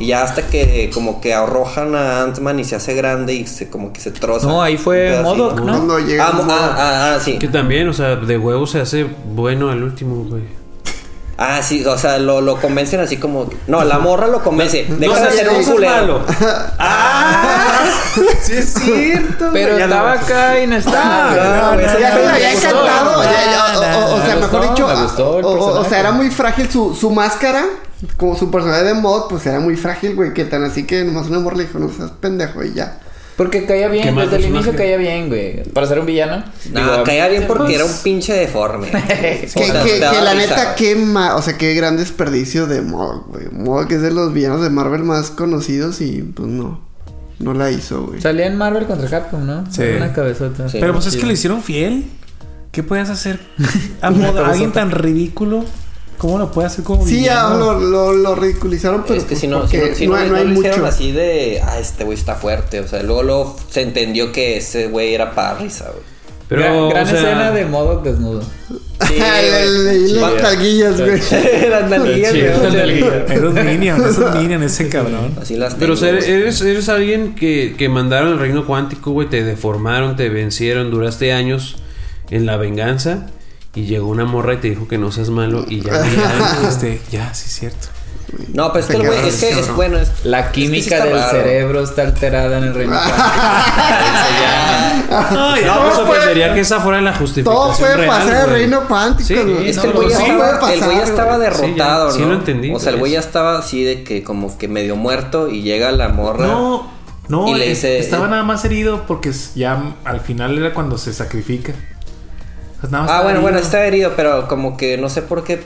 B: Y ya hasta que como que arrojan a Ant-Man y se hace grande y se como que se troza.
A: No, ahí fue
B: Un pedo así,
A: Modok,
B: ¿no?
A: ¿no?
C: Cuando llega.
B: Ah, mo-
C: el modo-
B: ah, ah, ah, sí.
E: Que también, o sea, de huevo se hace bueno al último, güey.
B: Ah, sí, o sea, lo, lo convencen así como. No, la morra lo convence. Deja de
E: seas-
B: ser
E: no
B: un
E: seas
B: culero.
E: malo. ¡Ah! Sí es cierto.
A: Pero
E: güey. Ya
A: estaba
E: no-
A: acá inestable.
E: Ah,
A: güey,
E: no,
A: eso
E: no,
C: Ya
A: me
C: se lo había
A: gustó.
C: encantado. ya, ya, o- o, o
A: Me
C: sea, mejor
A: gustó,
C: dicho,
A: me gustó el
C: o- o, o sea,
A: personaje.
C: era muy frágil su, su máscara. Como su personaje de mod, pues era muy frágil, güey. Que tan así que nomás una morra le dijo, no seas pendejo y ya.
A: Porque caía
E: ¿Qué
A: bien,
E: más
A: desde el
E: personaje?
A: inicio caía bien, güey. Para ser un villano.
B: No,
A: Digo,
B: caía bien porque era un pinche deforme.
A: Que-
B: O
C: Que,
B: sea,
C: que-
B: te daba
C: que la
B: risa.
C: neta, qué ma- O sea, qué gran desperdicio de Modok, güey. Modok es de los villanos de Marvel más conocidos y pues no. No la hizo, güey.
A: Salía en Marvel contra Capcom, ¿no?
D: Sí.
A: Una cabezota.
B: Sí.
D: Pero pues es que lo hicieron fiel. ¿Qué podías hacer? A modo- a alguien tan ridículo. ¿Cómo lo puede hacer como
C: Sí, ya
D: villano?
C: lo, lo, lo ridiculizaron, pero
B: Es que
C: pues,
B: si no, si
C: porque
B: no, si no,
C: hay-
B: no
C: hay
B: lo hicieron
C: mucho.
B: así de. Ah, este güey está fuerte. O sea, luego, luego se entendió que ese güey era para risa, güey.
E: Pero,
A: gran
E: o
A: gran
E: sea,
A: escena de Modoc desnudo.
B: Sí,
C: Le- le-
B: güey.
C: le- las talguillas, güey.
B: Las nalguillas,
E: Sí,
B: güey.
E: las nalguillas.
D: Era un minion, es un minion ese cabrón.
B: Así las
E: Pero o sea,
B: tengo, güey.
E: eres, eres alguien que, que mandaron al reino cuántico, güey. Te deformaron, te vencieron, duraste años en la venganza. Y llegó una morra y te dijo que no seas malo y ya. ya, güey.
D: Este, ya, sí, es cierto.
B: No, pero es que el
C: Te
B: güey.
C: quedas,
B: Es que es
C: cabrón.
B: bueno. es- es
A: La
B: que sí
A: química
B: está
A: del
B: raro.
A: cerebro está alterada en el reino.
E: No, ya
C: Todo
E: me
C: fue-
E: sorprendería que esa fuera la justificación.
C: Todo puede
E: real,
C: pasar el
E: güey.
C: reino cuántico,
E: Sí,
C: güey.
E: es
B: Es
E: No,
B: que el
E: lo
B: güey ya
E: sí
B: estaba, el güey ya
C: güey.
B: estaba derrotado,
E: sí
B: ¿no?
E: lo entendí,
B: O sea, el
E: güey.
B: güey ya estaba así de que como que medio muerto y llega la morra.
D: No, no,
B: Y le
D: eh,
B: dice-
D: estaba nada más herido porque es- ya al final era cuando se sacrifica. O sea, nada más
B: Ah,
D: estaba
B: bueno, bueno,
D: herido.
B: está herido, pero como que no sé por qué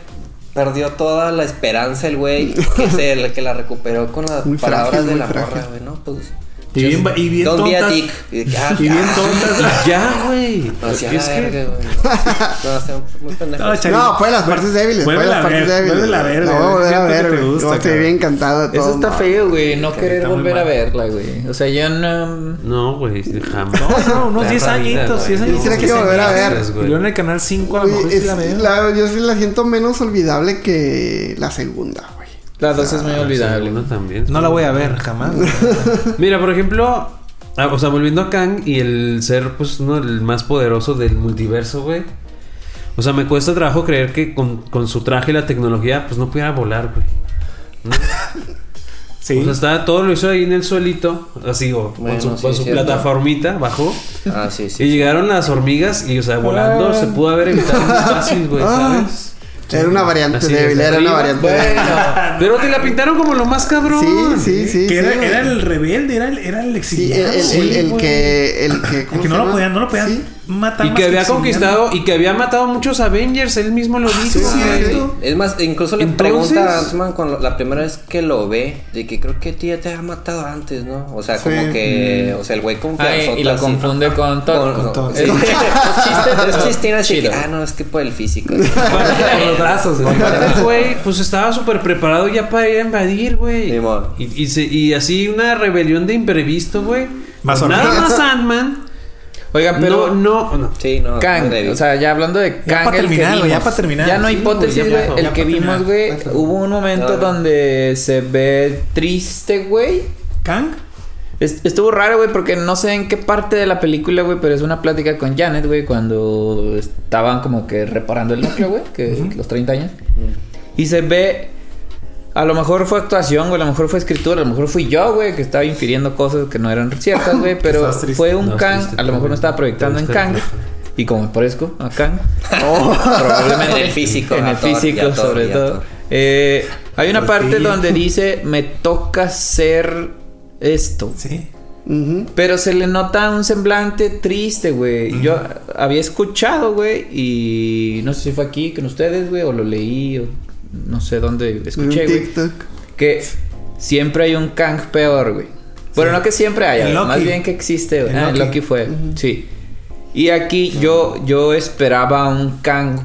B: perdió toda la esperanza el güey que es el que la recuperó con las
C: Muy
B: palabras
C: frágil,
B: de
C: muy
B: la
C: frágil.
B: morra, güey, ¿no? Pues.
D: Y bien, ba- y bien
B: Don't be a
D: tontas.
B: dick. Y de que, ah,
D: Y bien
B: ah,
D: tontas.
E: Y Ya, güey.
B: hacia
E: Es
B: la
E: que-
B: verga, güey. No, está muy pendejo.
D: No, chaval.
C: No, fue de las partes débiles. Fue de
D: Vuelve
C: las
D: a
C: partes
D: ver,
C: débiles.
D: vuelve a ver,
C: La
D: güey.
C: voy a volver a
D: Siento que
C: ver,
D: te
C: güey.
D: gusta,
C: No, estoy
D: cabrón.
C: bien encantada de todo.
A: Eso está
C: no.
A: feo, güey. No querer
D: está muy
A: volver a
D: mal.
A: verla, güey. O sea, yo no.
E: No, güey, jamás.
D: No, no, unos
E: La
D: 10
E: vida,
D: añitos,
E: güey.
D: 10 añitos.
C: Quisiera que
D: se
C: volver a
D: añitos,
E: ver.
D: güey. Y luego en el canal 5 a lo
C: Güey,
D: mejor sí
C: es-
D: la veo.
C: la- yo sí la siento menos olvidable que la segunda, güey.
A: La dos
D: Ah,
A: es muy olvidable.
E: Uno también.
D: No la voy a ver jamás. güey.
E: Mira, por ejemplo, ah, o sea, volviendo a Kang y el ser, pues, uno del más poderoso del multiverso, güey. O sea, me cuesta trabajo creer que con, con su traje y la tecnología, pues no pudiera volar, güey.
D: Sí.
E: O sea, estaba, todo lo hizo ahí en el suelito, así, o
B: Bueno,
E: con su,
B: sí,
E: con su
B: cierto.
E: plataformita, bajó.
B: Ah, sí,
E: Y
B: sí.
E: llegaron las hormigas y, o sea, volando, se pudo haber evitado muy fácil, güey, ¿sabes?
C: Era una variante
E: Así
C: débil,
E: desde
C: era una
E: arriba.
C: variante débil.
A: Bueno,
E: Pero te la pintaron como lo más cabrón.
C: Sí, sí, sí.
D: que
C: sí,
D: era,
C: güey.
D: era el rebelde, era el, era el
C: Sí, el,
D: exiliado.
C: el, el- el
D: güey.
C: que. El que,
D: El
C: ¿cómo
D: que no
C: se
D: lo
C: llama?
D: podían, no lo podían
C: Sí.
D: matar
E: Y
D: más
E: que había
D: exiliado.
E: conquistado y que había matado muchos Avengers, él mismo lo dijo.
D: sí,
E: güey.
D: cierto.
B: Es más, incluso le
E: Entonces-
B: pregunta a Ant-Man cuando- la primera vez que lo ve, de que creo que tía te ha matado antes, ¿no? O sea, como
C: Sí.
B: que, o sea, el güey como que
A: Ay,
B: azota
A: y lo
B: así.
A: confunde con Thor.
B: Con-
D: Thor.
A: Es-
B: sí.
A: es
B: Es
A: chiste,
B: chistín
A: es
B: así que,
A: chido.
B: ah, no, es que por el físico.
A: Con los brazos, güey.
E: Aparte, güey, pues estaba súper preparado ya para ir a invadir, güey.
B: Ni modo.
E: Y, y se- y así una rebelión de imprevisto, güey.
D: Más o
E: Nada
D: menos.
E: más Ant-Man.
A: Oigan,
E: No,
A: pero
E: no, no.
B: Sí, no.
A: Kang,
B: no le vi.
A: o sea, ya hablando de
D: Ya
A: Kang,
D: pa'
A: el que
D: terminar, güey, ya
A: vimos.
D: pa' terminar.
A: Ya no hay
D: Sí,
A: hipótesis,
E: güey, ya,
A: güey.
E: ya,
A: El
D: ya
A: que
D: pa'
A: vimos,
D: terminar.
A: güey, hubo un momento
B: Claro.
A: donde se ve triste, güey.
D: Kang.
A: Est- Estuvo raro, güey, porque no sé en qué parte de la película, güey, pero es una plática con Janet, güey, cuando estaban como que reparando el núcleo, güey, que los 30 años. Y se ve, a lo mejor fue actuación, güey, a lo mejor fue escritura, a lo mejor fui yo, güey, que estaba infiriendo cosas que no eran ciertas, güey, pero
D: Estabas triste.
A: fue un
E: No,
A: Kang,
E: triste,
A: a lo mejor
E: triste.
A: me estaba proyectando en
E: Triste,
A: Kang.
E: triste.
A: Y como me parezco a Kang,
D: Oh.
B: En el físico,
A: en
B: a
A: el
B: Thor y a
A: físico
B: Thor y a
A: sobre
B: Thor.
A: todo. Eh, hay una
D: Al
A: parte
D: fin.
A: donde dice, me toca ser esto.
D: Sí.
C: Ujú.
A: Pero se le nota un semblante triste, güey. Yo había escuchado, güey, y no sé si fue aquí con ustedes, güey, o lo leí, o no sé dónde escuché,
C: Un
A: güey.
C: TikTok.
A: Que siempre hay un Kang peor, güey. Bueno, no que siempre haya,
D: En
A: güey, más
D: Loki.
A: bien que existe, güey.
D: En
A: Ah, en
D: Loki.
A: Loki fue, sí. Y aquí yo, yo esperaba un Kang.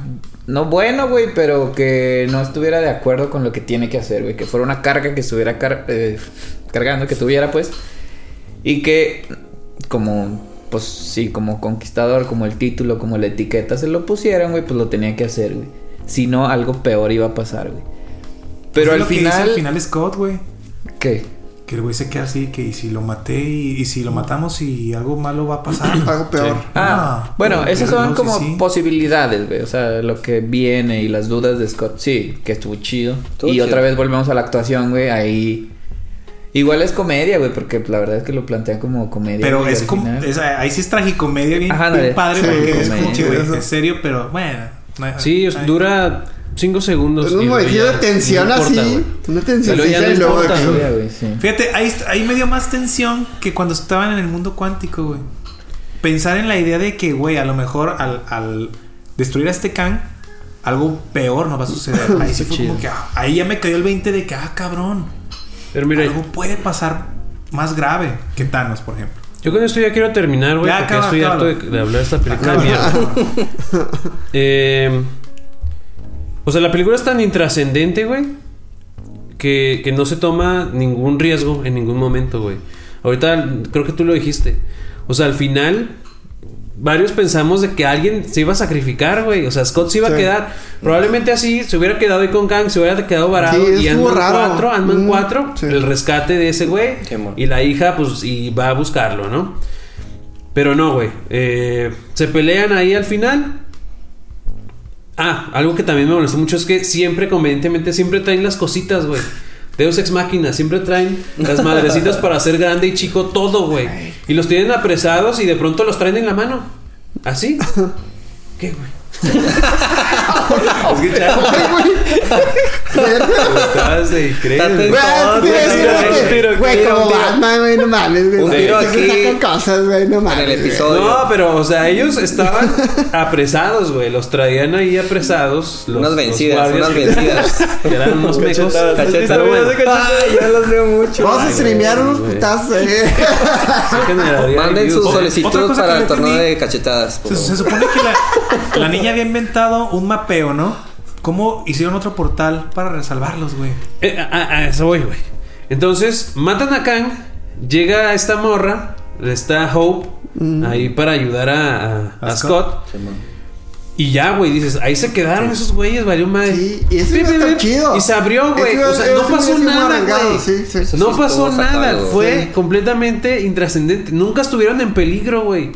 A: No bueno, güey, pero que no estuviera de acuerdo con lo que tiene que hacer, güey. Que fuera una carga que estuviera car- eh, cargando, que tuviera, pues. Y que, como, pues sí, como conquistador, como el título, como la etiqueta se lo pusieran, güey, pues lo tenía que hacer, güey. Si no, algo peor iba a pasar, güey. Pero
D: Pues Es
A: al
D: lo que dice
A: final,
D: Al final Scott, güey.
A: ¿Qué?
D: Que el güey se queda así, que y si lo maté y, y si lo matamos y algo malo va a pasar.
C: Algo peor.
A: Ah,
D: Ah,
A: bueno,
D: pero
A: esas son
D: no sé
A: como
D: si-
A: posibilidades, güey. O sea, lo que viene y las dudas de Scott. Sí, que estuvo chido.
B: Estuvo
A: y
B: chido.
A: otra vez volvemos a la actuación, güey. Ahí. Igual es comedia, güey, porque la verdad es que lo plantean como comedia.
D: Pero
A: güey,
D: es
A: al
D: como.
A: final.
D: es- ahí sí es tragicomedia bien,
A: Ajá,
D: bien
A: ándale.
D: padre,
C: Sí,
D: porque es como
A: comedia.
D: que, güey,
C: Eso.
D: en serio, pero bueno. no-
E: Sí, es-
D: ay.
E: dura cinco segundos.
C: Es Pues, un
E: y luego
C: momentito de
E: ya
C: tensión
E: no importa,
C: así.
E: güey.
C: Una tensión
E: Pero ya no
C: y luego de
E: importa,
C: que-
A: Comedia, güey, sí.
D: Fíjate, ahí, est- ahí me dio más tensión que cuando estaban en el mundo cuántico, güey. Pensar en la idea de que, güey, a lo mejor al, al destruir a este Kang, algo peor nos va a suceder. Ahí sí fue como que, ah, ahí ya me cayó el 20 de que, ah, cabrón,
E: Pero mira,
D: algo puede pasar más grave que Thanos, por ejemplo.
E: yo con esto ya quiero terminar, güey,
D: Ya,
E: porque
D: acaba,
E: estoy harto
D: acábalo.
E: de, de hablar de esta película de mierda. Eh, o sea, la película es tan intrascendente, güey, que, que no se toma ningún riesgo en ningún momento, güey. Ahorita creo que tú lo dijiste. O sea, al final, varios pensamos de que alguien se iba a sacrificar, güey. O sea, Scott se iba a
C: Sí.
E: quedar. Probablemente así se hubiera quedado ahí con Kang, se hubiera quedado varado.
C: Sí,
E: y
C: estuvo
E: Ant-Man
C: raro.
E: 4, Ant-Man
C: Mm,
E: 4,
C: sí.
E: el rescate de ese güey.
B: Sí, amor.
E: y la hija, pues, y va a buscarlo, ¿no? Pero no, güey. Eh, se pelean ahí al final. Ah, algo que también me molestó mucho es que siempre, convenientemente, siempre traen las cositas, güey. Deus Ex Máquina, siempre traen las madrecitas para hacer grande y chico todo, güey. Y los tienen apresados y de pronto los traen en la mano. ¿Así? ¿Qué, güey? es que chaval,
C: Ay, güey. Verga.
E: estás de
B: Tanto-
E: increíble.
C: Güey,
B: No,
C: te iba a decir,
B: güey, no,
C: güey,
B: un tiro,
C: güey,
B: tiro,
C: como
B: un tiro.
C: Batman, güey, no mames, güey.
B: Un tiro
C: Siempre
B: aquí.
C: sacan cosas, güey, no mames.
B: En el
C: güey.
B: episodio.
E: No, pero, o sea, ellos estaban apresados, güey. Los traían ahí apresados. Los,
B: Unas
E: los
B: vencidas,
E: guardias
B: unas
E: que-
B: vencidas.
E: que eran unos mecos. Pero bueno,
B: Ah. Ay, yo los veo mucho.
C: Vamos a streamear unos putazos, eh.
E: sí generaría
B: Manden
E: views,
B: sus
E: güey.
D: Otra
B: solicitudes
D: cosa que
B: para el
D: no
B: torneo
D: entendí.
B: de cachetadas. por
D: Se, se
B: favor.
D: supone que la, la niña había inventado un mapeo, ¿no? ¿Cómo hicieron otro portal para salvarlos, güey?
E: Eh, a, a- a eso voy, güey. Entonces, matan a Kang. Llega esta morra. Está Hope. Ahí para ayudar a, a-
D: A
E: a Scott.
B: Simón.
E: Y ya, güey, dices, ahí se quedaron esos güeyes, valió madre.
C: Sí, y eso
E: Pi,
C: iba a
E: pi,
C: estar
E: pi.
C: chido.
E: Y se abrió, güey.
C: Eso
E: O sea,
C: iba-
E: no
C: eso
E: pasó
C: hubiese sido
E: nada,
C: arrancado,
E: güey.
C: sí, sí. Eso
E: No
B: sí
E: pasó
B: estuvo
E: nada.
B: sacado.
E: Fue
C: Sí.
E: completamente intrascendente. Nunca estuvieron en peligro, güey.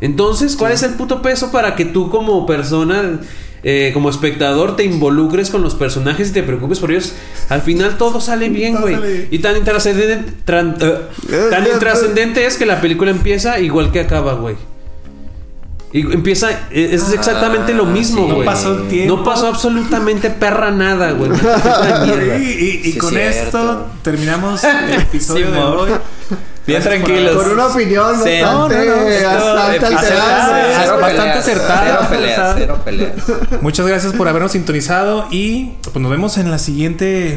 E: Entonces, ¿cuál es el puto peso para que tú como persona... eh, como espectador te involucres con los personajes y te preocupes por ellos, al final todo sale bien,
C: Todo
E: güey.
C: sale bien. pues.
E: Y tan intrascendente, tran- eh, tan intrascendente es que la película empieza igual que acaba, güey. Y empieza, eh,
D: Ah,
E: es exactamente lo mismo,
B: sí.
E: güey.
D: No pasó el tiempo.
E: No pasó absolutamente perra nada, güey. Una puta mierda.
D: Y, y- y
B: Sí,
D: con
B: cierto.
D: esto terminamos el episodio de
A: Simón.
D: hoy.
A: Bien
D: Gracias por
A: tranquilos.
D: haber-
C: Con una opinión
A: Sí.
C: bastante,
A: No, no, no, esto-
C: bastante ¿eh?
A: episodio-
C: alterada.
A: Ah,
B: Cero
D: bastante
B: peleas,
D: acertada,
B: Cero
D: bastante
B: peleas, cero
D: acertada.
B: peleas.
D: Muchas gracias por habernos sintonizado y pues nos vemos en la siguiente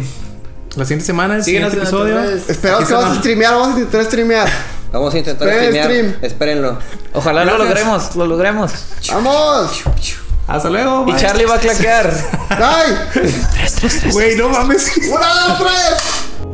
D: la siguiente semana, el
A: Síguenos
D: siguiente
A: en nuestras
D: episodio.
A: redes.
C: Esperamos
D: Aquí
C: que vamos a
D: estamos.
C: streamear, vamos a intentar streamear.
B: Vamos a intentar
C: Esperen el
B: streamear.
C: stream.
B: Espérenlo.
A: Ojalá lo
D: Gracias.
A: logremos, lo logremos.
C: ¡Vamos!
D: Hasta luego.
A: Y
D: bye.
A: Charlie va a claquear.
C: ¡Ay!
D: Güey, no mames.
C: ¡Una, dos, tres!